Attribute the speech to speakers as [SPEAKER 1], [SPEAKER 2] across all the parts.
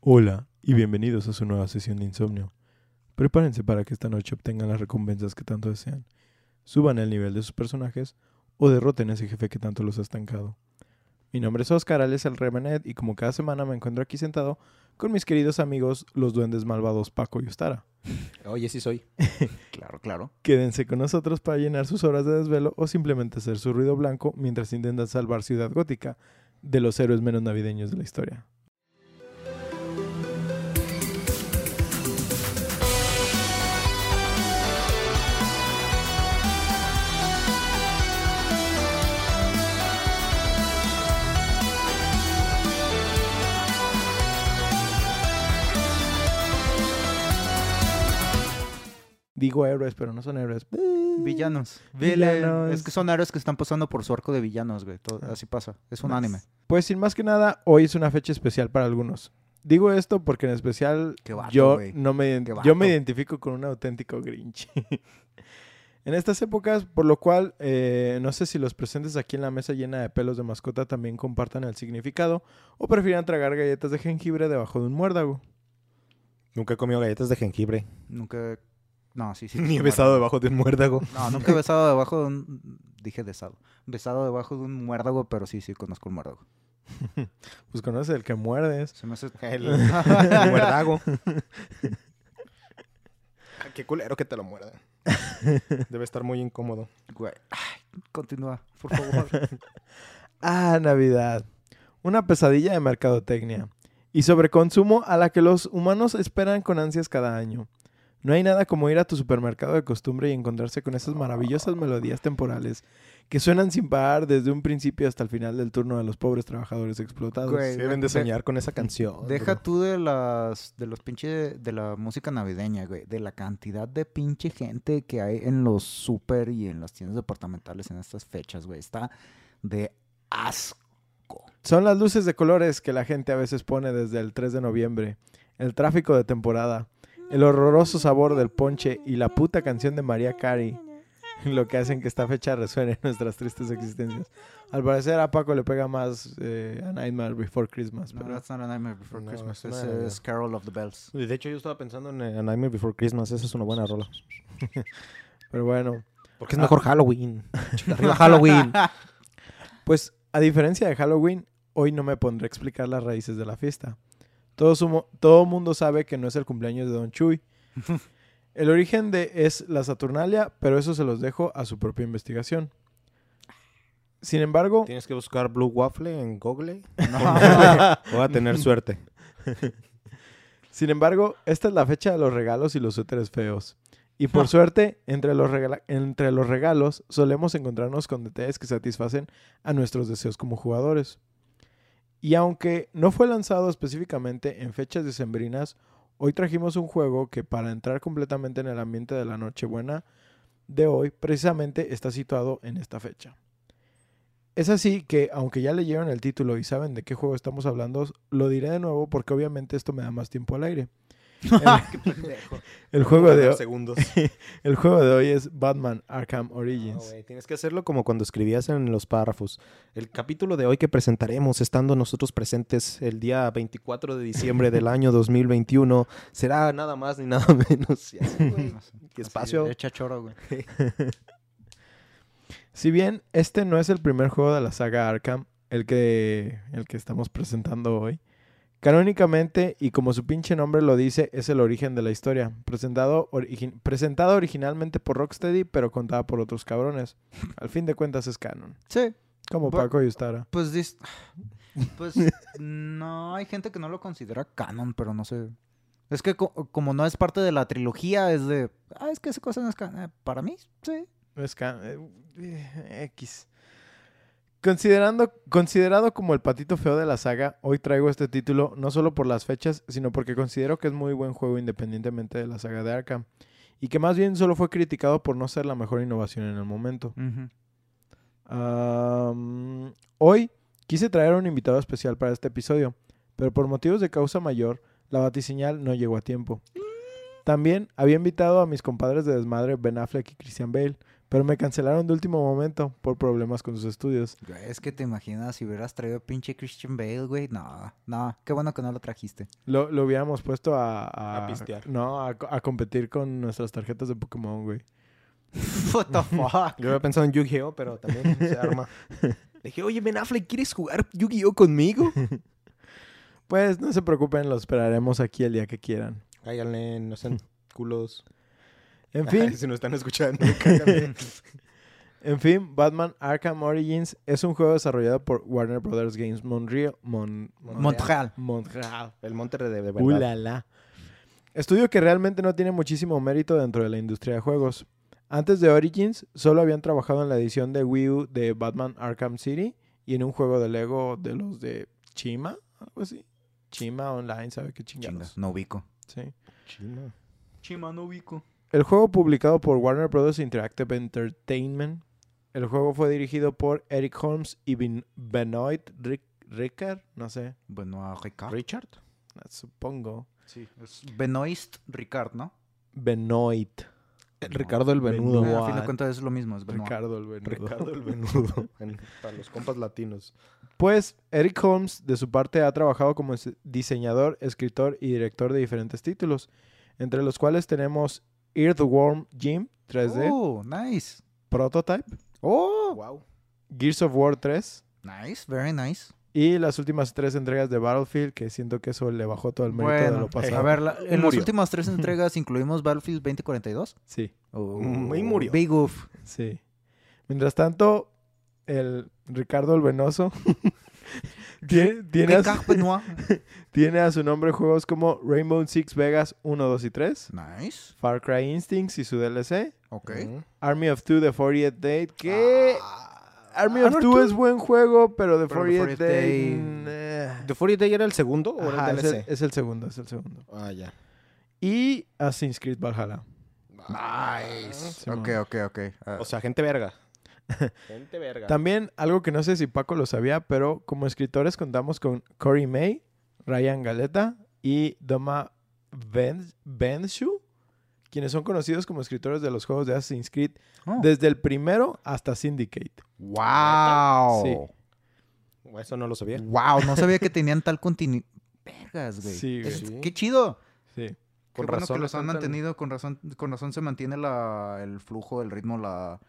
[SPEAKER 1] Hola y bienvenidos a su nueva sesión de insomnio. Prepárense para que esta noche obtengan las recompensas que tanto desean, suban el nivel de sus personajes o derroten a ese jefe que tanto los ha estancado. Mi nombre es Oscar Alex el Remenet y como cada semana me encuentro aquí sentado con mis queridos amigos los duendes malvados Paco y Ostara.
[SPEAKER 2] Oye, sí soy. claro, claro.
[SPEAKER 1] Quédense con nosotros para llenar sus horas de desvelo o simplemente hacer su ruido blanco mientras intentan salvar Ciudad Gótica de los héroes menos navideños de la historia. Digo héroes, pero no son héroes.
[SPEAKER 2] Villanos.
[SPEAKER 1] Villanos.
[SPEAKER 2] Villanos. Es que son héroes que están pasando por su arco de villanos, güey. Todo-
[SPEAKER 1] Ah.
[SPEAKER 2] Así pasa. Es un
[SPEAKER 1] Nice.
[SPEAKER 2] anime.
[SPEAKER 1] Pues sin más que nada, hoy es una fecha especial para algunos. Digo esto porque en especial
[SPEAKER 2] Qué vato,
[SPEAKER 1] yo
[SPEAKER 2] güey.
[SPEAKER 1] no me ident-
[SPEAKER 2] Qué
[SPEAKER 1] yo me
[SPEAKER 2] vato.
[SPEAKER 1] identifico con un auténtico Grinch. en estas épocas, por lo cual eh, no sé si los presentes aquí en la mesa llena de pelos de mascota también compartan el significado o prefieran tragar galletas de jengibre debajo de un muérdago.
[SPEAKER 3] Nunca he comido galletas de jengibre.
[SPEAKER 2] Nunca. No, sí, sí.
[SPEAKER 3] Ni he besado debajo de un muérdago.
[SPEAKER 2] No, nunca he besado debajo de un. Dije besado. Besado debajo de un muérdago, pero sí, sí, conozco un muérdago.
[SPEAKER 1] Pues conoces el que muerdes.
[SPEAKER 2] Se me hace.
[SPEAKER 3] El, el muérdago. Ah, Qué culero que te lo muerda. Debe estar muy incómodo.
[SPEAKER 2] Güey. Ay, continúa, por favor.
[SPEAKER 1] Ah, Navidad. Una pesadilla de mercadotecnia. Y sobreconsumo a la que los humanos esperan con ansias cada año. No hay nada como ir a tu supermercado de costumbre y encontrarse con esas maravillosas melodías temporales que suenan sin parar desde un principio hasta el final del turno de los pobres trabajadores explotados.
[SPEAKER 2] Güey.
[SPEAKER 3] Sí, deben
[SPEAKER 2] de-
[SPEAKER 3] de soñar con esa canción.
[SPEAKER 2] Deja
[SPEAKER 3] bro.
[SPEAKER 2] tú de las. De los pinches. De la música navideña, güey. De la cantidad de pinche gente que hay en los super y en las tiendas departamentales en estas fechas, güey. Está de asco.
[SPEAKER 1] Son las luces de colores que la gente a veces pone desde el 3 de noviembre, el tráfico de temporada, el horroroso sabor del ponche y la puta canción de María Cari, lo que hacen que esta fecha resuene en nuestras tristes existencias. Al parecer a Paco le pega más eh, A Nightmare Before Christmas,
[SPEAKER 2] No,
[SPEAKER 1] pero
[SPEAKER 2] that's not a Nightmare Before
[SPEAKER 3] No, es
[SPEAKER 2] Christmas.
[SPEAKER 3] una
[SPEAKER 2] Ese
[SPEAKER 3] de-
[SPEAKER 2] es Carol of the Bells.
[SPEAKER 3] De hecho, yo estaba pensando en eh, A Nightmare Before Christmas. Esa es una buena rola.
[SPEAKER 1] pero bueno.
[SPEAKER 3] Porque es
[SPEAKER 1] Ah.
[SPEAKER 3] mejor Halloween. Arriba Halloween.
[SPEAKER 1] Pues, a diferencia de Halloween, hoy no me pondré a explicar las raíces de la fiesta. Todo, sumo- todo mundo sabe que no es el cumpleaños de Don Chuy. El origen de es la Saturnalia, pero eso se los dejo a su propia investigación. Sin embargo,
[SPEAKER 3] Tienes que buscar Blue Waffle en Google.
[SPEAKER 2] No.
[SPEAKER 3] Voy a tener suerte.
[SPEAKER 1] sin embargo, esta es la fecha de los regalos y los suéteres feos. Y por suerte, entre los, regala- entre los regalos solemos encontrarnos con detalles que satisfacen a nuestros deseos como jugadores. Y aunque no fue lanzado específicamente en fechas decembrinas, hoy trajimos un juego que para entrar completamente en el ambiente de la Nochebuena de hoy, precisamente está situado en esta fecha. Es así que, aunque ya leyeron el título y saben de qué juego estamos hablando, lo diré de nuevo porque obviamente esto me da más tiempo al aire. El, el juego de, ho-
[SPEAKER 3] segundos.
[SPEAKER 1] el juego de hoy es Batman Arkham Origins.
[SPEAKER 3] No, Ah, güey, tienes que hacerlo como cuando escribías en los párrafos. El capítulo de hoy que presentaremos, estando nosotros presentes el día 24 de diciembre del año 2021, será nada más ni nada menos. Y así, güey.
[SPEAKER 2] No sé.
[SPEAKER 3] Y
[SPEAKER 2] Así,
[SPEAKER 3] espacio.
[SPEAKER 2] Echa choro, güey.
[SPEAKER 1] Si bien este no es el primer juego de la saga Arkham, el que, el que estamos presentando hoy, canónicamente y como su pinche nombre lo dice, es el origen de la historia, presentado, origi- presentado originalmente por Rocksteady pero contada por otros cabrones. Al fin de cuentas es canon,
[SPEAKER 2] Sí,
[SPEAKER 1] como
[SPEAKER 2] Bu-
[SPEAKER 1] Paco y Ustara.
[SPEAKER 2] pues dis- Pues no, hay gente que no lo considera canon, pero no sé. Es que co- como no es parte de la trilogía, es de. Ah, es que esa cosa no es canon. Eh, Para mí, sí.
[SPEAKER 1] Es ca- eh, eh, X. Considerando, considerado como el patito feo de la saga, hoy traigo este título no solo por las fechas, sino porque considero que es muy buen juego independientemente de la saga de Arkham, y que más bien solo fue criticado por no ser la mejor innovación en el momento. Am, hoy quise traer a un invitado especial para este episodio, pero por motivos de causa mayor, la batiseñal no llegó a tiempo. También había invitado a mis compadres de desmadre Ben Affleck y Christian Bale, pero me cancelaron de último momento por problemas con sus estudios.
[SPEAKER 2] Güey, Es que te imaginas si hubieras traído pinche Christian Bale, güey. No, no, qué bueno que no lo trajiste.
[SPEAKER 1] Lo, lo hubiéramos puesto a... A,
[SPEAKER 3] A pistear.
[SPEAKER 1] No, a, co- a competir con nuestras tarjetas de Pokémon, güey.
[SPEAKER 2] What the fuck?
[SPEAKER 3] Yo había pensado en Yu-Gi-Oh, pero también se arma. Le Dije, oye, Ben Affleck, ¿quieres jugar Yu-Gi-Oh conmigo?
[SPEAKER 1] Pues no se preocupen, lo esperaremos aquí el día que quieran.
[SPEAKER 3] Cáiganle, no sean culos.
[SPEAKER 1] En fin,
[SPEAKER 3] si no están escuchando, cáiganle.
[SPEAKER 1] En fin, Batman Arkham Origins es un juego desarrollado por Warner Brothers Games Montreal. Mon-
[SPEAKER 2] Montreal.
[SPEAKER 1] Montreal.
[SPEAKER 3] El monte de, de verdad.
[SPEAKER 1] Ulala. Estudio que realmente no tiene muchísimo mérito dentro de la industria de juegos. Antes de Origins, solo habían trabajado en la edición de Wii U de Batman Arkham City y en un juego de Lego de los de Chima, algo así. Chima Online, ¿sabe qué
[SPEAKER 2] Chinga,
[SPEAKER 1] chingados?
[SPEAKER 2] no ubico.
[SPEAKER 1] Sí.
[SPEAKER 3] Chino.
[SPEAKER 2] Chima, no ubico.
[SPEAKER 1] El juego publicado por Warner Bros. Interactive Entertainment. El juego fue dirigido por Eric Holmes y Ben- Benoit Ric- Ricard, no sé, ah,
[SPEAKER 2] Bueno, a Ricard.
[SPEAKER 3] ¿Richard?
[SPEAKER 1] supongo.
[SPEAKER 3] Sí. Es...
[SPEAKER 2] Benoist Ricard, ¿no?
[SPEAKER 1] Benoit.
[SPEAKER 3] Ricardo el
[SPEAKER 1] Venudo.
[SPEAKER 3] Venudo.
[SPEAKER 1] Benoit.
[SPEAKER 2] Ah, a fin de cuentas es lo mismo, es Benoit.
[SPEAKER 1] Ricardo el Benoit.
[SPEAKER 3] Ricardo el Venudo. En- para los compas latinos.
[SPEAKER 1] Pues Eric Holmes, de su parte, ha trabajado como es- diseñador, escritor y director de diferentes títulos, entre los cuales tenemos Earthworm Jim 3D,
[SPEAKER 2] Oh, nice.
[SPEAKER 1] Prototype,
[SPEAKER 2] Oh,
[SPEAKER 3] Wow.
[SPEAKER 1] Gears of War 3
[SPEAKER 2] nice, very nice.
[SPEAKER 1] y las últimas tres entregas de Battlefield, que siento que eso le bajó todo el mérito de
[SPEAKER 2] Bueno, eh,
[SPEAKER 1] lo pasado.
[SPEAKER 2] a ver, la- en las
[SPEAKER 3] Murió.
[SPEAKER 2] últimas tres entregas incluimos Battlefield 2042.
[SPEAKER 1] Sí,
[SPEAKER 2] Oh,
[SPEAKER 3] Mm, y murió.
[SPEAKER 2] Big oof.
[SPEAKER 1] sí. Mientras tanto, el Ricardo el Venoso tiene, tiene a su,
[SPEAKER 2] Ricard Benoit.
[SPEAKER 1] tiene a su nombre juegos como Rainbow Six Vegas 1, 2 y 3,
[SPEAKER 2] Nice,
[SPEAKER 1] Far Cry Instincts y su DLC,
[SPEAKER 2] ok.
[SPEAKER 3] Ujú.
[SPEAKER 1] Army of Two The 48 Date, que
[SPEAKER 2] Ah,
[SPEAKER 1] Army of
[SPEAKER 2] Arnold
[SPEAKER 1] Two
[SPEAKER 2] Two.
[SPEAKER 1] es buen juego, pero The
[SPEAKER 2] Pero The
[SPEAKER 1] 48 Date...
[SPEAKER 2] 48
[SPEAKER 1] mm, eh.
[SPEAKER 3] ¿The 40 Day era el segundo o
[SPEAKER 1] Ajá,
[SPEAKER 3] era el
[SPEAKER 1] es, el,
[SPEAKER 3] DLC?
[SPEAKER 1] es el segundo, es el segundo.
[SPEAKER 3] Ah, ya.
[SPEAKER 1] Y Assassin's Creed Valhalla.
[SPEAKER 2] Nice.
[SPEAKER 1] Simón.
[SPEAKER 2] Ok, ok, ok. Ah,
[SPEAKER 3] O sea, gente verga. gente verga.
[SPEAKER 1] También algo que no sé si Paco lo sabía, pero como escritores contamos con Corey May, Ryan Galeta y Doma Ben- Benshu, quienes son conocidos como escritores de los juegos de Assassin's Creed
[SPEAKER 2] oh.
[SPEAKER 1] desde el primero hasta Syndicate.
[SPEAKER 2] Wow.
[SPEAKER 1] Sí.
[SPEAKER 3] Eso no lo sabía.
[SPEAKER 2] Wow, no sabía que tenían tal continuidad. Vergas, güey.
[SPEAKER 1] Sí, güey.
[SPEAKER 2] Es-
[SPEAKER 3] Sí.
[SPEAKER 2] Qué chido.
[SPEAKER 1] Sí.
[SPEAKER 2] Con
[SPEAKER 3] Con
[SPEAKER 2] razón
[SPEAKER 3] razón
[SPEAKER 2] que los han
[SPEAKER 3] están tan-
[SPEAKER 2] mantenido, con razón, con razón se mantiene la, el flujo, el ritmo, la,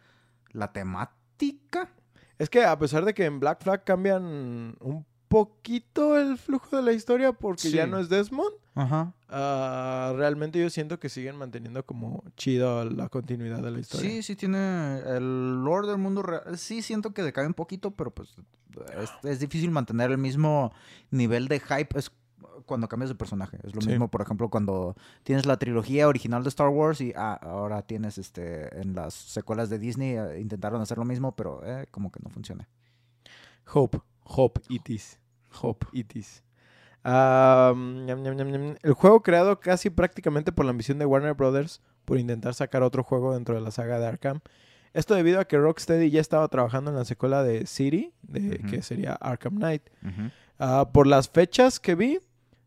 [SPEAKER 2] la temática.
[SPEAKER 1] Es que a pesar de que en Black Flag cambian un poquito el flujo de la historia porque ya
[SPEAKER 3] Sí.
[SPEAKER 1] no es Desmond,
[SPEAKER 2] Ajá.
[SPEAKER 1] ah, realmente yo siento que siguen manteniendo como chido la continuidad de la historia.
[SPEAKER 2] Sí, sí tiene el lore del mundo real. Sí siento que decae un poquito, pero pues es, es difícil mantener el mismo nivel de hype es cuando cambias de personaje. Es lo
[SPEAKER 1] Sí.
[SPEAKER 2] mismo, por ejemplo, cuando tienes la trilogía original de Star Wars y ah, ahora tienes este en las secuelas de Disney eh, intentaron hacer lo mismo, pero eh, como que no funciona.
[SPEAKER 1] Hope, Hope, it is. Hope, it is. Ah, ñam, ñam, ñam, ñam. El juego creado casi prácticamente por la ambición de Warner Brothers por intentar sacar otro juego dentro de la saga de Arkham. Esto debido a que Rocksteady ya estaba trabajando en la secuela de City, de,
[SPEAKER 2] Ujú.
[SPEAKER 1] que sería Arkham Knight. Ah, por las fechas que vi,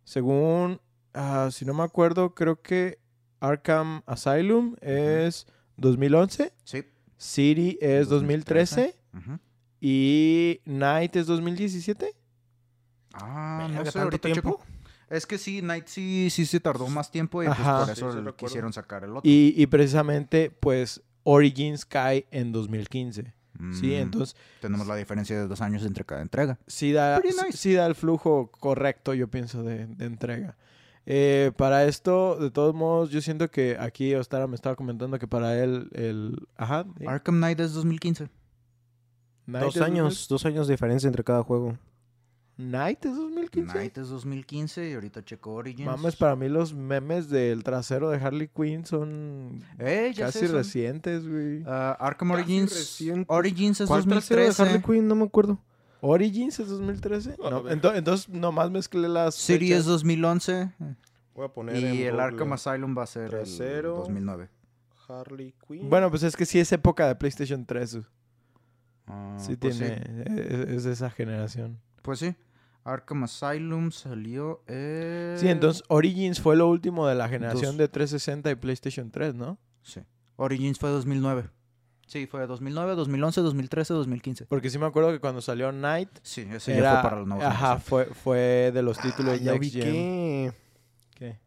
[SPEAKER 1] según, ah, si no me acuerdo, creo que Arkham Asylum es 2011,
[SPEAKER 2] Sí.
[SPEAKER 1] City es 2013
[SPEAKER 2] Ujú.
[SPEAKER 1] y Night es 2017.
[SPEAKER 2] Ah,
[SPEAKER 3] Verga,
[SPEAKER 2] no sé,
[SPEAKER 3] ¿tanto
[SPEAKER 2] ahorita
[SPEAKER 3] tiempo?
[SPEAKER 2] checo. Es que sí, Night sí, sí se tardó más tiempo y pues
[SPEAKER 1] Ajá.
[SPEAKER 2] por
[SPEAKER 3] Sí,
[SPEAKER 2] eso
[SPEAKER 3] sí
[SPEAKER 2] el-
[SPEAKER 3] recuerdo.
[SPEAKER 2] quisieron sacar el otro.
[SPEAKER 1] Y, y precisamente, pues, Origins cae en 2015. Sí,
[SPEAKER 2] Mm,
[SPEAKER 1] entonces pues,
[SPEAKER 2] Tenemos la diferencia de dos años entre cada entrega.
[SPEAKER 1] sí da,
[SPEAKER 2] Pretty
[SPEAKER 1] sí-
[SPEAKER 2] nice.
[SPEAKER 1] sí da el flujo correcto, yo pienso, de, de entrega. Eh, para esto, de todos modos, yo siento que aquí Ostara me estaba comentando que para él el... Ajá. ¿sí?
[SPEAKER 2] Arkham Knight es 2015.
[SPEAKER 1] Night
[SPEAKER 3] Dos
[SPEAKER 1] es 2000.
[SPEAKER 3] años, dos años de diferencia entre cada juego.
[SPEAKER 1] Night es 2015.
[SPEAKER 2] Knight es 2015 y ahorita checo Origins.
[SPEAKER 1] Mames, para mí los memes del trasero de Harley Quinn son
[SPEAKER 2] Eh, ya
[SPEAKER 1] casi
[SPEAKER 2] sé, son-
[SPEAKER 1] recientes, güey.
[SPEAKER 2] Ah, Arkham
[SPEAKER 3] Casi
[SPEAKER 2] Origins.
[SPEAKER 3] reciente.
[SPEAKER 2] Origins es
[SPEAKER 3] ¿Cuál trasero de
[SPEAKER 2] 2013.
[SPEAKER 3] Harley Quinn? No me acuerdo.
[SPEAKER 1] Origins es 2013.
[SPEAKER 2] Ah,
[SPEAKER 3] A la
[SPEAKER 1] No,
[SPEAKER 3] verga.
[SPEAKER 1] ento- entonces nomás mezclé las
[SPEAKER 2] City
[SPEAKER 1] fechas.
[SPEAKER 2] es 2011.
[SPEAKER 3] Voy a poner
[SPEAKER 2] Y el Arkham
[SPEAKER 3] Google
[SPEAKER 2] Asylum va a ser el
[SPEAKER 3] Trasero.
[SPEAKER 2] 2009.
[SPEAKER 3] Harley Quinn.
[SPEAKER 1] Bueno, pues es que sí es época de PlayStation 3. güey.
[SPEAKER 2] Ah,
[SPEAKER 1] sí
[SPEAKER 2] pues
[SPEAKER 1] tiene Es, es de esa generación.
[SPEAKER 2] Pues sí. Arkham Asylum salió en...
[SPEAKER 3] Eh.
[SPEAKER 1] Sí, entonces Origins fue lo último de la generación
[SPEAKER 2] dos.
[SPEAKER 1] de 360 y PlayStation 3, ¿no?
[SPEAKER 2] Sí. Origins fue 2009. Sí, fue 2009, 2011, 2013, 2015.
[SPEAKER 1] Porque sí me acuerdo que cuando salió Night.
[SPEAKER 2] Sí,
[SPEAKER 1] Sí,
[SPEAKER 2] ese
[SPEAKER 1] era,
[SPEAKER 2] ya fue para los nuevos.
[SPEAKER 1] Ajá,
[SPEAKER 2] años.
[SPEAKER 1] fue, fue de los títulos
[SPEAKER 3] Ah,
[SPEAKER 1] de
[SPEAKER 3] ya vi
[SPEAKER 1] Next Gen.
[SPEAKER 3] que...
[SPEAKER 1] ¿Qué?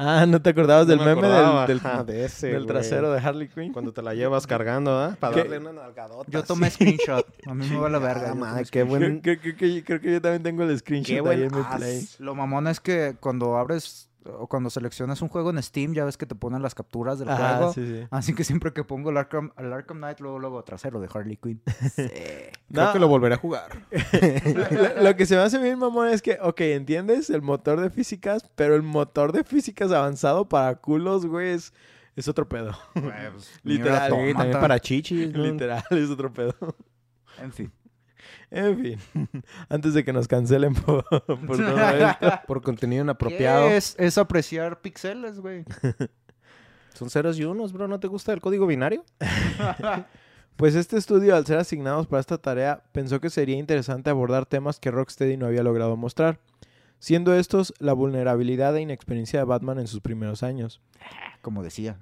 [SPEAKER 1] Ah, ¿no te acordabas del
[SPEAKER 3] No me
[SPEAKER 1] meme del-
[SPEAKER 3] acordaba,
[SPEAKER 1] del,
[SPEAKER 3] ajá, de ese,
[SPEAKER 1] del
[SPEAKER 3] güey.
[SPEAKER 1] trasero de Harley Quinn?
[SPEAKER 3] Cuando te la llevas cargando, ¿ah? Para
[SPEAKER 1] ¿Qué?
[SPEAKER 3] darle una nalgadota.
[SPEAKER 2] Yo tomé screenshot. A mí me va la verga. yo
[SPEAKER 3] Ah,
[SPEAKER 2] tomé
[SPEAKER 3] madre,
[SPEAKER 2] screenshot.
[SPEAKER 3] qué buen...
[SPEAKER 1] Creo, creo- creo que, creo que yo también tengo el
[SPEAKER 3] Qué
[SPEAKER 1] screenshot ahí
[SPEAKER 3] buen
[SPEAKER 1] en mi
[SPEAKER 3] as.
[SPEAKER 1] play.
[SPEAKER 2] Lo mamón es que cuando abres o cuando seleccionas un juego en Steam, ya ves que te ponen las capturas del
[SPEAKER 1] Ajá,
[SPEAKER 2] juego.
[SPEAKER 1] sí, sí.
[SPEAKER 2] Así que siempre que pongo el Arkham, el Arkham Knight, luego, luego trasero de Harley Quinn.
[SPEAKER 3] Creo
[SPEAKER 1] No,
[SPEAKER 3] que lo volveré a jugar.
[SPEAKER 1] lo, lo que se me hace bien, mamón, es que, ok, entiendes el motor de físicas, pero el motor de físicas avanzado para culos, güey, es, es otro pedo.
[SPEAKER 2] pues,
[SPEAKER 1] Literal,
[SPEAKER 2] Nier
[SPEAKER 1] güey,
[SPEAKER 2] Automata.
[SPEAKER 3] También para chichis, ¿no?
[SPEAKER 1] Literal, es otro pedo.
[SPEAKER 2] En fin.
[SPEAKER 1] En fin, antes de que nos cancelen por, por todo esto.
[SPEAKER 3] Por contenido inapropiado.
[SPEAKER 2] ¿Qué es, es apreciar pixeles, güey.
[SPEAKER 3] Son ceros y unos, bro. ¿No te gusta el código binario?
[SPEAKER 1] Pues este estudio, al ser asignados para esta tarea, pensó que sería interesante abordar temas que Rocksteady no había logrado mostrar, siendo estos la vulnerabilidad e inexperiencia de Batman en sus primeros años.
[SPEAKER 2] Ah, Como decía.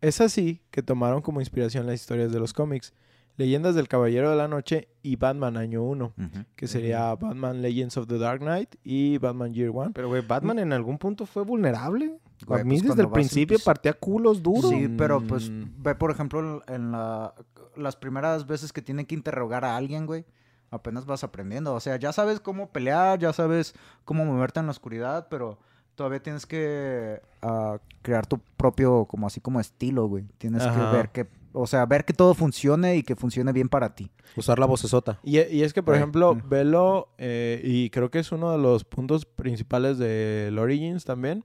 [SPEAKER 1] Es así que tomaron como inspiración las historias de los cómics, Leyendas del Caballero de la Noche y Batman Año 1, que sería Batman Legends of the Dark Knight y Batman Year One.
[SPEAKER 3] Pero, güey, Batman en algún punto fue vulnerable.
[SPEAKER 2] Güey,
[SPEAKER 3] a mí
[SPEAKER 2] pues
[SPEAKER 3] desde
[SPEAKER 2] cuando
[SPEAKER 3] el
[SPEAKER 2] vas en
[SPEAKER 3] principio
[SPEAKER 2] tus-
[SPEAKER 3] partía culos duros.
[SPEAKER 2] Sí, pero pues
[SPEAKER 1] Mm.
[SPEAKER 2] ve, por ejemplo, en en la, las primeras veces que tienen que interrogar a alguien, güey, apenas vas aprendiendo. O sea, ya sabes cómo pelear, ya sabes cómo moverte en la oscuridad, pero todavía tienes que ah, crear tu propio, como así como estilo, güey. Tienes
[SPEAKER 1] Ajá.
[SPEAKER 2] que ver que, o sea, ver que todo funcione y que funcione bien para ti.
[SPEAKER 3] Usar la vocesota.
[SPEAKER 1] Y, e- y es que, por
[SPEAKER 2] Ay.
[SPEAKER 1] ejemplo,
[SPEAKER 2] Mm.
[SPEAKER 1] velo, eh, y creo que es uno de los puntos principales del Origins también,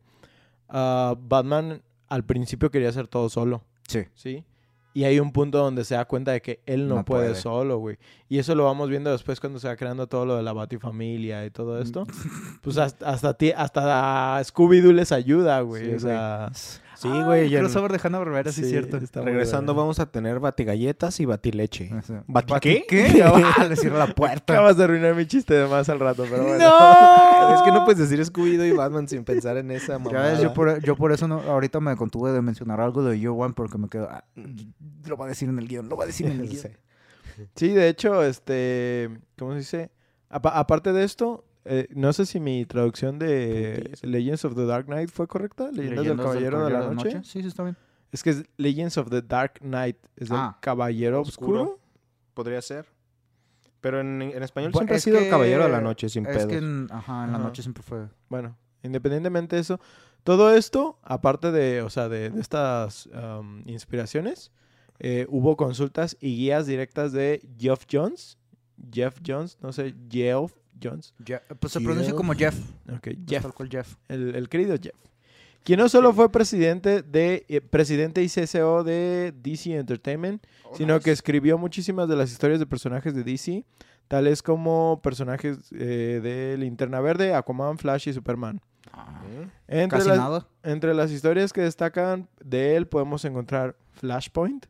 [SPEAKER 1] ah, Batman al principio quería hacer todo solo,
[SPEAKER 2] Sí.
[SPEAKER 1] ¿sí? Y hay un punto donde se da cuenta de que él no,
[SPEAKER 2] No
[SPEAKER 1] puede,
[SPEAKER 2] puede.
[SPEAKER 1] solo, güey. Y eso lo vamos viendo después cuando se va creando todo lo de la Batifamilia y todo esto.
[SPEAKER 2] Mm.
[SPEAKER 1] Pues hasta, hasta, ti- hasta a Scooby-Doo les ayuda, güey.
[SPEAKER 2] Sí,
[SPEAKER 1] o
[SPEAKER 2] güey.
[SPEAKER 1] sea,
[SPEAKER 3] Sí, güey. y en-
[SPEAKER 2] Quiero saber Ah, de Hanna Barbera, sí, es
[SPEAKER 1] sí,
[SPEAKER 2] cierto.
[SPEAKER 1] está muy
[SPEAKER 3] Regresando,
[SPEAKER 1] verga.
[SPEAKER 3] vamos a tener batigalletas y batileche.
[SPEAKER 2] O sea,
[SPEAKER 3] ¿Bati qué?
[SPEAKER 2] Ah. ¿Qué? Ya va, le cierra la puerta.
[SPEAKER 1] Acabas de arruinar mi chiste de más al rato, pero bueno.
[SPEAKER 3] Es que no puedes decir Scooby-Doo y Batman sin pensar en esa
[SPEAKER 2] Ya
[SPEAKER 3] mamada.
[SPEAKER 2] ves, yo por, yo por eso no- ahorita me contuve de mencionar algo de Year One porque me quedo. ah, lo va a decir en el guión, lo va a decir en el guión.
[SPEAKER 3] Sí.
[SPEAKER 1] Sí, de hecho, este, ¿cómo se dice? Apa- aparte de esto, eh, no sé si mi traducción de
[SPEAKER 3] Puntillas.
[SPEAKER 1] Legends of the Dark Knight fue correcta. Leyendas, del
[SPEAKER 2] ¿Leyendas
[SPEAKER 1] Caballero, de la noche.
[SPEAKER 2] Sí, sí, está bien.
[SPEAKER 1] Es que es Legends of the Dark Knight. Es del
[SPEAKER 2] Ah,
[SPEAKER 1] Caballero
[SPEAKER 3] oscuro.
[SPEAKER 1] Oscuro.
[SPEAKER 3] Podría ser. Pero en, en español
[SPEAKER 2] Bueno,
[SPEAKER 3] siempre ha
[SPEAKER 2] es
[SPEAKER 3] sido el
[SPEAKER 2] que-
[SPEAKER 3] caballero de la noche, sin
[SPEAKER 2] Es
[SPEAKER 3] pedos.
[SPEAKER 2] que en, ajá, en la
[SPEAKER 1] Ajá.
[SPEAKER 2] noche siempre fue.
[SPEAKER 1] Bueno, independientemente de eso, todo esto, aparte de, o sea, de, de estas am, inspiraciones, eh, hubo consultas y guías directas de Jeff Jones. Jeff Jones, no sé, Jeff Jones.
[SPEAKER 2] pues se pronuncia
[SPEAKER 3] Jeff.
[SPEAKER 2] como Jeff.
[SPEAKER 1] Ok,
[SPEAKER 2] Jeff.
[SPEAKER 1] Jeff,
[SPEAKER 2] Tal cual Jeff.
[SPEAKER 1] el, el querido Jeff. Quien no solo fue presidente, de, eh, presidente y CSO de DC Entertainment,
[SPEAKER 2] Oh,
[SPEAKER 1] sino que escribió muchísimas de las historias de personajes de DC, tales como personajes eh, de Linterna Verde, Aquaman, Flash y Superman.
[SPEAKER 3] ¿Mm?
[SPEAKER 1] Entre
[SPEAKER 2] Casi
[SPEAKER 1] las,
[SPEAKER 2] nada.
[SPEAKER 1] entre las historias que destacan de él podemos encontrar Flashpoint,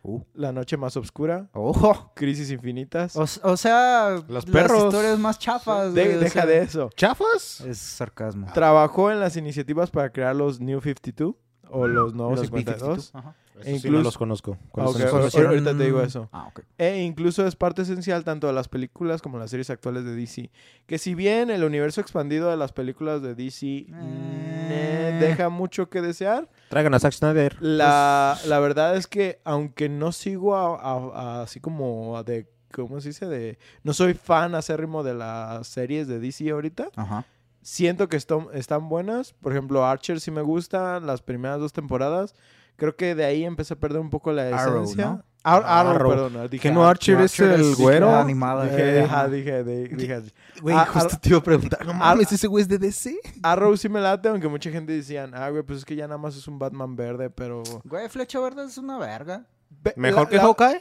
[SPEAKER 2] Uh.
[SPEAKER 1] La Noche Más Oscura,
[SPEAKER 2] Ojo.
[SPEAKER 1] Crisis Infinitas.
[SPEAKER 2] O, o sea,
[SPEAKER 3] Los perros.
[SPEAKER 2] las historias más chafas.
[SPEAKER 1] De-
[SPEAKER 2] güey, o
[SPEAKER 1] deja
[SPEAKER 2] sea,
[SPEAKER 1] de eso.
[SPEAKER 3] ¿Chafas?
[SPEAKER 2] Es sarcasmo.
[SPEAKER 1] Trabajó en las iniciativas para crear los New 52 o los Nuevos
[SPEAKER 2] Los
[SPEAKER 1] 52.
[SPEAKER 2] B-52, ajá.
[SPEAKER 3] Esos sí
[SPEAKER 1] incluso-
[SPEAKER 3] no los conozco.
[SPEAKER 1] Ah,
[SPEAKER 3] ¿Cuáles son
[SPEAKER 1] ok,
[SPEAKER 3] esos?
[SPEAKER 1] ahor-
[SPEAKER 2] Conocieron-
[SPEAKER 1] ahorita te digo eso.
[SPEAKER 2] Ah, ok.
[SPEAKER 1] E incluso es parte esencial tanto de las películas como las series actuales de DC. Que si bien el universo expandido de las películas de DC eh,
[SPEAKER 2] Eh.
[SPEAKER 1] deja mucho que desear,
[SPEAKER 3] Traigan a Zack Snyder.
[SPEAKER 1] la, la verdad es que aunque no sigo a- a- a- así como a de... ¿Cómo se dice? De, no soy fan acérrimo de las series de DC ahorita.
[SPEAKER 2] Ajá.
[SPEAKER 1] Siento que esto- están buenas. Por ejemplo, Archer sí me gusta. Las primeras dos temporadas. Creo que de ahí empecé a perder un poco la
[SPEAKER 2] Arrow,
[SPEAKER 1] esencia.
[SPEAKER 2] ¿no?
[SPEAKER 1] Ar- Arrow,
[SPEAKER 3] Arrow.
[SPEAKER 1] perdón. dije
[SPEAKER 3] Que no Archer,
[SPEAKER 2] Archer
[SPEAKER 3] es el
[SPEAKER 2] es-
[SPEAKER 3] güero.
[SPEAKER 2] dije, animada.
[SPEAKER 1] Dije,
[SPEAKER 2] Eh,
[SPEAKER 1] ajá, dije, de- dije Archer.
[SPEAKER 3] Güey,
[SPEAKER 1] Ah,
[SPEAKER 3] justo
[SPEAKER 1] ah,
[SPEAKER 3] te iba a preguntar. No
[SPEAKER 1] ah,
[SPEAKER 3] mames, ese güey es de DC.
[SPEAKER 1] Arrow sí me late, aunque mucha gente decían, ah, güey, pues es que ya nada más es un Batman verde, pero...
[SPEAKER 2] Güey, Flecha Verde es una verga.
[SPEAKER 1] Ve- la-
[SPEAKER 3] ¿Mejor que
[SPEAKER 1] la-
[SPEAKER 3] Hawkeye?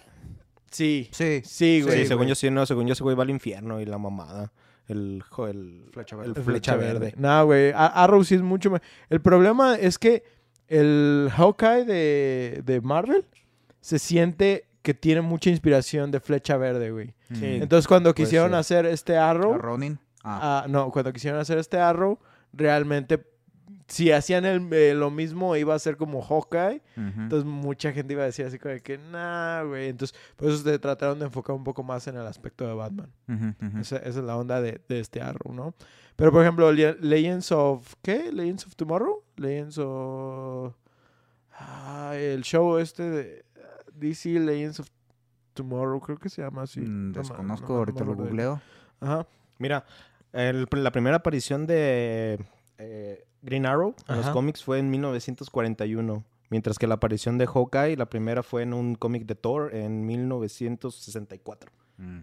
[SPEAKER 1] Sí,
[SPEAKER 2] Sí.
[SPEAKER 1] sí,
[SPEAKER 3] Sí,
[SPEAKER 1] güey.
[SPEAKER 3] según
[SPEAKER 1] güey.
[SPEAKER 3] yo sí, no, según yo ese güey va al infierno y la mamada. El, jo- el,
[SPEAKER 2] Flecha
[SPEAKER 3] el
[SPEAKER 2] Verde.
[SPEAKER 1] El
[SPEAKER 3] flecha verde.
[SPEAKER 1] No, güey, A- Arrow sí es mucho más... El problema es que el Hawkeye de, de Marvel se siente que tiene mucha inspiración de Flecha Verde, güey.
[SPEAKER 3] Sí.
[SPEAKER 1] Entonces cuando
[SPEAKER 3] Mm. Puede
[SPEAKER 1] quisieron
[SPEAKER 3] ser.
[SPEAKER 1] hacer este Arrow...
[SPEAKER 2] A Ronin. Ah.
[SPEAKER 1] ah, no, cuando quisieron hacer este Arrow, realmente si hacían el- eh, lo mismo, iba a ser como Hawkeye.
[SPEAKER 3] Mm.
[SPEAKER 2] Ujú.
[SPEAKER 1] Entonces mucha gente iba a decir así como de que, nah, güey. Entonces, por eso se trataron de enfocar un poco más en el aspecto de Batman.
[SPEAKER 2] Ujú, ujú.
[SPEAKER 1] Esa, esa es la onda de, de este arrow, ¿no? Pero, por ejemplo, Le- Legends of... ¿Qué? ¿Legends of Tomorrow? Legends of... Ah, el show este de ah, DC Legends of Tomorrow, creo que se llama así.
[SPEAKER 2] Mm,
[SPEAKER 1] No ma-
[SPEAKER 2] Desconozco,
[SPEAKER 1] no ma-
[SPEAKER 2] ahorita
[SPEAKER 1] no me
[SPEAKER 2] lo
[SPEAKER 1] acuerdo.
[SPEAKER 2] googleo.
[SPEAKER 1] Ajá.
[SPEAKER 3] Mira, el- la primera aparición de eh, Green Arrow en los
[SPEAKER 1] Ajá.
[SPEAKER 3] cómics fue en 1941, mientras que la aparición de Hawkeye, la primera fue en un cómic de Thor en 1964.
[SPEAKER 2] Mm.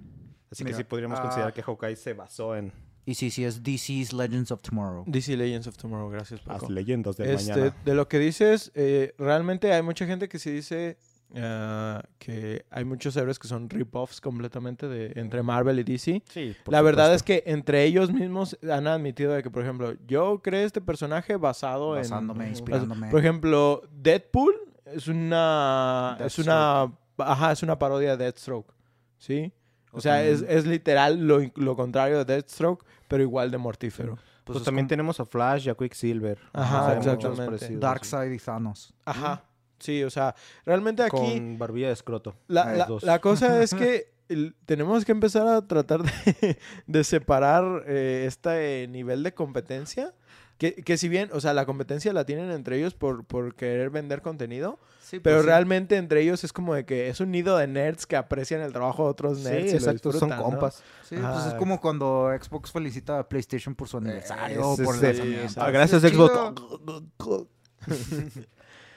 [SPEAKER 3] Así
[SPEAKER 1] Mira,
[SPEAKER 3] que sí podríamos
[SPEAKER 1] ah.
[SPEAKER 3] considerar que Hawkeye se basó en
[SPEAKER 2] Y sí, sí, es DC's Legends of Tomorrow.
[SPEAKER 1] DC Legends of Tomorrow, gracias, Paco.
[SPEAKER 3] las leyendas del
[SPEAKER 1] Este,
[SPEAKER 3] mañana.
[SPEAKER 1] de lo que dices, eh, realmente hay mucha gente que se dice ah, que hay muchos héroes que son rip-offs completamente de, entre Marvel y DC.
[SPEAKER 3] Sí, por
[SPEAKER 1] La verdad
[SPEAKER 3] supuesto.
[SPEAKER 1] es que entre ellos mismos han admitido de que, por ejemplo, yo creé este personaje basado
[SPEAKER 2] Basándome,
[SPEAKER 1] en...
[SPEAKER 2] inspirándome.
[SPEAKER 1] Por ejemplo, Deadpool es una... Es
[SPEAKER 2] Deathstroke.
[SPEAKER 1] una... Ajá, es una parodia de Deathstroke, ¿sí? O
[SPEAKER 2] O
[SPEAKER 1] sea, es,
[SPEAKER 2] también-
[SPEAKER 1] es literal lo, lo contrario de Deathstroke, pero igual de mortífero.
[SPEAKER 3] Pues,
[SPEAKER 2] es
[SPEAKER 3] también
[SPEAKER 2] como
[SPEAKER 3] tenemos a Flash y a Quicksilver.
[SPEAKER 1] Ajá,
[SPEAKER 3] O sea, hay muchos
[SPEAKER 1] exactamente.
[SPEAKER 3] parecidos, sí.
[SPEAKER 2] Darkseid y Thanos.
[SPEAKER 1] Ajá. Sí, o sea, realmente aquí...
[SPEAKER 3] Con barbilla de escroto.
[SPEAKER 1] La,
[SPEAKER 3] Los
[SPEAKER 1] la-
[SPEAKER 3] Ah, dos.
[SPEAKER 1] la cosa es que el- tenemos que empezar a tratar de, de separar eh, este nivel de competencia. Que, que si bien, o sea, la competencia la tienen entre ellos por, por querer vender contenido,
[SPEAKER 3] pues
[SPEAKER 1] pero realmente entre ellos es como de que es un nido de nerds que aprecian el trabajo de otros
[SPEAKER 3] Sí,
[SPEAKER 1] nerds. y lo
[SPEAKER 3] exacto, son
[SPEAKER 1] disfrutan, ¿no?
[SPEAKER 3] compas.
[SPEAKER 2] Sí, pues es
[SPEAKER 1] Ah.
[SPEAKER 2] como cuando Xbox felicita a PlayStation por su aniversario,
[SPEAKER 3] Eh, Ese
[SPEAKER 2] por
[SPEAKER 3] es
[SPEAKER 2] el
[SPEAKER 3] el-
[SPEAKER 2] lanzamiento.
[SPEAKER 3] Ah,
[SPEAKER 1] Está
[SPEAKER 3] gracias,
[SPEAKER 2] chido.
[SPEAKER 3] Xbox.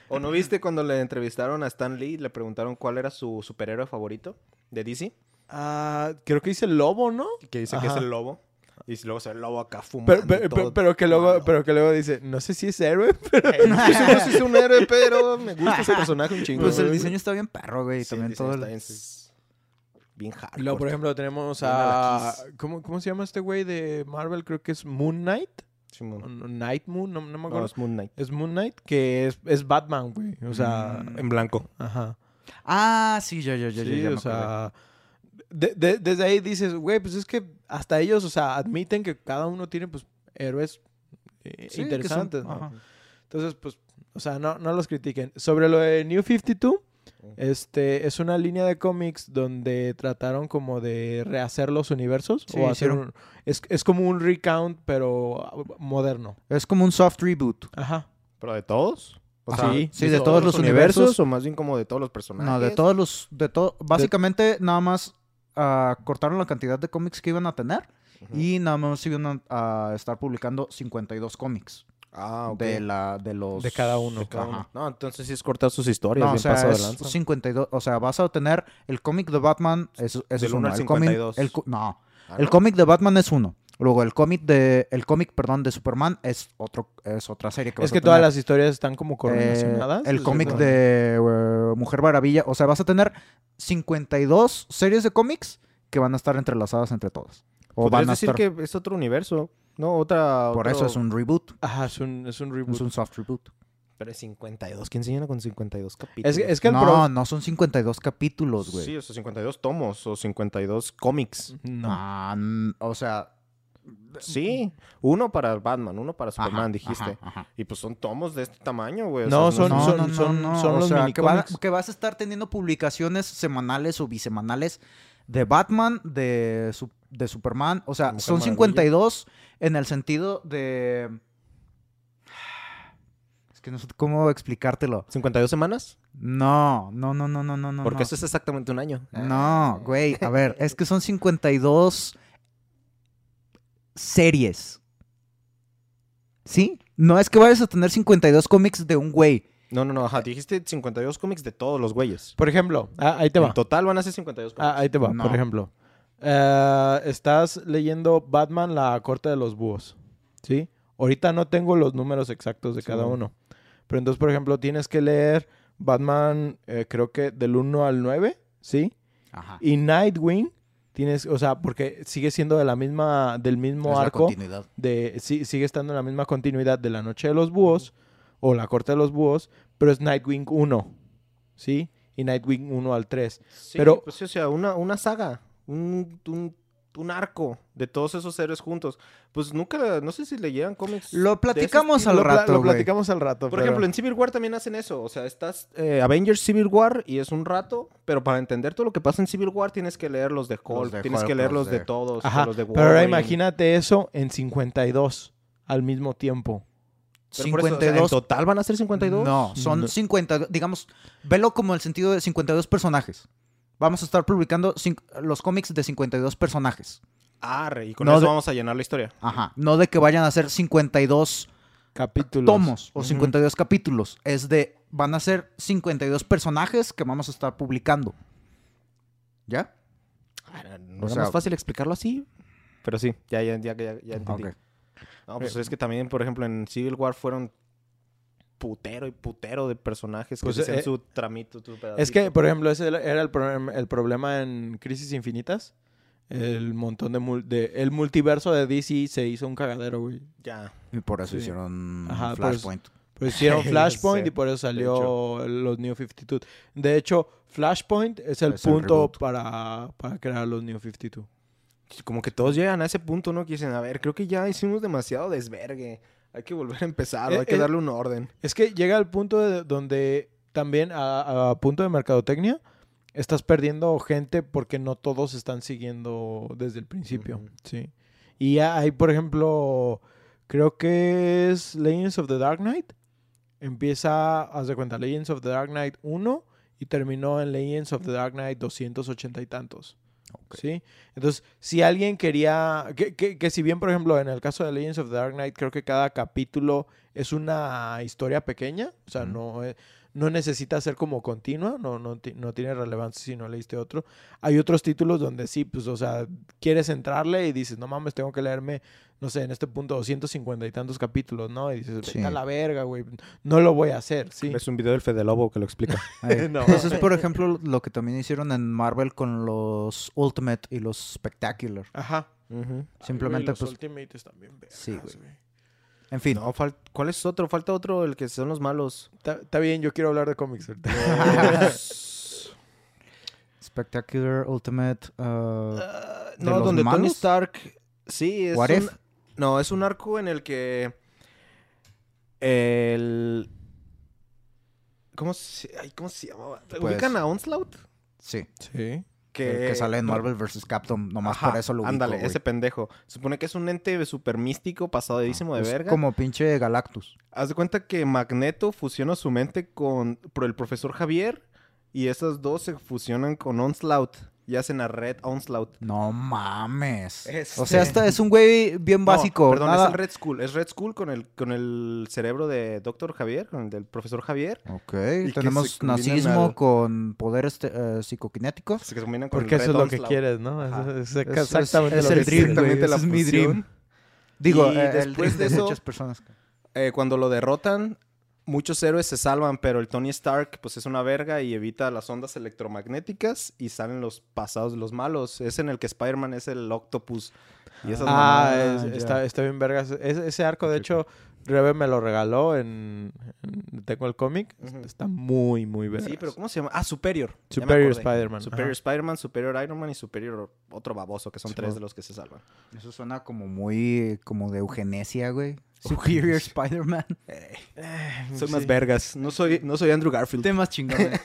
[SPEAKER 3] ¿O no viste cuando le entrevistaron a Stan Lee y le preguntaron cuál era su superhéroe favorito de DC?
[SPEAKER 1] Ah, creo que dice lobo, ¿no?
[SPEAKER 3] Que dice que
[SPEAKER 1] Ajá.
[SPEAKER 3] es el lobo. Y luego se ve el lobo acá fumando.
[SPEAKER 1] Pero,
[SPEAKER 3] y
[SPEAKER 1] pero-
[SPEAKER 3] todo.
[SPEAKER 1] pero que luego,
[SPEAKER 3] malo.
[SPEAKER 1] pero que luego dice, no sé si es héroe.
[SPEAKER 3] Eh, no sé, no sé si es un héroe, pero me gusta ese personaje un chingo.
[SPEAKER 2] Pues el
[SPEAKER 3] güey.
[SPEAKER 2] diseño está bien perro,
[SPEAKER 3] Sí,
[SPEAKER 2] güey.
[SPEAKER 3] el
[SPEAKER 2] también
[SPEAKER 3] diseño
[SPEAKER 2] todo el-
[SPEAKER 3] está bien, es bien hardcore.
[SPEAKER 1] Y luego, por ejemplo, tenemos
[SPEAKER 3] Bien
[SPEAKER 1] a...
[SPEAKER 3] alaquís.
[SPEAKER 1] ¿cómo, ¿Cómo se llama este güey de Marvel? Creo que es Moon Knight.
[SPEAKER 3] Simón.
[SPEAKER 1] o no- Night Moon, no, no me
[SPEAKER 3] No,
[SPEAKER 1] acuerdo.
[SPEAKER 3] es
[SPEAKER 2] Ah.
[SPEAKER 3] Moon Knight.
[SPEAKER 1] es Moon Knight, que es, es Batman, güey. O sea,
[SPEAKER 2] Mm.
[SPEAKER 3] En blanco.
[SPEAKER 1] ajá.
[SPEAKER 2] Ah, sí, ya, ya, ya, ya,
[SPEAKER 1] Sí,
[SPEAKER 2] ya. me
[SPEAKER 1] o
[SPEAKER 2] acordé.
[SPEAKER 1] sea, de- de- desde ahí dices, güey, pues es que hasta ellos, o sea, admiten que cada uno tiene, pues, héroes eh,
[SPEAKER 2] Sí, que son-
[SPEAKER 1] interesantes, ¿no?
[SPEAKER 2] ajá.
[SPEAKER 1] Entonces, pues, o sea, no, no los critiquen. Sobre lo de New 52, este, es una línea de cómics donde trataron como de rehacer los universos.
[SPEAKER 2] Sí,
[SPEAKER 1] o hacer
[SPEAKER 2] hicieron-
[SPEAKER 1] un- es, es como un recount, pero ah, moderno.
[SPEAKER 2] Es como un soft reboot.
[SPEAKER 1] Ajá.
[SPEAKER 3] ¿Pero de todos? O
[SPEAKER 2] Ajá.
[SPEAKER 3] sea,
[SPEAKER 2] Sí, sí, de todos los universos.
[SPEAKER 3] O más bien como de todos los personajes.
[SPEAKER 2] No, de todos los, de todo, básicamente nada más ah, cortaron la cantidad de cómics que iban a tener
[SPEAKER 3] Ujú.
[SPEAKER 2] y nada más iban a, a estar publicando 52 cómics
[SPEAKER 3] Ah, ok.
[SPEAKER 2] de la, de los
[SPEAKER 1] De cada uno.
[SPEAKER 3] De cada
[SPEAKER 2] Ajá.
[SPEAKER 3] uno. No, entonces sí es cortar sus historias.
[SPEAKER 2] No, o
[SPEAKER 3] bien
[SPEAKER 2] sea,
[SPEAKER 3] pasado de
[SPEAKER 2] es
[SPEAKER 3] lanza.
[SPEAKER 2] 52, o sea, vas a tener el cómic de Batman, eso, eso
[SPEAKER 3] Del
[SPEAKER 2] es
[SPEAKER 3] uno
[SPEAKER 2] uno,
[SPEAKER 3] al
[SPEAKER 2] el cómic,
[SPEAKER 3] 52.
[SPEAKER 2] el cu- no,
[SPEAKER 3] Ah,
[SPEAKER 2] el
[SPEAKER 3] no.
[SPEAKER 2] cómic de Batman es uno. Luego el cómic de el cómic, perdón, de Superman es otro es otra serie que
[SPEAKER 1] Es
[SPEAKER 2] vas a
[SPEAKER 1] que todas
[SPEAKER 2] tener.
[SPEAKER 1] las historias están como correlacionadas.
[SPEAKER 2] Eh, el
[SPEAKER 1] o
[SPEAKER 2] cómic
[SPEAKER 1] sea,
[SPEAKER 2] de eh, Mujer Maravilla. O sea, vas a tener 52 series de cómics que van a estar entrelazadas entre todas. O
[SPEAKER 3] Podrías
[SPEAKER 2] van a
[SPEAKER 3] decir
[SPEAKER 2] estar...
[SPEAKER 3] que es otro universo. No, otra.
[SPEAKER 2] Por eso es un reboot.
[SPEAKER 1] Ajá, es un, es un reboot.
[SPEAKER 2] Es un soft reboot.
[SPEAKER 3] Pero es 52. ¿Quién se llena con 52 capítulos?
[SPEAKER 1] Es, es que el
[SPEAKER 2] no,
[SPEAKER 1] pro-
[SPEAKER 2] no son 52 capítulos, güey.
[SPEAKER 3] Sí, o sea, 52 tomos o 52 cómics.
[SPEAKER 1] No.
[SPEAKER 2] Ah, mm, o sea...
[SPEAKER 3] Sí, uno para Batman, uno para Superman,
[SPEAKER 2] mm, ajá,
[SPEAKER 3] dijiste.
[SPEAKER 2] ajá, ajá.
[SPEAKER 3] Y pues son tomos de este tamaño, güey. o
[SPEAKER 1] No,
[SPEAKER 3] sea,
[SPEAKER 1] son-
[SPEAKER 2] No,
[SPEAKER 3] unos-
[SPEAKER 2] no, no,
[SPEAKER 1] son-
[SPEAKER 2] no,
[SPEAKER 1] son
[SPEAKER 2] o
[SPEAKER 1] los
[SPEAKER 2] sea, que, van-
[SPEAKER 1] minicómics.
[SPEAKER 2] que vas a estar teniendo publicaciones semanales o bisemanales de Batman, de, su- de Superman. O sea,
[SPEAKER 3] Mujer
[SPEAKER 2] son
[SPEAKER 3] Maravilla.
[SPEAKER 2] 52 en el sentido de... Es que no sé cómo explicártelo.
[SPEAKER 3] 52 semanas.
[SPEAKER 2] No, no, no, no, no, no, no.
[SPEAKER 3] porque
[SPEAKER 2] no.
[SPEAKER 3] eso es exactamente un año.
[SPEAKER 2] No, güey, a ver, es que son 52 series. ¿Sí? No es que vayas a tener 52 cómics de un güey.
[SPEAKER 3] No, no, no. Ajá, dijiste 52 cómics de todos los güeyes.
[SPEAKER 1] Por ejemplo, ah, ahí te va.
[SPEAKER 3] En total van a ser 52 cómics.
[SPEAKER 1] Ah, ahí te va,
[SPEAKER 2] No.
[SPEAKER 1] por ejemplo. Eh, estás leyendo Batman, la corte de los búhos. ¿Sí? Ahorita no tengo los números exactos de
[SPEAKER 3] Sí,
[SPEAKER 1] cada
[SPEAKER 3] no.
[SPEAKER 1] uno. Pero entonces, por ejemplo, tienes que leer Batman, eh, creo que del 1 al 9, ¿sí?
[SPEAKER 2] Ajá.
[SPEAKER 1] Y Nightwing, tienes, o sea, porque sigue siendo de la misma, del mismo arco. de sí- sigue estando en la misma continuidad de la noche de los búhos o la corte de los búhos, pero es Nightwing 1, ¿sí? Y Nightwing 1 al 3.
[SPEAKER 3] Sí,
[SPEAKER 1] Pero-
[SPEAKER 3] pues sí, o sea, una, una saga, un, un un arco de todos esos héroes juntos. Pues nunca, no sé si leyeran cómics.
[SPEAKER 2] Lo platicamos
[SPEAKER 3] estilo.
[SPEAKER 1] Lo,
[SPEAKER 2] al
[SPEAKER 1] pla-
[SPEAKER 2] rato,
[SPEAKER 1] lo
[SPEAKER 2] güey.
[SPEAKER 1] platicamos al rato.
[SPEAKER 3] Por ejemplo, en Civil War también hacen eso. O sea, estás eh, Avengers Civil War y es un rato, pero para entender todo lo que pasa en Civil War tienes que leer los de Hulk,
[SPEAKER 2] de
[SPEAKER 3] tienes
[SPEAKER 2] Hulk,
[SPEAKER 3] que leer
[SPEAKER 2] los
[SPEAKER 3] los de,
[SPEAKER 2] de-
[SPEAKER 3] todos,
[SPEAKER 1] Ajá,
[SPEAKER 3] los de
[SPEAKER 1] pero ahora
[SPEAKER 3] Wolverine.
[SPEAKER 1] imagínate eso en 52 al mismo tiempo.
[SPEAKER 3] Pero por eso, o sea,
[SPEAKER 2] 52.
[SPEAKER 3] ¿En total van a ser 52?
[SPEAKER 2] No, son
[SPEAKER 1] No.
[SPEAKER 2] 50, digamos, velo como el sentido de 52 personajes. Vamos a estar publicando cinc- los cómics de 52 personajes.
[SPEAKER 3] Arre, y con
[SPEAKER 2] No,
[SPEAKER 3] eso
[SPEAKER 2] de-
[SPEAKER 3] vamos a llenar la historia.
[SPEAKER 2] Ajá. No de que vayan a ser 52
[SPEAKER 1] Capítulos.
[SPEAKER 2] tomos o
[SPEAKER 3] Ujú.
[SPEAKER 2] 52 capítulos. Es de, van a ser 52 personajes que vamos a estar publicando. ¿Ya?
[SPEAKER 3] Arre,
[SPEAKER 2] Ah, O
[SPEAKER 3] No era
[SPEAKER 2] sea-
[SPEAKER 3] más fácil explicarlo así. Pero sí, ya, ya, ya, ya, ya entendí.
[SPEAKER 2] Ok.
[SPEAKER 3] No, pues es que también, por ejemplo, en Civil War fueron putero y putero de personajes
[SPEAKER 1] Pues,
[SPEAKER 3] que hacían
[SPEAKER 1] eh,
[SPEAKER 3] su tramito, su pedacito.
[SPEAKER 1] Es que, por ejemplo, ese era era el, problem- el problema en Crisis Infinitas. El montón de, mul- de- El multiverso de DC se hizo un cagadero, güey.
[SPEAKER 3] Ya.
[SPEAKER 2] Y por eso
[SPEAKER 1] Sí.
[SPEAKER 2] hicieron
[SPEAKER 1] Ajá, por eso-
[SPEAKER 2] Flashpoint.
[SPEAKER 1] Pues hicieron
[SPEAKER 3] Ya
[SPEAKER 1] Flashpoint
[SPEAKER 3] sé,
[SPEAKER 1] y por eso salió
[SPEAKER 3] hecho.
[SPEAKER 1] los New 52. De hecho, Flashpoint es el
[SPEAKER 2] Es el
[SPEAKER 1] punto
[SPEAKER 2] reboot.
[SPEAKER 1] para, para crear los New 52.
[SPEAKER 3] Como que todos llegan a ese punto, ¿no? Que dicen, a ver, creo que ya hicimos demasiado desvergue. Hay que volver a empezar,
[SPEAKER 1] Eh,
[SPEAKER 3] o hay que
[SPEAKER 1] eh.
[SPEAKER 3] darle un orden.
[SPEAKER 1] Es que llega al punto de donde también a, a punto de mercadotecnia estás perdiendo gente porque no todos están siguiendo desde el principio.
[SPEAKER 3] Ujú.
[SPEAKER 1] Sí. Y ya hay, por ejemplo, creo que es Legends of the Dark Knight. Empieza, haz de cuenta, Legends of the Dark Knight 1 y terminó en Legends of the Dark Knight 280 y tantos. ¿Sí? Entonces, si alguien quería. Que, que- que si bien, por ejemplo, en el caso de Legends of the Dark Knight, creo que cada capítulo es una historia pequeña. O sea,
[SPEAKER 2] Ujú.
[SPEAKER 1] no, es- no necesita ser como continua. No, no, ti- no tiene relevancia si no leíste otro. Hay otros títulos donde sí, pues, o sea, quieres entrarle y dices, no mames, tengo que leerme, no sé, en este punto 250 y tantos capítulos, ¿no? Y dices, vete
[SPEAKER 2] Sí.
[SPEAKER 1] a la verga, güey. No lo voy a hacer, ¿sí?
[SPEAKER 3] Es un video del Fede Lobo que lo explica.
[SPEAKER 2] Ahí.
[SPEAKER 1] No.
[SPEAKER 2] Eso es, por ejemplo, lo que también hicieron en Marvel con los Ultimate y los Spectacular.
[SPEAKER 1] Ajá.
[SPEAKER 3] Ujú.
[SPEAKER 2] Simplemente,
[SPEAKER 1] los
[SPEAKER 2] pues-
[SPEAKER 1] Ultimates también, vergas,
[SPEAKER 2] Sí, güey.
[SPEAKER 1] güey.
[SPEAKER 2] En fin.
[SPEAKER 3] No, fal- ¿cuál es otro? Falta otro, el que son los malos.
[SPEAKER 1] Está, está bien, yo quiero hablar de cómics ahorita.
[SPEAKER 2] Spectacular, Ultimate. uh,
[SPEAKER 3] Ah,
[SPEAKER 2] ¿De
[SPEAKER 3] no,
[SPEAKER 2] los
[SPEAKER 3] donde Tony
[SPEAKER 2] malos?
[SPEAKER 3] Stark. Sí, es.
[SPEAKER 2] What
[SPEAKER 3] un-
[SPEAKER 2] if?
[SPEAKER 3] No, es un arco en el que. El. ¿Cómo se, ay, ¿cómo se llamaba?
[SPEAKER 2] Pues-
[SPEAKER 3] ¿Ubican a Onslaught?
[SPEAKER 2] sí.
[SPEAKER 1] Sí.
[SPEAKER 3] Que,
[SPEAKER 2] el que sale en
[SPEAKER 3] Eh, no,
[SPEAKER 2] Marvel vs. Capcom. Nomás
[SPEAKER 3] ajá,
[SPEAKER 2] por eso lo ubico,
[SPEAKER 3] Ándale,
[SPEAKER 2] güey.
[SPEAKER 3] ese pendejo. Supone que es un ente super místico, pasadísimo de
[SPEAKER 2] Es
[SPEAKER 3] verga.
[SPEAKER 2] Ah, pues, como pinche Galactus.
[SPEAKER 3] Haz de cuenta que Magneto fusiona su mente con por el profesor Javier y esas dos se fusionan con Onslaught y hacen a Red Onslaught.
[SPEAKER 2] No mames. O
[SPEAKER 3] Este-
[SPEAKER 2] sea, esta es un güey bien
[SPEAKER 3] No,
[SPEAKER 2] básico.
[SPEAKER 3] perdón,
[SPEAKER 2] nada-
[SPEAKER 3] es el Red Skull. Es Red Skull con el, con el cerebro de Dr. Javier, con el del profesor Javier.
[SPEAKER 2] Ok,
[SPEAKER 3] que
[SPEAKER 2] tenemos
[SPEAKER 3] se combinan
[SPEAKER 2] nazismo
[SPEAKER 3] al-
[SPEAKER 2] con poderes te- eh, psicoquinéticos.
[SPEAKER 3] Se combinan con
[SPEAKER 1] Porque
[SPEAKER 3] el
[SPEAKER 1] eso
[SPEAKER 3] Red
[SPEAKER 1] es lo que
[SPEAKER 3] Onslaught.
[SPEAKER 1] quieres, ¿no?
[SPEAKER 3] Ajá.
[SPEAKER 1] Eso Es,
[SPEAKER 2] Eso es-
[SPEAKER 1] exactamente
[SPEAKER 2] es
[SPEAKER 1] lo
[SPEAKER 2] el
[SPEAKER 1] que
[SPEAKER 2] dream,
[SPEAKER 1] quieres, güey.
[SPEAKER 2] güey.
[SPEAKER 1] Ese
[SPEAKER 2] la
[SPEAKER 1] es
[SPEAKER 2] mi
[SPEAKER 1] fusión.
[SPEAKER 2] dream. Digo,
[SPEAKER 3] Y
[SPEAKER 2] eh, el
[SPEAKER 3] después
[SPEAKER 2] dream
[SPEAKER 3] de eso-
[SPEAKER 2] muchas personas.
[SPEAKER 3] Eh, cuando lo derrotan, muchos héroes se salvan, pero el Tony Stark pues es una verga y evita las ondas electromagnéticas y salen los pasados, los malos. Es en el que Spider-Man es el Octopus. Y esas
[SPEAKER 1] Ah,
[SPEAKER 2] mamadas,
[SPEAKER 1] es-
[SPEAKER 2] ya.
[SPEAKER 1] está, está bien vergas. Es- ese arco, de
[SPEAKER 2] Ok,
[SPEAKER 1] hecho, Rebe me lo regaló en... en- tengo el cómic.
[SPEAKER 3] Ujú.
[SPEAKER 1] Está muy, muy vergas.
[SPEAKER 3] Sí, pero ¿cómo se llama? Ah, Superior. Ya me
[SPEAKER 1] Superior
[SPEAKER 3] acordé.
[SPEAKER 1] Spider-Man.
[SPEAKER 3] Superior
[SPEAKER 1] ajá.
[SPEAKER 3] Spider-Man, Superior Iron Man y Superior otro baboso, que son
[SPEAKER 1] Sí,
[SPEAKER 3] tres
[SPEAKER 1] bueno.
[SPEAKER 3] de los que se salvan.
[SPEAKER 2] Eso suena como muy como de eugenesia, güey. Superior Spider-Man.
[SPEAKER 3] Soy
[SPEAKER 1] Sí.
[SPEAKER 3] más vergas. No soy, no soy Andrew Garfield.
[SPEAKER 2] Temas chingones.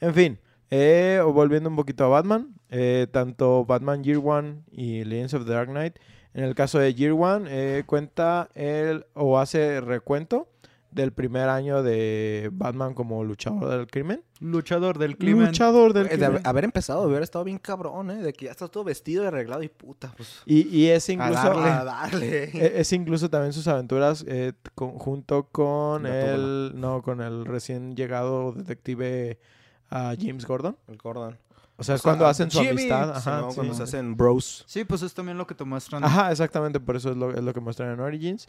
[SPEAKER 1] En fin, eh, o volviendo un poquito a Batman, eh, tanto Batman Year One y Legends of the Dark Knight, en el caso de Year One, eh, cuenta el, o hace recuento del primer año de Batman como luchador del crimen.
[SPEAKER 2] Luchador del
[SPEAKER 1] Luchador del
[SPEAKER 3] Eh, de
[SPEAKER 1] crimen.
[SPEAKER 3] haber, haber empezado, de haber estado bien cabrón, ¿eh? De que ya estás todo vestido y arreglado y puta, pues.
[SPEAKER 1] Y, y es incluso...
[SPEAKER 3] a darle. A darle.
[SPEAKER 1] e- Es incluso también sus aventuras eh, con- junto con
[SPEAKER 3] La
[SPEAKER 1] el no con el recién llegado detective ah, James Gordon.
[SPEAKER 3] El Gordon.
[SPEAKER 1] O sea, es
[SPEAKER 3] O sea, ah,
[SPEAKER 1] cuando hacen su
[SPEAKER 3] Jimmy,
[SPEAKER 1] amistad.
[SPEAKER 3] sí,
[SPEAKER 1] Ajá,
[SPEAKER 3] ¿no?
[SPEAKER 1] sí.
[SPEAKER 3] Cuando se hacen bros.
[SPEAKER 2] Sí, pues es también lo que te muestran.
[SPEAKER 1] Ajá, exactamente, por eso es lo, es lo que muestran en Origins.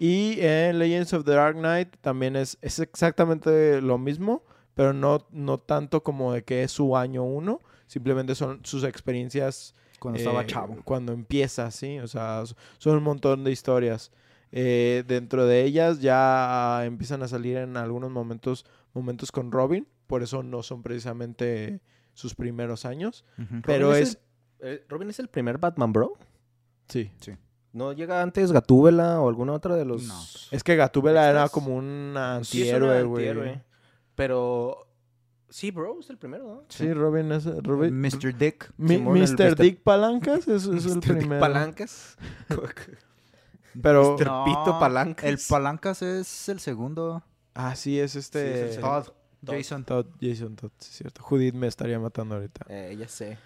[SPEAKER 1] Y en Legends of the Dark Knight también es, es exactamente lo mismo, pero no, no tanto como de que es su año uno, simplemente son sus experiencias
[SPEAKER 2] Cuando estaba
[SPEAKER 1] eh,
[SPEAKER 2] chavo.
[SPEAKER 1] Cuando empieza, sí, o sea, s- son un montón de historias. Eh, dentro de ellas ya empiezan a salir en algunos momentos, momentos con Robin, por eso no son precisamente sus primeros años.
[SPEAKER 2] Ujú.
[SPEAKER 1] Pero
[SPEAKER 3] Robin
[SPEAKER 1] es,
[SPEAKER 3] el- Eh, ¿Robin es el primer Batman, bro?
[SPEAKER 1] Sí.
[SPEAKER 3] ¿No llega antes Gatúbela o alguna otra de los...?
[SPEAKER 2] No.
[SPEAKER 1] Es que Gatúbela era
[SPEAKER 3] Estás-
[SPEAKER 1] como un
[SPEAKER 3] pues Sí, es una
[SPEAKER 1] antihéroe, güey.
[SPEAKER 3] antihéroe. Pero... Sí, bro, es el primero, ¿no?
[SPEAKER 1] Sí, Robin es... Robin...
[SPEAKER 2] Mr. Dick.
[SPEAKER 1] Mi-
[SPEAKER 3] Simón, el
[SPEAKER 1] Mr.
[SPEAKER 3] Mr.
[SPEAKER 1] Dick Palancas es, es el
[SPEAKER 3] Mr. Dick
[SPEAKER 1] primero.
[SPEAKER 3] Palancas.
[SPEAKER 1] Pero...
[SPEAKER 3] Mr. Pito Palancas.
[SPEAKER 2] El Palancas es el segundo.
[SPEAKER 1] Ah, sí, es este...
[SPEAKER 3] Sí, es el
[SPEAKER 1] Todd.
[SPEAKER 3] Todd.
[SPEAKER 2] Jason.
[SPEAKER 1] Todd, Jason Todd, sí, es cierto. Judith me estaría matando ahorita.
[SPEAKER 3] Eh, ya sé.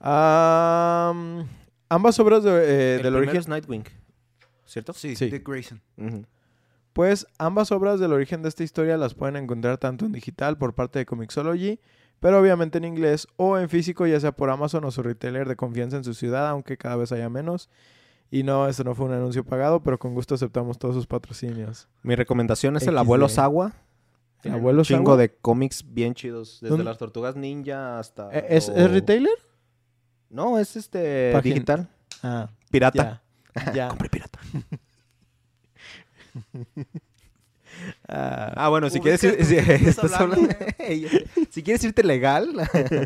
[SPEAKER 1] Ah, mm, ambas obras de, eh, del
[SPEAKER 3] El primero
[SPEAKER 1] origen...
[SPEAKER 3] es Nightwing. ¿Cierto?
[SPEAKER 2] Sí,
[SPEAKER 1] Sí.
[SPEAKER 2] Dick Grayson.
[SPEAKER 3] Ujú.
[SPEAKER 1] Pues ambas obras del origen de esta historia las pueden encontrar tanto en digital por parte de Comixology, pero obviamente en inglés o en físico, ya sea por Amazon o su retailer de confianza en su ciudad, aunque cada vez haya menos. Y no, esto no fue un anuncio pagado, pero con gusto aceptamos todos sus patrocinios.
[SPEAKER 3] Mi recomendación es el
[SPEAKER 1] XD.
[SPEAKER 3] Abuelo Sawa.
[SPEAKER 1] ¿El
[SPEAKER 3] Eh,
[SPEAKER 1] Abuelo
[SPEAKER 3] Chingo
[SPEAKER 1] Sawa?
[SPEAKER 3] de cómics bien chidos. Desde
[SPEAKER 1] ¿Dónde?
[SPEAKER 3] las Tortugas Ninja hasta...
[SPEAKER 1] ¿E- ¿Es,
[SPEAKER 3] lo-
[SPEAKER 1] ¿es retailer?
[SPEAKER 3] No, es este...
[SPEAKER 1] Página-
[SPEAKER 3] Digital.
[SPEAKER 1] Ah,
[SPEAKER 3] Pirata.
[SPEAKER 1] ya. ya.
[SPEAKER 3] Compré pirata.
[SPEAKER 1] Ah,
[SPEAKER 3] Ah, bueno, si quieres, ir,
[SPEAKER 2] Ubícate, ¿de qué estás
[SPEAKER 3] estás
[SPEAKER 2] hablando?
[SPEAKER 3] hablando- si quieres irte legal,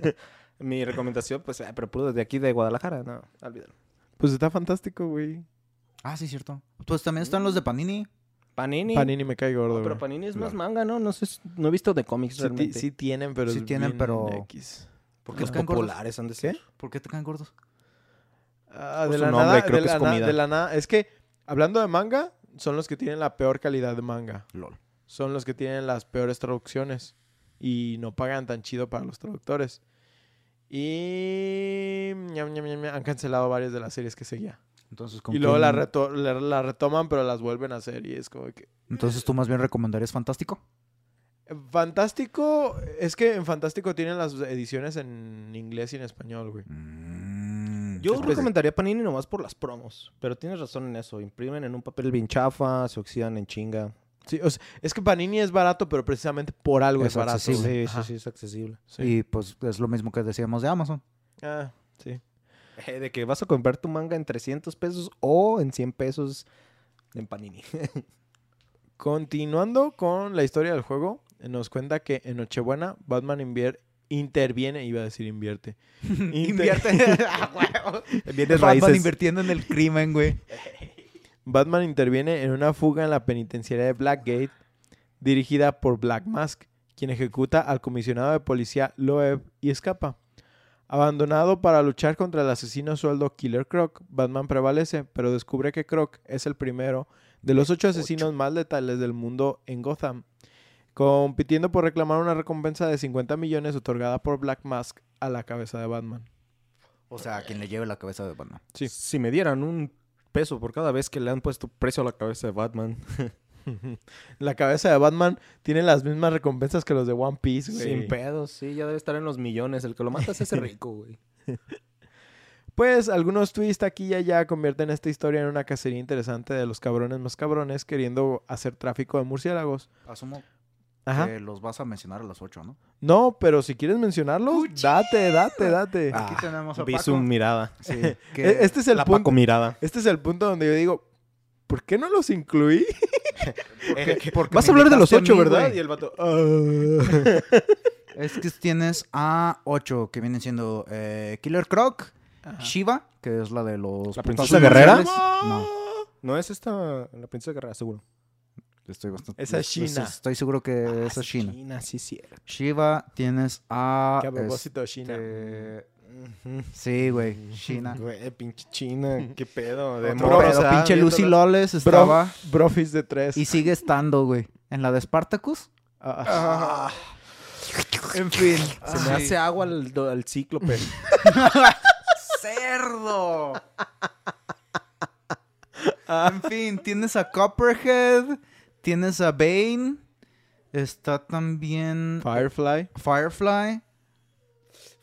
[SPEAKER 3] mi recomendación, pues, ah, pero puro desde aquí de Guadalajara, no, olvídalo.
[SPEAKER 1] pues está fantástico, güey.
[SPEAKER 2] Ah, sí, cierto. Pues también están los de Panini.
[SPEAKER 3] Panini.
[SPEAKER 1] Panini me cae gordo,
[SPEAKER 3] Oh, pero
[SPEAKER 1] güey.
[SPEAKER 3] Panini es más
[SPEAKER 2] Claro.
[SPEAKER 3] manga, ¿no? No sé, si- no he visto de cómics
[SPEAKER 1] Sí, ti-
[SPEAKER 3] realmente.
[SPEAKER 1] sí tienen, pero
[SPEAKER 2] Sí
[SPEAKER 1] es
[SPEAKER 2] tienen,
[SPEAKER 1] bien
[SPEAKER 2] pero-
[SPEAKER 1] X.
[SPEAKER 3] porque los
[SPEAKER 2] ¿Los cangurus?
[SPEAKER 3] populares han de ser.
[SPEAKER 2] ¿Por qué te caen gordos?
[SPEAKER 1] Ah,
[SPEAKER 3] Por
[SPEAKER 1] de
[SPEAKER 3] su
[SPEAKER 1] la
[SPEAKER 3] nombre,
[SPEAKER 1] nada,
[SPEAKER 3] creo
[SPEAKER 1] de
[SPEAKER 3] que es
[SPEAKER 1] la na-
[SPEAKER 3] comida.
[SPEAKER 1] de la nada. Es que, hablando de manga, son los que tienen la peor calidad de manga.
[SPEAKER 2] LOL.
[SPEAKER 1] Son los que tienen las peores traducciones. Y no pagan tan chido para los traductores. Y... ñam, ñam, ñam, ñam, han cancelado varias de las series que seguía.
[SPEAKER 2] Entonces, ¿con
[SPEAKER 1] Y luego la,
[SPEAKER 2] quién-
[SPEAKER 1] reto- la- la retoman, pero las vuelven a hacer. Y es como que... eh,
[SPEAKER 2] Entonces tú más bien recomendarías Fantástico.
[SPEAKER 1] Fantástico... Es que en Fantástico tienen las ediciones en inglés y en español, güey.
[SPEAKER 3] Yo
[SPEAKER 1] Espec-
[SPEAKER 3] recomendaría Panini nomás por las promos, pero tienes razón en eso. Imprimen en un papel bien chafa, se oxidan en chinga.
[SPEAKER 1] Sí, o sea, es que Panini es barato, pero precisamente por algo es,
[SPEAKER 2] Es
[SPEAKER 1] barato.
[SPEAKER 2] accesible.
[SPEAKER 1] güey.
[SPEAKER 3] Sí,
[SPEAKER 1] Ajá.
[SPEAKER 3] sí, sí, es accesible.
[SPEAKER 1] Sí.
[SPEAKER 2] Y pues es lo mismo que decíamos de Amazon.
[SPEAKER 1] Ah, sí.
[SPEAKER 3] Eh, de que vas a comprar tu manga en 300 pesos o en 100 pesos en Panini.
[SPEAKER 1] Continuando con la historia del juego, nos cuenta que en Nochebuena Batman invier- interviene, iba a decir invierte. Inter-
[SPEAKER 2] Ah,
[SPEAKER 3] Vienes
[SPEAKER 2] Batman
[SPEAKER 3] raíces.
[SPEAKER 2] invirtiendo en el crimen, güey.
[SPEAKER 1] Batman interviene en una fuga en la penitenciaría de Blackgate, dirigida por Black Mask, quien ejecuta al comisionado de policía Loeb y escapa. Abandonado para luchar contra el asesino sueldo Killer Croc, Batman prevalece, pero descubre que Croc es el primero de los ocho asesinos más letales del mundo en Gotham, compitiendo por reclamar una recompensa de 50 millones otorgada por Black Mask a la cabeza de Batman.
[SPEAKER 2] O sea, quien le lleve la cabeza de Batman.
[SPEAKER 1] Sí.
[SPEAKER 3] Si me dieran un peso por cada vez que le han puesto precio a la cabeza de Batman.
[SPEAKER 1] La cabeza de Batman tiene las mismas recompensas que los de One Piece, güey.
[SPEAKER 3] Sin pedos, sí, ya debe estar en los millones. El que lo mata es ese rico, güey.
[SPEAKER 1] Pues algunos twists aquí y allá convierten esta historia en una cacería interesante de los cabrones más cabrones queriendo hacer tráfico de murciélagos.
[SPEAKER 2] Asumo
[SPEAKER 1] Ajá.
[SPEAKER 2] que los vas a mencionar a las 8, ¿no?
[SPEAKER 1] No, pero si quieres mencionarlos, date, date, date.
[SPEAKER 2] Aquí tenemos a
[SPEAKER 3] vi
[SPEAKER 2] Paco.
[SPEAKER 3] su mirada.
[SPEAKER 2] Sí, que-
[SPEAKER 1] E- Este es el
[SPEAKER 3] Ah, la
[SPEAKER 1] punto.
[SPEAKER 3] Paco mirada.
[SPEAKER 1] Este es el punto donde yo digo, ¿por qué no los incluí?
[SPEAKER 2] porque- porque
[SPEAKER 3] Vas a
[SPEAKER 2] me
[SPEAKER 3] hablar de los
[SPEAKER 2] invitaste
[SPEAKER 3] ocho,
[SPEAKER 2] a mí,
[SPEAKER 3] ¿verdad?
[SPEAKER 2] güey.
[SPEAKER 3] Eh, Y el vato. "Ah".
[SPEAKER 2] Es que tienes a 8, que vienen siendo eh, Killer Croc, Shiva, que es la de los...
[SPEAKER 3] ¿La
[SPEAKER 2] putazos
[SPEAKER 3] princesa guerrera?
[SPEAKER 2] marciales. No,
[SPEAKER 3] No es esta la princesa guerrera, seguro.
[SPEAKER 2] estoy bastante...
[SPEAKER 1] Esa es
[SPEAKER 2] estoy-
[SPEAKER 1] China.
[SPEAKER 2] Estoy seguro que Ah, esa es China.
[SPEAKER 3] sí, cierto.
[SPEAKER 2] Shiva, tienes a...
[SPEAKER 1] Que a propósito, China.
[SPEAKER 2] este, Sí, güey, China.
[SPEAKER 3] Güey, pinche China. ¿Qué pedo? De
[SPEAKER 1] Otro
[SPEAKER 2] Pero
[SPEAKER 1] pedo,
[SPEAKER 3] ah,
[SPEAKER 2] pinche Lucy
[SPEAKER 3] viéndola.
[SPEAKER 2] Loles
[SPEAKER 1] Bro-
[SPEAKER 2] estaba
[SPEAKER 1] Brofis de tres.
[SPEAKER 2] y sigue estando, güey. En la de Spartacus.
[SPEAKER 1] Ah,
[SPEAKER 3] Ah,
[SPEAKER 2] En fin. Ah,
[SPEAKER 3] se me hace agua al, do- al cíclope.
[SPEAKER 2] cerdo. en fin, tienes a Copperhead, tienes a Bane, está también
[SPEAKER 1] Firefly.
[SPEAKER 2] Firefly.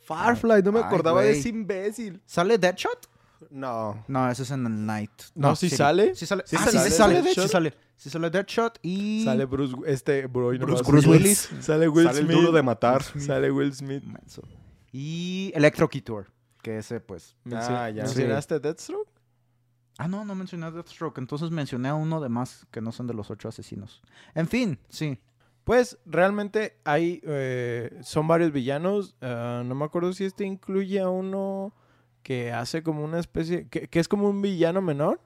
[SPEAKER 3] Firefly, no me
[SPEAKER 2] Ay,
[SPEAKER 3] acordaba de
[SPEAKER 2] güey.
[SPEAKER 3] ese imbécil.
[SPEAKER 2] ¿Sale Deadshot?
[SPEAKER 3] No.
[SPEAKER 2] No, ese es en el Night.
[SPEAKER 1] No, sí sale.
[SPEAKER 2] Sí sale.
[SPEAKER 3] Sí
[SPEAKER 2] ah,
[SPEAKER 3] sale
[SPEAKER 2] sí, sí sale,
[SPEAKER 1] Deadshot.
[SPEAKER 2] sí sale. Sí sale Deadshot y
[SPEAKER 1] Sale Bruce, este, bro, y no
[SPEAKER 2] Bruce-
[SPEAKER 1] más-
[SPEAKER 2] Bruce Willis.
[SPEAKER 1] Sale Will
[SPEAKER 3] Sale el
[SPEAKER 1] Smith.
[SPEAKER 3] duro de matar.
[SPEAKER 1] Sale Will Smith.
[SPEAKER 2] Menso. y Electrocutor, que ese pues
[SPEAKER 3] Ah, ya.
[SPEAKER 1] ¿Mencionaste Deathstroke?
[SPEAKER 2] Ah, no, no mencioné a Deathstroke, entonces mencioné a uno de más que no son de los ocho asesinos. En fin, sí.
[SPEAKER 1] Pues realmente hay, eh, son varios villanos. ah, no me acuerdo si este incluye a uno que hace como una especie, que, que es como un villano menor,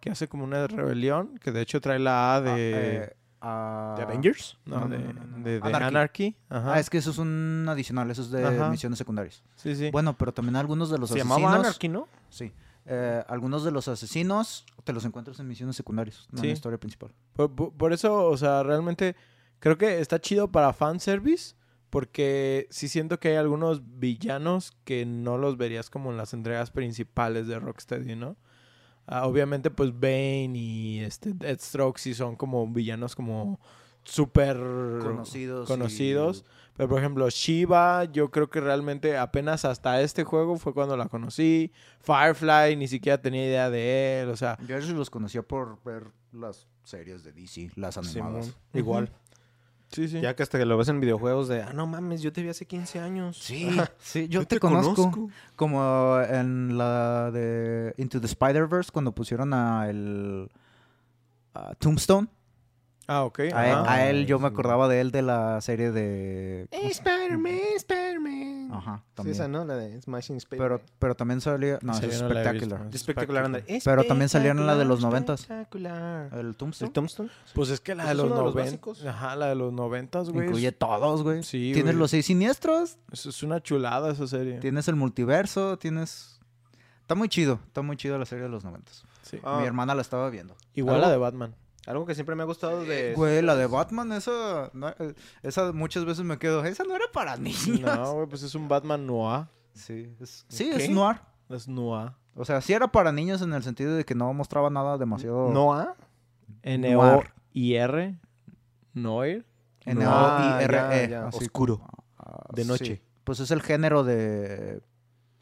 [SPEAKER 1] que hace como una rebelión, que de hecho trae la A de,
[SPEAKER 2] Ah, eh, ah,
[SPEAKER 3] ¿De Avengers?
[SPEAKER 1] no,
[SPEAKER 2] no,
[SPEAKER 1] de,
[SPEAKER 2] no, no, no, no.
[SPEAKER 1] de- de
[SPEAKER 2] Anarchy.
[SPEAKER 1] Anarchy. Ajá.
[SPEAKER 2] Ah, es que eso es un adicional, eso es de
[SPEAKER 1] Ajá.
[SPEAKER 2] misiones secundarias.
[SPEAKER 1] sí, sí.
[SPEAKER 2] Bueno, pero también algunos de los
[SPEAKER 3] Se
[SPEAKER 2] asesinos.
[SPEAKER 3] llamaba Anarchy, ¿no?
[SPEAKER 2] Sí. Eh, algunos de los asesinos te los encuentras en misiones secundarias, no en
[SPEAKER 1] Sí.
[SPEAKER 2] la historia principal.
[SPEAKER 1] Por, por- por eso, o sea, realmente creo que está chido para fanservice. Porque sí siento que hay algunos villanos que no los verías como en las entregas principales de Rocksteady, ¿no? Ah, obviamente, pues Bane y este Deathstroke sí son como villanos como súper
[SPEAKER 2] Conocidos. y-
[SPEAKER 1] conocidos. Pero por ejemplo, Shiva, yo creo que realmente apenas hasta este juego fue cuando la conocí. Firefly ni siquiera tenía idea de él, o sea,
[SPEAKER 2] Yo a ellos los conocía por ver las series de DC, las animadas.
[SPEAKER 1] Simón.
[SPEAKER 3] Igual.
[SPEAKER 1] Sí, sí.
[SPEAKER 3] Ya que hasta que lo ves en videojuegos de, ah, no mames, yo te vi hace 15 años.
[SPEAKER 2] Sí, sí, yo, te, conozco. Como en la de Into the Spider-Verse, cuando pusieron a el a Tombstone.
[SPEAKER 1] Ah, ok.
[SPEAKER 2] A él,
[SPEAKER 1] ajá.
[SPEAKER 2] a él yo me acordaba de él de la serie de...
[SPEAKER 3] Spider-Man, Spider-Man.
[SPEAKER 2] Ajá,
[SPEAKER 3] Sí,
[SPEAKER 2] también.
[SPEAKER 3] esa, ¿no? La de Smashing Spider-Man.
[SPEAKER 2] pero, pero también salía... No,
[SPEAKER 1] Sí,
[SPEAKER 2] eso es
[SPEAKER 1] yo no la he
[SPEAKER 2] espectacular.
[SPEAKER 1] visto.
[SPEAKER 3] espectacular. ándale.
[SPEAKER 2] Pero también salieron la de los
[SPEAKER 3] Espectacular,
[SPEAKER 2] noventas.
[SPEAKER 3] Espectacular.
[SPEAKER 2] El Tombstone.
[SPEAKER 3] ¿El Tombstone?
[SPEAKER 1] Pues es que la
[SPEAKER 3] Ese
[SPEAKER 1] de
[SPEAKER 3] es
[SPEAKER 1] los
[SPEAKER 3] uno de los
[SPEAKER 1] noventas.
[SPEAKER 3] básicos.
[SPEAKER 1] Ajá, la de los noventas, güey.
[SPEAKER 2] Incluye todos, güey.
[SPEAKER 1] Sí,
[SPEAKER 2] tienes
[SPEAKER 1] güey.
[SPEAKER 2] los seis siniestros,
[SPEAKER 1] Es, es una chulada esa serie.
[SPEAKER 2] tienes el multiverso, tienes... Está muy chido, está muy chido la serie de los noventas.
[SPEAKER 1] Sí.
[SPEAKER 3] Ah.
[SPEAKER 2] Mi hermana la estaba viendo.
[SPEAKER 1] Igual la
[SPEAKER 3] ¿Algo?
[SPEAKER 1] de Batman.
[SPEAKER 3] Algo que siempre me ha gustado de...
[SPEAKER 2] Güey, la de Batman, esa, no- eh, esa muchas veces me quedo, esa no era para niños.
[SPEAKER 1] No, güey, pues es un Batman noir.
[SPEAKER 2] Sí, es, sí,
[SPEAKER 3] Ok.
[SPEAKER 2] es noir.
[SPEAKER 1] Es noir.
[SPEAKER 2] O sea, sí era para niños en el sentido de que no mostraba nada demasiado...
[SPEAKER 3] ¿Noah?
[SPEAKER 1] N-O-I-R. Noir.
[SPEAKER 2] n
[SPEAKER 3] Ah,
[SPEAKER 2] o i r
[SPEAKER 3] ya,
[SPEAKER 2] E
[SPEAKER 3] ya.
[SPEAKER 2] Oscuro.
[SPEAKER 3] De noche.
[SPEAKER 2] Pues es el género de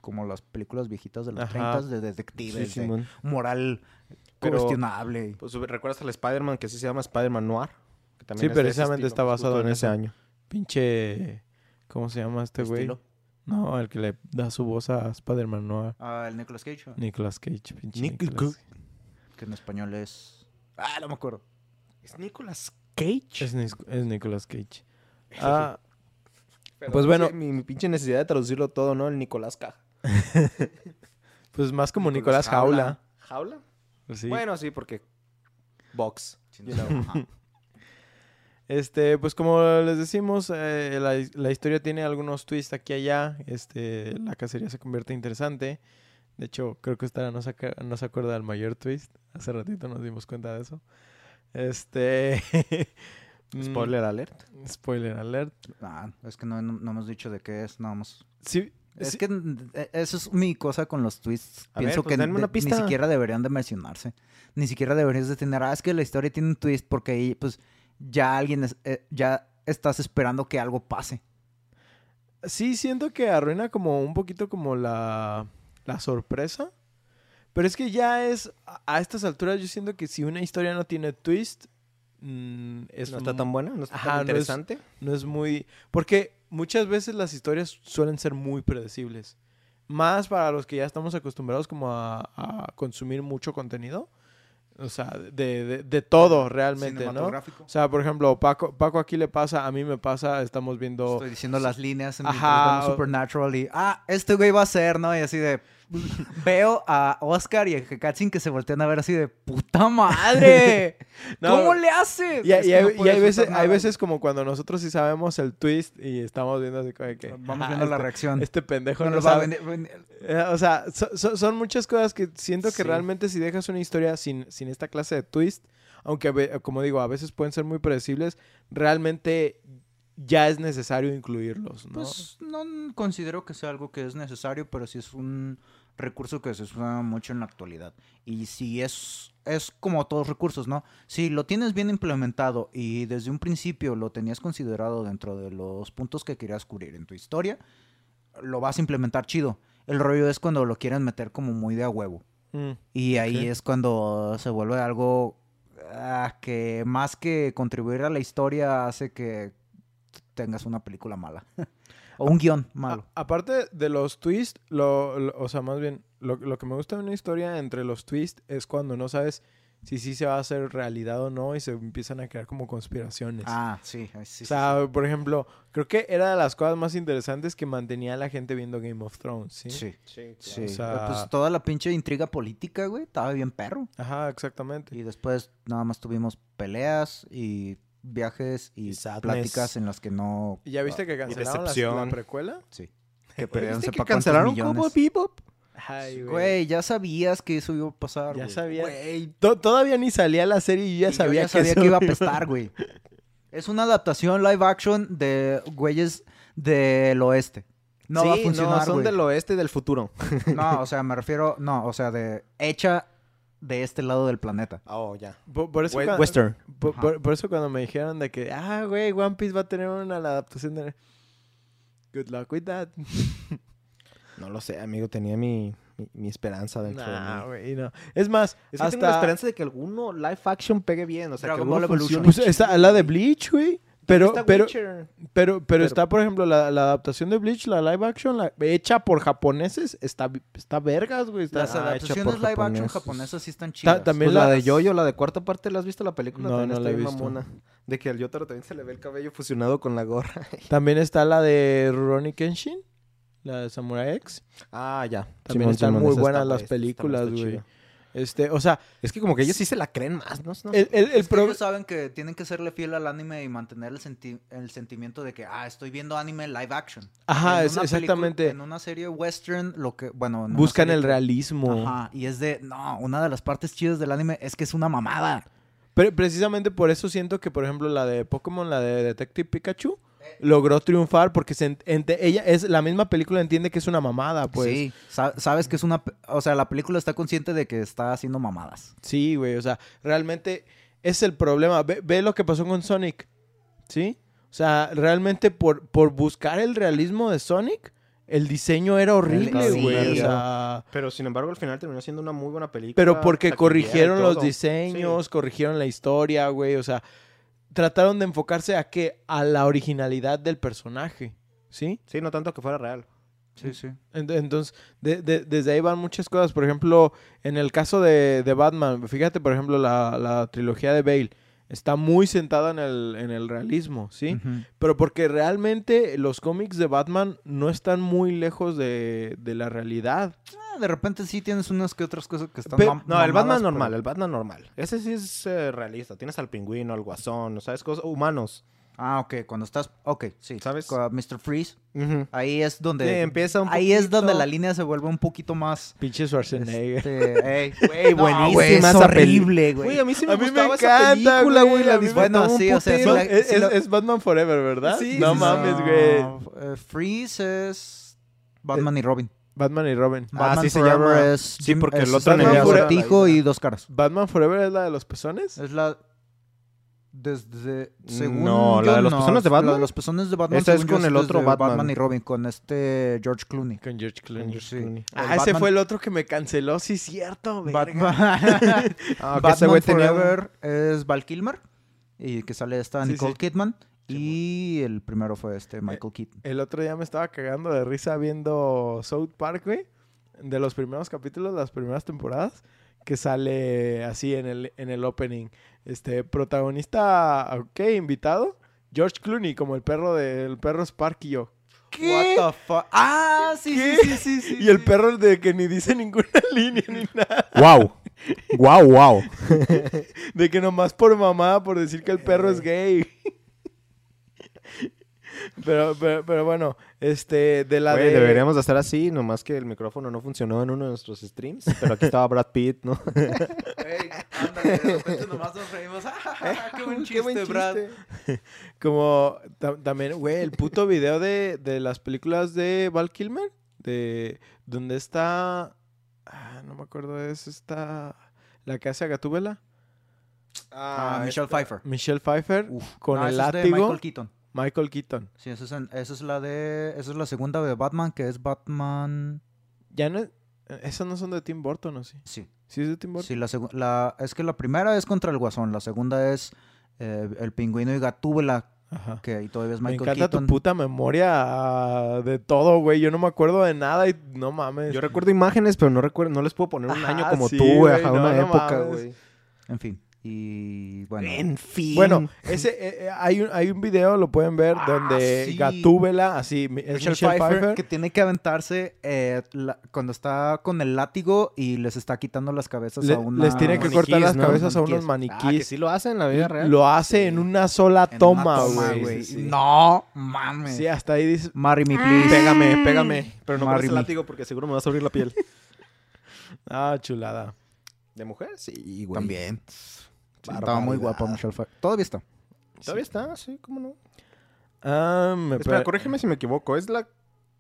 [SPEAKER 2] como las películas viejitas de los
[SPEAKER 1] Ajá.
[SPEAKER 2] 30 de detectives, de moral
[SPEAKER 3] Pero-
[SPEAKER 2] cuestionable.
[SPEAKER 3] Pues, ¿Recuerdas al Spider-Man que sí se llama Spider-Man Noir? Que
[SPEAKER 1] Sí,
[SPEAKER 3] también es de ese
[SPEAKER 1] precisamente
[SPEAKER 3] estilo,
[SPEAKER 1] está
[SPEAKER 3] justo
[SPEAKER 1] basado en eso.
[SPEAKER 3] año. este
[SPEAKER 1] Pinche. ¿Cómo se llama este güey?
[SPEAKER 3] Estilo.
[SPEAKER 1] No, el que le da su voz a Spider-Man Noir.
[SPEAKER 2] Ah, el Nicolas Cage, ¿no?
[SPEAKER 1] Nicolas Cage, pinche.
[SPEAKER 3] Nic-
[SPEAKER 1] Nicolas Cage.
[SPEAKER 2] que en español es Ah, no me acuerdo.
[SPEAKER 3] ¿Es Nicolas Cage?
[SPEAKER 1] Es, Nic- es Nicolas Cage. Ah, pues bueno.
[SPEAKER 3] mi, mi pinche necesidad de traducirlo todo, ¿no? El Nicolás Caja.
[SPEAKER 1] pues más como
[SPEAKER 3] Nicolás
[SPEAKER 1] Nicolás Jaula. Pues,
[SPEAKER 3] ¿Jaula?
[SPEAKER 1] Sí.
[SPEAKER 3] Bueno, sí, porque... Box.
[SPEAKER 2] You know, ajá.
[SPEAKER 1] Este, pues como les decimos, eh, la, his- la historia tiene algunos twists aquí y allá. Este, la cacería se convierte interesante. De hecho, creo que Estara no se, aca- no se acuerda del mayor twist. Hace ratito nos dimos cuenta de eso. Este. mm,
[SPEAKER 3] Spoiler alert.
[SPEAKER 1] Spoiler alert.
[SPEAKER 2] Ah, es que no, no- no hemos dicho de qué es, nada más.
[SPEAKER 1] Sí,
[SPEAKER 2] Es
[SPEAKER 1] sí,
[SPEAKER 2] que mm, eh, eso es mi cosa con los twists.
[SPEAKER 3] A
[SPEAKER 2] Pienso
[SPEAKER 3] ver, pues,
[SPEAKER 2] que
[SPEAKER 3] denme
[SPEAKER 2] de-
[SPEAKER 3] una
[SPEAKER 2] ni
[SPEAKER 3] pista.
[SPEAKER 2] siquiera deberían de mencionarse. Ni siquiera deberías de tener, ah, es que la historia tiene un twist porque ahí pues ya alguien, es- eh, ya estás esperando que algo pase.
[SPEAKER 1] sí siento que arruina como un poquito como la, la sorpresa. Pero es que ya es, a, a estas alturas yo siento que si una historia no tiene twist, mm, es
[SPEAKER 3] no está
[SPEAKER 1] mu-
[SPEAKER 3] tan buena, no está
[SPEAKER 1] Ajá,
[SPEAKER 3] tan
[SPEAKER 1] no es-
[SPEAKER 3] interesante.
[SPEAKER 1] No es muy... Porque muchas veces las historias suelen ser muy predecibles. Más para los que ya estamos acostumbrados como a, a consumir mucho contenido. O sea, de, de- de todo realmente, ¿no? O sea, por ejemplo, Paco, Paco aquí le pasa, a mí me pasa, estamos viendo...
[SPEAKER 2] Estoy diciendo las líneas en
[SPEAKER 1] Ajá,
[SPEAKER 2] Ajá,
[SPEAKER 1] o-
[SPEAKER 2] Supernatural y ah, este güey va a ser, ¿no? Y así de veo a Oscar y a Kakatshin que se voltean a ver así de puta madre.
[SPEAKER 1] No,
[SPEAKER 2] ¿Cómo le haces?
[SPEAKER 1] Y, hay-
[SPEAKER 2] Es que
[SPEAKER 1] y hay-
[SPEAKER 2] no
[SPEAKER 1] y
[SPEAKER 2] puedes
[SPEAKER 1] hay veces,
[SPEAKER 2] hacer nada.
[SPEAKER 1] hay veces como cuando nosotros sí sabemos el twist y estamos viendo así como de que...
[SPEAKER 2] vamos
[SPEAKER 1] "Ah,
[SPEAKER 2] viendo la
[SPEAKER 1] este-
[SPEAKER 2] reacción.
[SPEAKER 1] Este pendejo
[SPEAKER 2] No
[SPEAKER 1] no
[SPEAKER 2] lo va a
[SPEAKER 1] sabe".
[SPEAKER 2] vender- vender-
[SPEAKER 1] Eh, o sea, so- so- son muchas cosas que siento que
[SPEAKER 2] Sí.
[SPEAKER 1] realmente si dejas una historia sin, sin esta clase de twist, aunque a ve- como digo, a veces pueden ser muy predecibles, realmente ya es necesario incluirlos, ¿no?
[SPEAKER 2] Pues no n- considero que sea algo que es necesario, pero sí es un recurso que se usa mucho en la actualidad. Y si es, es como todos recursos, ¿no? Si lo tienes bien implementado y desde un principio lo tenías considerado dentro de los puntos que querías cubrir en tu historia, lo vas a implementar chido. El rollo es cuando lo quieren meter como muy de a huevo.
[SPEAKER 1] Mm,
[SPEAKER 2] Y ahí
[SPEAKER 1] Ok.
[SPEAKER 2] es cuando se vuelve algo ah, que más que contribuir a la historia hace que tengas una película mala. o
[SPEAKER 1] Ah,
[SPEAKER 2] un guión malo.
[SPEAKER 1] A- aparte de los twists, lo, lo- o sea, más bien, lo, lo que me gusta de una historia entre los twists es cuando no sabes si sí se va a hacer realidad o no y se empiezan a crear como conspiraciones.
[SPEAKER 2] Ah, sí, ay, sí.
[SPEAKER 1] o
[SPEAKER 2] sí,
[SPEAKER 1] sea, por ejemplo, creo que era de las cosas más interesantes que mantenía a la gente viendo Game of Thrones, ¿sí?
[SPEAKER 2] sí. Sí.
[SPEAKER 3] Sí,
[SPEAKER 2] Sí.
[SPEAKER 1] O sea-
[SPEAKER 2] Eh, Pues toda la pinche intriga política, güey, estaba bien perro.
[SPEAKER 1] Ajá, exactamente.
[SPEAKER 2] Y después nada más tuvimos peleas y viajes y,
[SPEAKER 3] Y sadness.
[SPEAKER 2] pláticas en las que no...
[SPEAKER 1] ¿Y ya viste que cancelaron las- la,
[SPEAKER 3] decepción.
[SPEAKER 1] precuela?
[SPEAKER 2] Sí.
[SPEAKER 3] Que
[SPEAKER 2] perdieron sepa cuántos
[SPEAKER 3] cancelaron
[SPEAKER 2] millones.
[SPEAKER 3] Cowboy Bebop.
[SPEAKER 1] Ay,
[SPEAKER 2] Güey, ya sabías que eso iba a pasar,
[SPEAKER 1] Ya
[SPEAKER 2] güey.
[SPEAKER 1] sabía.
[SPEAKER 2] Güey,
[SPEAKER 1] To- todavía ni salía la serie y yo ya
[SPEAKER 2] Y yo
[SPEAKER 1] sabía,
[SPEAKER 2] ya sabía
[SPEAKER 1] eso
[SPEAKER 2] que iba a apestar, güey. Es una adaptación live action de güeyes del oeste. No va a
[SPEAKER 3] Sí,
[SPEAKER 2] funcionar,
[SPEAKER 3] no, son
[SPEAKER 2] güey.
[SPEAKER 3] del oeste y del futuro.
[SPEAKER 2] No, o sea, me refiero... No, o sea, de hecha de este lado del planeta.
[SPEAKER 3] Oh, ya.
[SPEAKER 1] Por, por eso
[SPEAKER 3] We-
[SPEAKER 1] cuando,
[SPEAKER 3] Western.
[SPEAKER 1] por,
[SPEAKER 2] Ajá.
[SPEAKER 1] por- por eso cuando me dijeron de que, ah, güey, One Piece va a tener una la adaptación de... Good luck with that.
[SPEAKER 3] No lo sé, amigo. Tenía mi, mi, mi esperanza dentro Ah, de
[SPEAKER 1] Nah,
[SPEAKER 3] mí.
[SPEAKER 1] güey, no. Es más,
[SPEAKER 3] Es que
[SPEAKER 1] hasta...
[SPEAKER 3] tengo la esperanza de que alguno live action pegue bien. O sea,
[SPEAKER 2] Dragon
[SPEAKER 3] que alguno
[SPEAKER 2] Ball
[SPEAKER 3] funcione.
[SPEAKER 1] Pues está la de Bleach, güey. Pero,
[SPEAKER 3] Está
[SPEAKER 1] pero,
[SPEAKER 3] Witcher.
[SPEAKER 1] pero, pero está, por ejemplo, la, la adaptación de Bleach, la live action, la, hecha por japoneses, está, está vergas, güey. está-
[SPEAKER 2] Las
[SPEAKER 3] Ah, hecha
[SPEAKER 2] adaptaciones
[SPEAKER 3] por
[SPEAKER 2] live action
[SPEAKER 3] japoneses.
[SPEAKER 2] japonesas sí están chidas.
[SPEAKER 1] también
[SPEAKER 3] Pues la
[SPEAKER 1] las-
[SPEAKER 3] de Yoyo, la de cuarta parte, ¿la has visto la película?
[SPEAKER 1] No,
[SPEAKER 3] También
[SPEAKER 1] no
[SPEAKER 3] está
[SPEAKER 1] la he
[SPEAKER 3] bien
[SPEAKER 1] visto.
[SPEAKER 3] mamona. De que al Yotaro también se le ve el cabello fusionado con la gorra.
[SPEAKER 1] También está la de Rurouni Kenshin, la de Samurai X.
[SPEAKER 3] Ah, ya.
[SPEAKER 1] También están muy buenas las películas, güey. Este, o sea,
[SPEAKER 3] Es que como que ellos sí se la creen más, ¿no? No sé.
[SPEAKER 1] el, el, el
[SPEAKER 2] Es que
[SPEAKER 1] pro-
[SPEAKER 2] ellos saben que tienen que serle fiel al anime y mantener el, senti- el sentimiento de que, ah, estoy viendo anime live action.
[SPEAKER 1] Ajá,
[SPEAKER 2] En
[SPEAKER 1] es-
[SPEAKER 2] una película-
[SPEAKER 1] exactamente.
[SPEAKER 2] En una serie western, lo que, bueno... en una
[SPEAKER 1] buscan
[SPEAKER 2] serie
[SPEAKER 1] el
[SPEAKER 2] que-
[SPEAKER 1] realismo.
[SPEAKER 2] Ajá, y es de, no, una de las partes chidas del anime es que es una mamada.
[SPEAKER 1] Pero precisamente por eso siento que, por ejemplo, la de Pokémon, la de Detective Pikachu, logró triunfar porque se ent- ente- ella es la misma película entiende que es una mamada, pues.
[SPEAKER 2] sí, sa- sabes que es una, pe- o sea, la película está consciente de que está haciendo mamadas.
[SPEAKER 1] Sí, güey, o sea, realmente es el problema. Ve, ve lo que pasó con Sonic, ¿sí? O sea, realmente por, por buscar el realismo de Sonic, el diseño era horrible,
[SPEAKER 2] Sí.
[SPEAKER 1] güey. o sea,
[SPEAKER 3] Pero sin embargo, al final terminó siendo una muy buena película.
[SPEAKER 1] pero porque
[SPEAKER 3] taquillera y
[SPEAKER 1] corrigieron los
[SPEAKER 3] todo.
[SPEAKER 1] diseños,
[SPEAKER 3] Sí.
[SPEAKER 1] corrigieron la historia, güey. O sea, trataron de enfocarse a que a la originalidad del personaje, ¿sí?
[SPEAKER 3] Sí, no tanto que fuera real.
[SPEAKER 2] Sí, sí.
[SPEAKER 1] Ent- Entonces, de- de- desde ahí van muchas cosas. Por ejemplo, en el caso de, de Batman, fíjate, por ejemplo, la, la trilogía de Bale está muy sentada en el, en el realismo, ¿sí? Pero porque realmente los cómics de Batman no están muy lejos de, de la realidad.
[SPEAKER 2] Ah, de repente sí tienes unas que otras cosas que están
[SPEAKER 1] Pe-
[SPEAKER 2] mam-
[SPEAKER 3] No, el
[SPEAKER 2] mamadas,
[SPEAKER 3] Batman normal,
[SPEAKER 2] pero-
[SPEAKER 3] el Batman normal. Ese sí es eh, realista. Tienes al pingüino, al guasón, ¿sabes? Cosas humanos.
[SPEAKER 2] Ah, ok, cuando estás, ok, sí.
[SPEAKER 3] ¿Sabes?
[SPEAKER 2] Con Mr. Freeze, ahí es donde...
[SPEAKER 3] Sí, empieza un
[SPEAKER 2] ahí es donde
[SPEAKER 3] poquito.
[SPEAKER 2] la línea se vuelve un poquito más...
[SPEAKER 1] Pinche Schwarzenegger.
[SPEAKER 2] este,
[SPEAKER 3] No,
[SPEAKER 2] ey, güey,
[SPEAKER 3] güey,
[SPEAKER 2] buenísima,
[SPEAKER 3] es
[SPEAKER 2] es horrible,
[SPEAKER 3] Güey,
[SPEAKER 2] güey.
[SPEAKER 3] a mí sí me
[SPEAKER 1] A mí me
[SPEAKER 3] gustaba
[SPEAKER 1] encanta,
[SPEAKER 3] esa película,
[SPEAKER 1] güey,
[SPEAKER 3] güey.
[SPEAKER 1] a
[SPEAKER 3] La
[SPEAKER 1] mí me-
[SPEAKER 3] disfrutaba
[SPEAKER 2] Bueno,
[SPEAKER 3] un
[SPEAKER 2] sí, o sea, sí
[SPEAKER 3] putero.
[SPEAKER 2] la-
[SPEAKER 1] es,
[SPEAKER 2] si
[SPEAKER 1] es-
[SPEAKER 2] lo-
[SPEAKER 1] es Batman Forever, ¿verdad?
[SPEAKER 3] Sí,
[SPEAKER 1] no
[SPEAKER 3] sí, sí.
[SPEAKER 1] mames, güey.
[SPEAKER 2] No, eh, Freeze es Batman y Robin.
[SPEAKER 1] Batman y Robin.
[SPEAKER 3] Ah,
[SPEAKER 2] Batman
[SPEAKER 3] Eh, sí se
[SPEAKER 2] Forever
[SPEAKER 3] llama.
[SPEAKER 2] es...
[SPEAKER 3] Sí, porque el
[SPEAKER 2] es
[SPEAKER 3] otro
[SPEAKER 2] Batman
[SPEAKER 1] enemigo era la
[SPEAKER 2] Acertijo
[SPEAKER 3] hija.
[SPEAKER 2] y dos caras.
[SPEAKER 1] ¿Batman Forever es la de los pezones?
[SPEAKER 2] Es la. Desde. Según
[SPEAKER 3] No, la
[SPEAKER 2] yo,
[SPEAKER 3] de los pezones de Batman.
[SPEAKER 2] La de los personas de Batman.
[SPEAKER 3] Esa es
[SPEAKER 2] según yo,
[SPEAKER 3] con el
[SPEAKER 2] desde
[SPEAKER 3] otro Batman.
[SPEAKER 2] y Robin, con este George Clooney.
[SPEAKER 1] Con George Clooney.
[SPEAKER 2] Sí.
[SPEAKER 3] Clooney.
[SPEAKER 1] Ah,
[SPEAKER 2] El
[SPEAKER 1] ese
[SPEAKER 2] Batman-
[SPEAKER 1] fue el otro que me canceló, sí, cierto, verga.
[SPEAKER 2] Batman,
[SPEAKER 3] Ah, que ese
[SPEAKER 2] Batman
[SPEAKER 3] güey tenía un-
[SPEAKER 2] Forever es Val Kilmer. Y que sale esta
[SPEAKER 1] Sí,
[SPEAKER 2] Nicole
[SPEAKER 1] sí.
[SPEAKER 2] Kidman. Y el primero fue este Michael Keaton.
[SPEAKER 1] El otro día me estaba cagando de risa viendo South Park, güey. De los primeros capítulos, las primeras temporadas, que sale así en el, en el opening. Este, protagonista, ok, invitado, George Clooney, como el perro del perro Spark y yo.
[SPEAKER 2] What the fuck? Ah, sí,
[SPEAKER 1] ¿Qué?
[SPEAKER 2] sí, sí, sí, sí,
[SPEAKER 1] Y el
[SPEAKER 2] sí.
[SPEAKER 1] perro de que ni dice ninguna línea ni nada.
[SPEAKER 3] Wow. Wow, wow.
[SPEAKER 1] De que nomás por mamá, por decir que el perro es gay. Pero, pero, pero bueno, este, de la de...
[SPEAKER 3] deberíamos de hacer así, nomás que el micrófono no funcionó en uno de nuestros streams, pero aquí estaba Brad Pitt, ¿no?
[SPEAKER 2] Ey, ándale, de repente nomás nos reímos. Ah, qué buen chiste, Brad.
[SPEAKER 1] Como ta- también, güey, el puto video de, de las películas de Val Kilmer, de donde está, ah, no me acuerdo, es esta, la que hace a Gatúbela,
[SPEAKER 2] Ah, Michelle Pfeiffer.
[SPEAKER 1] Michelle Pfeiffer,
[SPEAKER 2] Uf,
[SPEAKER 1] con
[SPEAKER 2] no,
[SPEAKER 1] el
[SPEAKER 2] esa es de
[SPEAKER 1] látigo,
[SPEAKER 2] Michael Keaton.
[SPEAKER 1] Michael Keaton.
[SPEAKER 2] Sí, esa es, en- esa es la de. Esa es la segunda de Batman, que es Batman.
[SPEAKER 1] Ya no, esas no son de Tim Burton, ¿o sí?
[SPEAKER 2] Sí.
[SPEAKER 1] ¿Sí es de Tim Burton?
[SPEAKER 2] Sí, la segu- la- es que la primera es contra el Guasón, la segunda es eh, El Pingüino y Gatúbela,
[SPEAKER 1] Ajá.
[SPEAKER 2] que ahí todavía es
[SPEAKER 1] Me
[SPEAKER 2] Michael
[SPEAKER 1] encanta
[SPEAKER 2] Keaton.
[SPEAKER 1] tu puta memoria ah, de todo, güey. Yo no me acuerdo de nada y no mames.
[SPEAKER 3] Yo recuerdo imágenes, pero no recuerdo, no les puedo poner un
[SPEAKER 1] Ajá,
[SPEAKER 3] año como
[SPEAKER 1] sí,
[SPEAKER 3] tú, güey,
[SPEAKER 1] güey,
[SPEAKER 3] ajá,
[SPEAKER 1] no,
[SPEAKER 3] una
[SPEAKER 1] no
[SPEAKER 3] época,
[SPEAKER 1] mames.
[SPEAKER 3] güey.
[SPEAKER 2] En fin. Y bueno.
[SPEAKER 3] En fin.
[SPEAKER 1] Bueno, ese, eh, eh, hay, un, hay un video, lo pueden ver, donde
[SPEAKER 2] Ah, sí.
[SPEAKER 1] Gatúbela, así, mi- es
[SPEAKER 2] Michelle,
[SPEAKER 1] Michelle
[SPEAKER 2] Pfeiffer,
[SPEAKER 1] Pfeiffer.
[SPEAKER 2] que tiene que aventarse eh, la- cuando está con el látigo y les está quitando las cabezas
[SPEAKER 1] Le-
[SPEAKER 2] a una...
[SPEAKER 1] les tiene que
[SPEAKER 3] Maniquís,
[SPEAKER 1] cortar las
[SPEAKER 3] ¿no?
[SPEAKER 1] cabezas a unos
[SPEAKER 3] Ah, que
[SPEAKER 1] maniquís.
[SPEAKER 3] sí lo hacen en la vida real.
[SPEAKER 1] lo hace en una sola
[SPEAKER 2] en
[SPEAKER 1] toma,
[SPEAKER 2] una toma,
[SPEAKER 1] güey. Sí, sí.
[SPEAKER 2] No, mames.
[SPEAKER 1] Sí, Ah. hasta ahí dices,
[SPEAKER 2] Marry me, please.
[SPEAKER 3] Pégame, pégame. Pero no
[SPEAKER 2] Marry
[SPEAKER 3] con ese
[SPEAKER 2] me.
[SPEAKER 3] látigo porque seguro me vas a abrir la piel.
[SPEAKER 1] ah, chulada.
[SPEAKER 3] ¿De mujer? Sí, güey.
[SPEAKER 2] También. Estaba
[SPEAKER 3] Barbaridad.
[SPEAKER 2] muy guapa Michelle Pfeiffer. Todavía está.
[SPEAKER 3] Todavía está, sí, cómo no.
[SPEAKER 1] Ah, me
[SPEAKER 3] Espera,
[SPEAKER 1] pare-
[SPEAKER 3] corrígeme si me equivoco. Es la.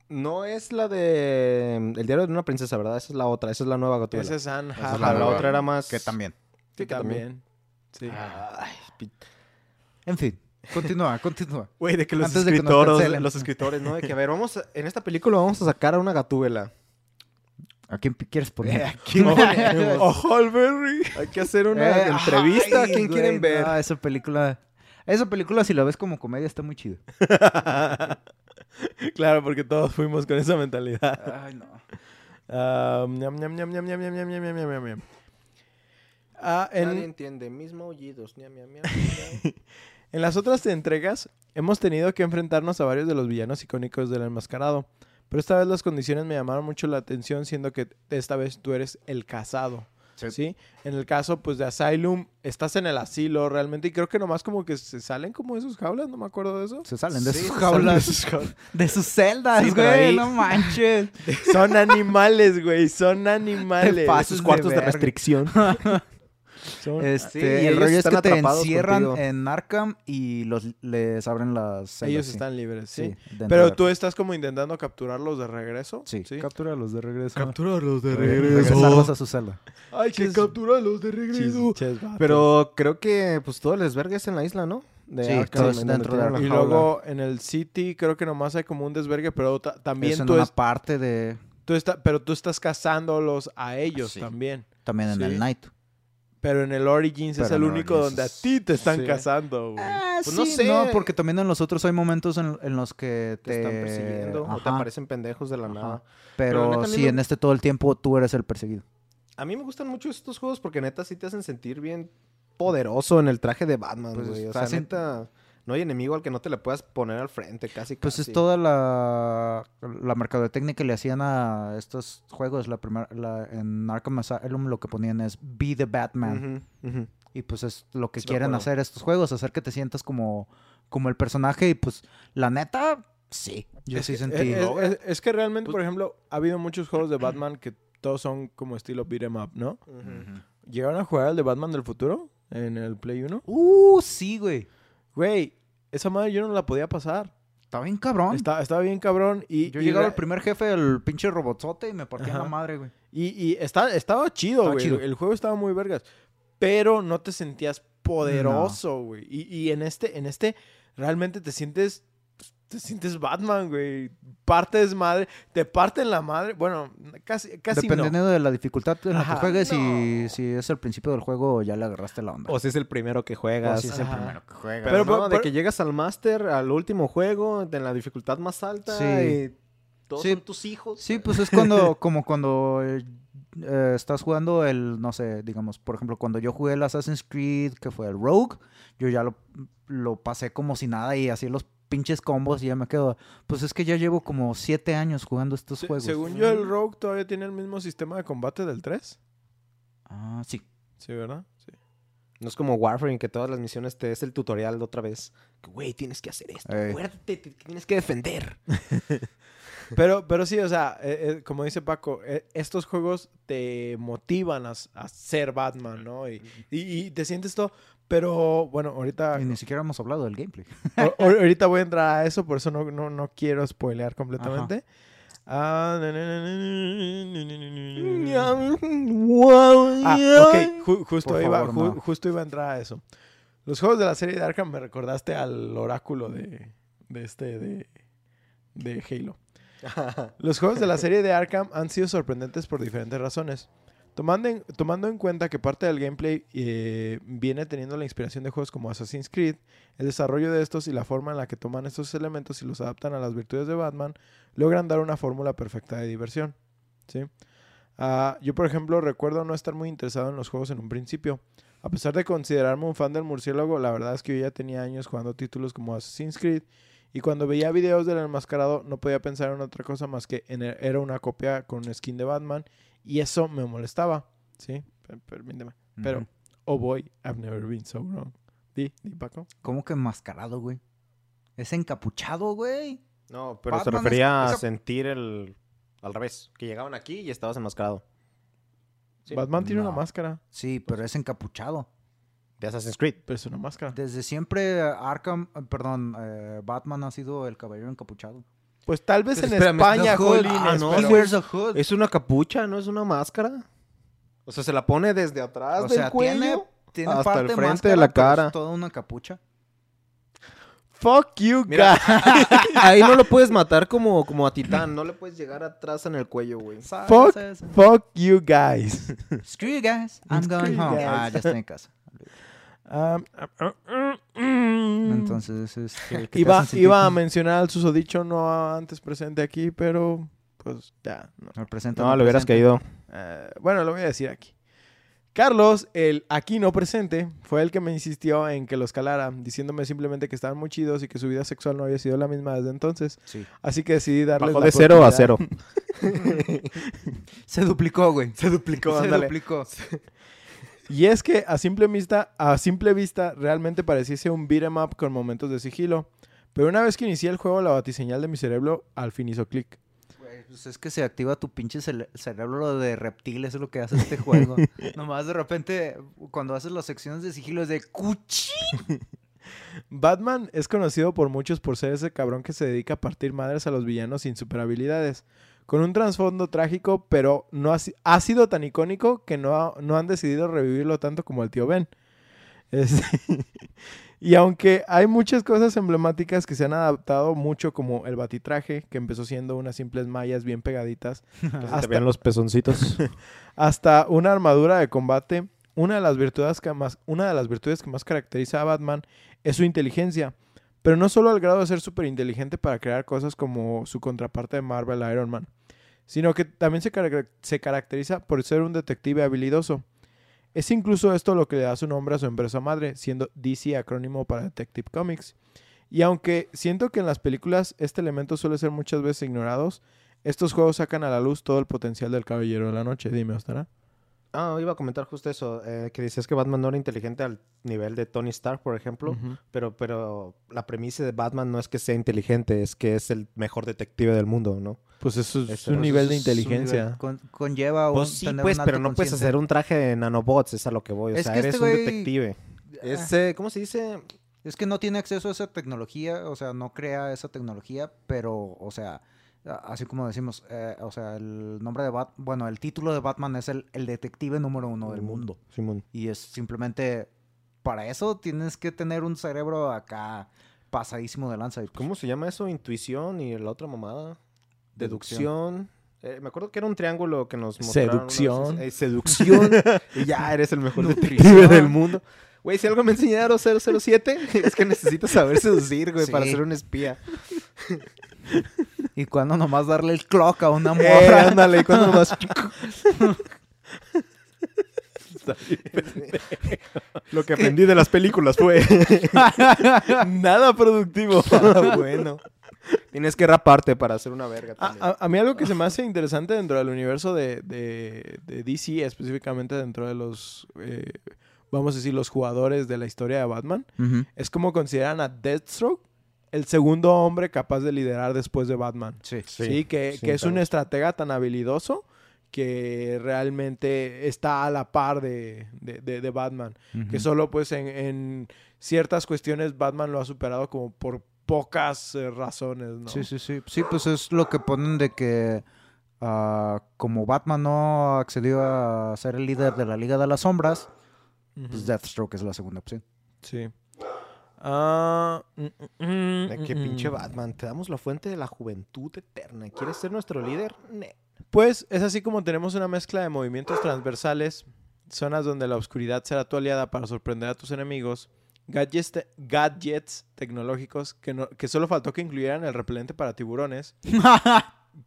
[SPEAKER 3] No es la de. mm, El diario de una princesa, ¿verdad? Esa es la otra. Esa es la nueva Gatúbela.
[SPEAKER 1] Esa es Anne
[SPEAKER 2] es
[SPEAKER 3] Ajá,
[SPEAKER 2] la
[SPEAKER 3] la,
[SPEAKER 2] nueva.
[SPEAKER 3] otra era más.
[SPEAKER 2] Que también.
[SPEAKER 1] Sí,
[SPEAKER 3] que
[SPEAKER 1] también.
[SPEAKER 3] también.
[SPEAKER 1] Sí.
[SPEAKER 3] Ay, pi-
[SPEAKER 2] En fin. Continúa, continúa.
[SPEAKER 3] Güey, de que los
[SPEAKER 2] Antes de que nos
[SPEAKER 3] escritores,
[SPEAKER 2] cancelen.
[SPEAKER 3] los escritores, ¿no? De que, a ver, vamos a- en esta película vamos a sacar a una gatúbela.
[SPEAKER 2] ¿A quién pi- quieres poner? ¿A
[SPEAKER 1] Ojo al Berry.
[SPEAKER 3] Hay que hacer
[SPEAKER 2] Eh,
[SPEAKER 3] una entrevista. ¿A quién quieren ver?
[SPEAKER 2] esa película... Esa película, si la ves como comedia, está muy chida.
[SPEAKER 1] Claro, porque todos fuimos con esa mentalidad.
[SPEAKER 2] Ay, no.
[SPEAKER 1] Ah, ñam, ñam, ñam, ñam, ñam, ñam, ñam, ñam, ñam, ñam, ñam. Ah, en,
[SPEAKER 3] entiende. Mis maullidos. ñam, ñam, ñam,
[SPEAKER 1] en las otras entregas hemos tenido que enfrentarnos a varios de los villanos icónicos del enmascarado. Pero esta vez las condiciones me llamaron mucho la atención, siendo que esta vez tú eres el casado.
[SPEAKER 2] Sí.
[SPEAKER 1] ¿sí? En el caso, pues, de Asylum, estás en el asilo realmente. Y creo que nomás como que se salen como de sus jaulas, no me acuerdo de eso.
[SPEAKER 2] Se salen de
[SPEAKER 3] Sí,
[SPEAKER 2] sus
[SPEAKER 3] se salen de
[SPEAKER 2] jaulas.
[SPEAKER 3] sus jaulas.
[SPEAKER 2] De sus celdas,
[SPEAKER 3] Sí, pero
[SPEAKER 2] güey.
[SPEAKER 3] ahí-
[SPEAKER 2] No manches.
[SPEAKER 1] Son animales, güey. Son animales.
[SPEAKER 2] pases
[SPEAKER 3] Sus
[SPEAKER 2] de
[SPEAKER 3] cuartos de
[SPEAKER 2] verga.
[SPEAKER 3] restricción.
[SPEAKER 1] Son-
[SPEAKER 3] Sí,
[SPEAKER 2] Este, y el
[SPEAKER 3] ellos
[SPEAKER 2] rollo es
[SPEAKER 3] están
[SPEAKER 2] que te
[SPEAKER 3] atrapados
[SPEAKER 2] encierran
[SPEAKER 3] contigo.
[SPEAKER 2] en Arkham y los, les abren las celdas.
[SPEAKER 1] ellos
[SPEAKER 2] sí.
[SPEAKER 1] están libres, sí.
[SPEAKER 2] dentro de
[SPEAKER 1] Pero
[SPEAKER 2] Arkham.
[SPEAKER 1] tú estás como intentando capturarlos de regreso.
[SPEAKER 2] Sí, captúralos de regreso.
[SPEAKER 3] Capturarlos de
[SPEAKER 2] Regresarlos a su celda.
[SPEAKER 3] Ah,
[SPEAKER 1] Hay
[SPEAKER 3] que
[SPEAKER 1] capturarlos de
[SPEAKER 3] regreso.
[SPEAKER 1] Pero
[SPEAKER 3] Pero creo que pues todo el desvergue es en la isla, ¿no? De
[SPEAKER 2] Sí,
[SPEAKER 3] Arkham,
[SPEAKER 2] todo es
[SPEAKER 3] en
[SPEAKER 2] dentro de
[SPEAKER 3] donde
[SPEAKER 2] Arkham.
[SPEAKER 1] y
[SPEAKER 3] tienen la jaula.
[SPEAKER 1] luego en el City creo que nomás hay como un desvergue, pero ta-
[SPEAKER 2] es
[SPEAKER 1] también
[SPEAKER 2] en
[SPEAKER 1] tú,
[SPEAKER 2] una
[SPEAKER 1] es-
[SPEAKER 2] parte de...
[SPEAKER 1] tú está- pero tú estás cazándolos a ellos
[SPEAKER 2] Sí.
[SPEAKER 1] también.
[SPEAKER 2] También en
[SPEAKER 1] Sí.
[SPEAKER 2] el Night.
[SPEAKER 1] Pero en el Origins es
[SPEAKER 2] Pero
[SPEAKER 1] el
[SPEAKER 2] en
[SPEAKER 1] único
[SPEAKER 2] Origins
[SPEAKER 1] donde a
[SPEAKER 2] es-
[SPEAKER 1] ti te están
[SPEAKER 3] sí.
[SPEAKER 1] cazando, güey.
[SPEAKER 3] Pues no
[SPEAKER 2] Ah, sí,
[SPEAKER 3] sé.
[SPEAKER 2] No, porque también en los otros hay momentos en, en los que te...
[SPEAKER 3] te están persiguiendo o te
[SPEAKER 2] Ajá,
[SPEAKER 3] aparecen pendejos de la
[SPEAKER 2] ajá.
[SPEAKER 3] nada.
[SPEAKER 2] Pero,
[SPEAKER 3] Pero neta, a mí
[SPEAKER 2] sí,
[SPEAKER 3] me-
[SPEAKER 2] en este todo el tiempo tú eres el perseguido.
[SPEAKER 3] A mí me gustan mucho estos juegos porque neta sí te hacen sentir bien poderoso en el traje de Batman,
[SPEAKER 2] Pues,
[SPEAKER 3] güey. O
[SPEAKER 2] estás
[SPEAKER 3] sea,
[SPEAKER 2] en-
[SPEAKER 3] neta, no hay enemigo al que no te le puedas poner al frente casi,
[SPEAKER 2] Pues
[SPEAKER 3] casi.
[SPEAKER 2] es toda la, la mercadotecnia que le hacían a estos juegos. La primera la, en Arkham Asylum lo que ponían es Be the Batman.
[SPEAKER 3] Ujú, ujú.
[SPEAKER 2] Y pues es lo que
[SPEAKER 3] Sí me
[SPEAKER 2] quieren
[SPEAKER 3] acuerdo.
[SPEAKER 2] hacer estos juegos, hacer que te sientas como, como el personaje. Y pues la neta, sí. Yo sí
[SPEAKER 1] Es-
[SPEAKER 3] e,
[SPEAKER 2] sentí.
[SPEAKER 1] Es, es- es que realmente, por ejemplo, ha habido muchos juegos de Batman que todos son como estilo beat 'em up, ¿no?
[SPEAKER 3] Ujú.
[SPEAKER 1] ¿Llegaron a jugar al de Batman del futuro en el Play 1?
[SPEAKER 2] Uh, sí, güey.
[SPEAKER 1] Güey, esa madre yo no la podía pasar.
[SPEAKER 2] Está bien cabrón.
[SPEAKER 1] Está- estaba bien cabrón y...
[SPEAKER 2] Yo
[SPEAKER 1] y
[SPEAKER 2] llegaba
[SPEAKER 1] re-
[SPEAKER 2] al primer jefe del pinche robotzote y me partía
[SPEAKER 1] Ajá.
[SPEAKER 2] la madre, güey.
[SPEAKER 1] Y, y está, estaba chido,
[SPEAKER 2] Estaba
[SPEAKER 1] güey.
[SPEAKER 2] chido.
[SPEAKER 1] El juego estaba muy vergas. Pero no te sentías poderoso, güey. Y, y en este, en este, realmente te sientes. Te sientes Batman, güey. Partes madre. Te parten la madre. Bueno, casi, casi no.
[SPEAKER 2] Dependiendo de la dificultad en la que
[SPEAKER 1] Ajá.
[SPEAKER 2] juegues y
[SPEAKER 1] No.
[SPEAKER 2] si es el principio del juego, ya le agarraste la onda.
[SPEAKER 3] O si es el primero que juegas.
[SPEAKER 2] O si es el
[SPEAKER 1] Ajá.
[SPEAKER 2] primero que juegas.
[SPEAKER 3] Pero,
[SPEAKER 1] Pero, pero-
[SPEAKER 3] no, de que llegas al máster, al último juego, en la dificultad más alta
[SPEAKER 2] Sí.
[SPEAKER 3] y todos
[SPEAKER 2] Sí.
[SPEAKER 3] son tus hijos.
[SPEAKER 2] Sí, pues es cuando, como cuando eh, eh, estás jugando el, no sé, digamos, por ejemplo, cuando yo jugué el Assassin's Creed, que fue el Rogue, yo ya lo, lo pasé como si nada y así los pinches combos y ya me quedo. Pues es que ya llevo como siete años jugando estos
[SPEAKER 1] Se-
[SPEAKER 2] juegos.
[SPEAKER 1] según yo, el Rogue todavía tiene el mismo sistema de combate del 3.
[SPEAKER 2] Ah, sí.
[SPEAKER 1] Sí, ¿verdad? Sí.
[SPEAKER 3] No es como Warframe, que todas las misiones te es el tutorial de otra vez. Que, Güey, tienes que hacer esto.
[SPEAKER 2] Ey.
[SPEAKER 3] Acuérdate, te tienes que defender.
[SPEAKER 1] Pero, pero sí, o sea, eh, eh, como dice Paco, eh, estos juegos te motivan a, s- a ser Batman, ¿no? Y, y- y te sientes todo. Pero bueno, ahorita
[SPEAKER 2] Y ni siquiera hemos hablado del gameplay.
[SPEAKER 1] O- o- ahorita voy a entrar a eso, por eso no, no, no quiero spoilear completamente. Ah, na, na, na, na, na, na, na, na, na. Ah, ok, ju- justo,
[SPEAKER 2] Mm, Por
[SPEAKER 1] iba,
[SPEAKER 2] favor,
[SPEAKER 1] ju-
[SPEAKER 2] no.
[SPEAKER 1] justo iba a entrar a eso. Los juegos de la serie de Arkham me recordaste al oráculo de, de este, de, de Halo. Los juegos de la serie de Arkham han sido sorprendentes por diferentes razones. Tomando en, tomando en cuenta que parte del gameplay eh, viene teniendo la inspiración de juegos como Assassin's Creed, el desarrollo de estos y la forma en la que toman estos elementos y los adaptan a las virtudes de Batman logran dar una fórmula perfecta de diversión. ¿sí? Ah, yo, por ejemplo, recuerdo no estar muy interesado en los juegos en un principio. A pesar de considerarme un fan del murciélago, la verdad es que yo ya tenía años jugando títulos como Assassin's Creed y cuando veía videos del enmascarado no podía pensar en otra cosa más que en er- era una copia con un skin de Batman y eso me molestaba, ¿sí? Per- Permíteme. Pero,
[SPEAKER 2] Ujú.
[SPEAKER 1] oh boy, I've never been so wrong. Di, di Paco.
[SPEAKER 2] ¿Cómo que enmascarado, güey? Es encapuchado, güey.
[SPEAKER 3] No, pero se
[SPEAKER 2] Batman es-
[SPEAKER 3] refería a
[SPEAKER 2] es a-
[SPEAKER 3] sentir el... Al revés, que llegaban aquí y estabas enmascarado. Sí.
[SPEAKER 1] Batman tiene una
[SPEAKER 2] No.
[SPEAKER 1] máscara,
[SPEAKER 2] Sí, pero es encapuchado.
[SPEAKER 3] De Assassin's Creed.
[SPEAKER 1] pero es una máscara.
[SPEAKER 2] Desde siempre eh, Arkham, eh, perdón, eh, Batman ha sido el caballero encapuchado.
[SPEAKER 1] Pues tal vez
[SPEAKER 3] Pues
[SPEAKER 1] en
[SPEAKER 3] espérame,
[SPEAKER 1] España,
[SPEAKER 3] The Hood.
[SPEAKER 1] Jolines,
[SPEAKER 3] Ah, no,
[SPEAKER 1] pero-
[SPEAKER 3] güey.
[SPEAKER 2] the Hood.
[SPEAKER 3] Es una capucha, ¿no? Es una máscara. O sea, se la pone desde atrás
[SPEAKER 2] o
[SPEAKER 3] del
[SPEAKER 2] sea,
[SPEAKER 3] cuello.
[SPEAKER 2] tiene, tiene
[SPEAKER 3] hasta
[SPEAKER 2] parte
[SPEAKER 3] el frente
[SPEAKER 2] máscara,
[SPEAKER 3] de la
[SPEAKER 2] pero es
[SPEAKER 3] cara.
[SPEAKER 2] toda una capucha.
[SPEAKER 1] Fuck you,
[SPEAKER 3] Mira,
[SPEAKER 1] guys.
[SPEAKER 3] ahí no lo puedes matar como, como a Titán. No le puedes llegar atrás en el cuello, güey.
[SPEAKER 1] Fuck. Fuck you, guys.
[SPEAKER 2] Screw you guys, I'm
[SPEAKER 1] Screw
[SPEAKER 2] going
[SPEAKER 1] you
[SPEAKER 2] home.
[SPEAKER 1] guys.
[SPEAKER 2] Ah, ya estoy en casa.
[SPEAKER 1] Um,
[SPEAKER 2] Entonces, este, ¿qué te
[SPEAKER 1] Mm. iba,
[SPEAKER 2] hacen sentir?
[SPEAKER 1] iba a mencionar al susodicho no antes presente aquí, pero pues ya. no.
[SPEAKER 2] Representa,
[SPEAKER 3] No, le hubieras
[SPEAKER 2] representa.
[SPEAKER 3] caído.
[SPEAKER 1] Eh, bueno, lo voy a decir aquí. Carlos, el aquí no presente, fue el que me insistió en que los calara, diciéndome simplemente que estaban muy chidos y que su vida sexual no había sido la misma desde entonces.
[SPEAKER 2] Sí.
[SPEAKER 1] Así que decidí darles
[SPEAKER 3] Bajó
[SPEAKER 1] la
[SPEAKER 3] de cero a
[SPEAKER 1] oportunidad.
[SPEAKER 3] cero.
[SPEAKER 2] Se duplicó, güey. Se duplicó, Se
[SPEAKER 3] ándale.
[SPEAKER 2] duplicó.
[SPEAKER 1] Y es que a simple vista, a simple vista realmente pareciese un beat 'em up con momentos de sigilo. Pero una vez que inicié el juego, la batiseñal de mi cerebro al fin hizo clic.
[SPEAKER 2] Güey, Pues es que se activa tu pinche cele- cerebro de reptil, eso es lo que hace este juego. Nomás de repente, cuando haces las secciones de sigilo, es de cuchi.
[SPEAKER 1] Batman es conocido por muchos por ser ese cabrón que se dedica a partir madres a los villanos sin superhabilidades. Con un trasfondo trágico, pero no ha, si- ha sido tan icónico que no, ha- no han decidido revivirlo tanto como el tío Ben. Este, y aunque hay muchas cosas emblemáticas que se han adaptado mucho, como el batitraje, que empezó siendo unas simples mallas bien pegaditas,
[SPEAKER 3] Te
[SPEAKER 1] Hasta-
[SPEAKER 3] vean los pezoncitos.
[SPEAKER 1] hasta una armadura de combate. Una de las virtudes que más, una de las virtudes que más caracteriza a Batman es su inteligencia, pero no solo al grado de ser súper inteligente para crear cosas como su contraparte de Marvel Iron Man, sino que también se, caracter- se caracteriza por ser un detective habilidoso. Es incluso esto lo que le da su nombre a su empresa madre, siendo DC acrónimo para Detective Comics. Y aunque siento que en las películas este elemento suele ser muchas veces ignorados, estos juegos sacan a la luz todo el potencial del Caballero de la Noche. Dime, ¿estará?
[SPEAKER 3] Ah, iba a comentar justo eso. eh, que decías que Batman no era inteligente al nivel de Tony Stark, por ejemplo. Pero, pero la premisa de Batman no es que sea inteligente, es que es el mejor detective del mundo, ¿no?
[SPEAKER 1] Pues eso es
[SPEAKER 3] Eso,
[SPEAKER 1] un
[SPEAKER 3] pues
[SPEAKER 1] nivel de
[SPEAKER 2] Es un nivel-
[SPEAKER 1] inteligencia.
[SPEAKER 2] con- conlleva un,
[SPEAKER 3] Pues sí,
[SPEAKER 2] tener
[SPEAKER 3] pues,
[SPEAKER 2] un
[SPEAKER 3] pero
[SPEAKER 2] alto
[SPEAKER 3] no puedes
[SPEAKER 2] consciente.
[SPEAKER 3] hacer un traje de nanobots, es a lo que voy. O
[SPEAKER 2] Es
[SPEAKER 3] sea,
[SPEAKER 2] que
[SPEAKER 3] eres
[SPEAKER 2] este
[SPEAKER 3] un
[SPEAKER 2] güey-
[SPEAKER 3] detective.
[SPEAKER 2] Ah,
[SPEAKER 3] Es, eh, ¿Cómo se dice?
[SPEAKER 2] Es que no tiene acceso a esa tecnología, o sea, no crea esa tecnología, pero, o sea, a- así como decimos, eh, o sea, el nombre de Batman, bueno, el título de Batman es el, el detective número uno del mundo.
[SPEAKER 3] Simón.
[SPEAKER 2] Y es simplemente, para eso tienes que tener un cerebro acá pasadísimo de lanza. y pues,
[SPEAKER 3] ¿Cómo se llama eso? Intuición y la otra mamada.
[SPEAKER 2] Deducción.
[SPEAKER 3] Deducción. Eh, me acuerdo que era un triángulo que nos mostraron. una vez.
[SPEAKER 1] Seducción.
[SPEAKER 3] Eh, seducción. y ya eres el mejor detective
[SPEAKER 2] Nutrición.
[SPEAKER 3] del mundo. Güey, si algo me enseñaron 007, es que necesitas saber seducir, güey, para
[SPEAKER 2] Sí.
[SPEAKER 3] ser un espía.
[SPEAKER 2] Y cuando nomás darle el clock a una morra.
[SPEAKER 3] Eh, ándale, ¿cuándo nomás? Lo que aprendí de las películas fue
[SPEAKER 1] Eh. Nada productivo.
[SPEAKER 3] Ah, bueno. Tienes que raparte para hacer una verga.
[SPEAKER 1] A,
[SPEAKER 3] también.
[SPEAKER 1] a- a mí algo que se me hace interesante dentro del universo de, de- de DC, específicamente dentro de los, eh, vamos a decir, los jugadores de la historia de Batman,
[SPEAKER 2] Ujú.
[SPEAKER 1] es como consideran a Deathstroke el segundo hombre capaz de liderar después de Batman.
[SPEAKER 2] Sí.
[SPEAKER 1] Sí, que,
[SPEAKER 3] sí,
[SPEAKER 1] que es un
[SPEAKER 3] claro.
[SPEAKER 1] estratega tan habilidoso que realmente está a la par de, de- de- de Batman. Que
[SPEAKER 2] Ujú.
[SPEAKER 1] solo pues en, en ciertas cuestiones Batman lo ha superado como por pocas eh, razones, ¿no?
[SPEAKER 2] Sí, sí, sí. Sí, pues es lo que ponen de que ah, como Batman no accedió a ser el líder de la Liga de las Sombras,
[SPEAKER 1] Ujú.
[SPEAKER 2] pues Deathstroke es la segunda opción.
[SPEAKER 1] Sí. Ah, mm, mm,
[SPEAKER 3] Eh, Qué
[SPEAKER 1] mm,
[SPEAKER 3] pinche
[SPEAKER 1] mm.
[SPEAKER 3] Batman, te damos la fuente de la juventud eterna. ¿Quieres ser nuestro líder? Ne.
[SPEAKER 1] Pues es así como tenemos una mezcla de movimientos transversales, zonas donde la oscuridad será tu aliada para sorprender a tus enemigos, gadgets, te- gadgets tecnológicos que, no- que solo faltó que incluyeran el repelente para tiburones,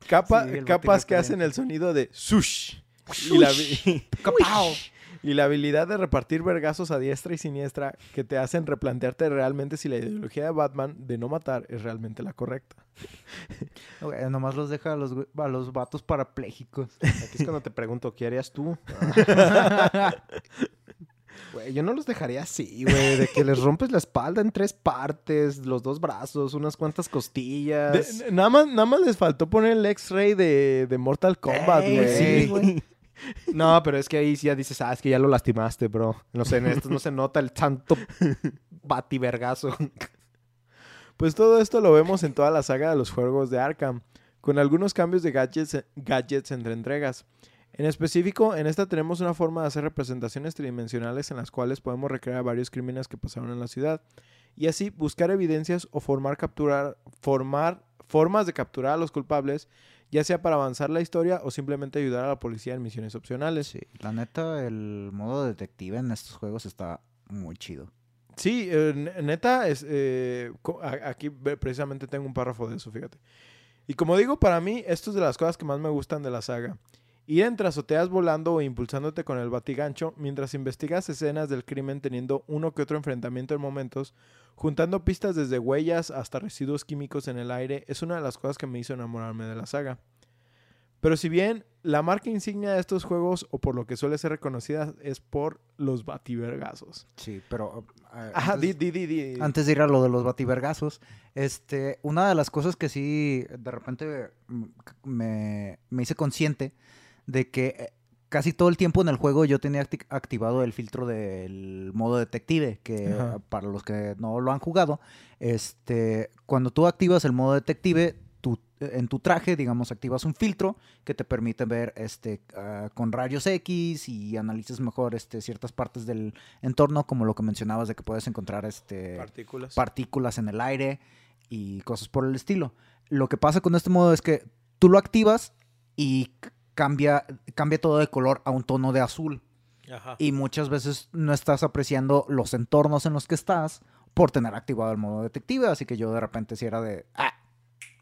[SPEAKER 1] capa-
[SPEAKER 2] Sí, el
[SPEAKER 1] capas que
[SPEAKER 2] botirrepelente.
[SPEAKER 1] hacen el sonido de sush y la, vi-
[SPEAKER 2] ¡Capao!
[SPEAKER 1] y la habilidad de repartir vergazos a diestra y siniestra que te hacen replantearte realmente si la ideología de Batman de no matar es realmente la correcta.
[SPEAKER 2] Ok, nomás los deja a los, güe- a los vatos parapléjicos.
[SPEAKER 3] Aquí es cuando te pregunto, ¿qué harías tú? Güey, yo no los dejaría así, güey. De que les rompes la espalda en tres partes, los dos brazos, unas cuantas
[SPEAKER 1] De-
[SPEAKER 3] costillas.
[SPEAKER 1] n- nada, más, nada más les faltó poner el X-Ray de, de Mortal Kombat,
[SPEAKER 3] Ey,
[SPEAKER 1] güey.
[SPEAKER 3] sí, No, pero es que ahí sí ya dices, ah, es que ya lo lastimaste, bro. No sé, en esto no se nota el tanto bativergazo.
[SPEAKER 1] Pues todo esto lo vemos en toda la saga de los juegos de Arkham, con algunos cambios de gadgets, eh, gadgets entre entregas. En específico, en esta tenemos una forma de hacer representaciones tridimensionales en las cuales podemos recrear varios crímenes que pasaron en la ciudad y así buscar evidencias o formar capturar formar formas de capturar a los culpables, ya sea para avanzar la historia o simplemente ayudar a la policía en misiones opcionales.
[SPEAKER 2] Sí, la neta, el modo detective en estos juegos está muy chido.
[SPEAKER 1] Sí, eh, ne- neta, es, eh, co- a- aquí ve- precisamente tengo un párrafo de eso, fíjate. Y como digo, para mí, esto es de las cosas que más me gustan de la saga. Ir entre azoteas volando o impulsándote con el batigancho mientras investigas escenas del crimen teniendo uno que otro enfrentamiento en momentos, juntando pistas desde huellas hasta residuos químicos en el aire, es una de las cosas que me hizo enamorarme de la saga. Pero si bien la marca insignia de estos juegos, o por lo que suele ser reconocida, es por los bativergazos.
[SPEAKER 2] Sí, pero... eh,
[SPEAKER 1] Ajá,
[SPEAKER 2] antes-
[SPEAKER 1] di, di, di, di.
[SPEAKER 2] antes de ir a lo de los bativergazos, este, una de las cosas que sí de repente mm, c- me, me hice consciente de que eh, casi todo el tiempo en el juego yo tenía acti- activado el filtro del modo detective, que
[SPEAKER 1] Ajá.
[SPEAKER 2] eh, para los que no lo han jugado, este, cuando tú activas el modo detective, tú, eh, en tu traje, digamos, activas un filtro que te permite ver este, ah, con rayos X y analizas mejor este, ciertas partes del entorno, como lo que mencionabas de que puedes encontrar este,
[SPEAKER 1] Partículas.
[SPEAKER 2] partículas en el aire y cosas por el estilo. Lo que pasa con este modo es que tú lo activas y c- cambia, cambia todo de color a un tono de azul.
[SPEAKER 1] Ajá.
[SPEAKER 2] Y muchas veces no estás apreciando los entornos en los que estás por tener activado el modo detective. Así que yo de repente si era de ah,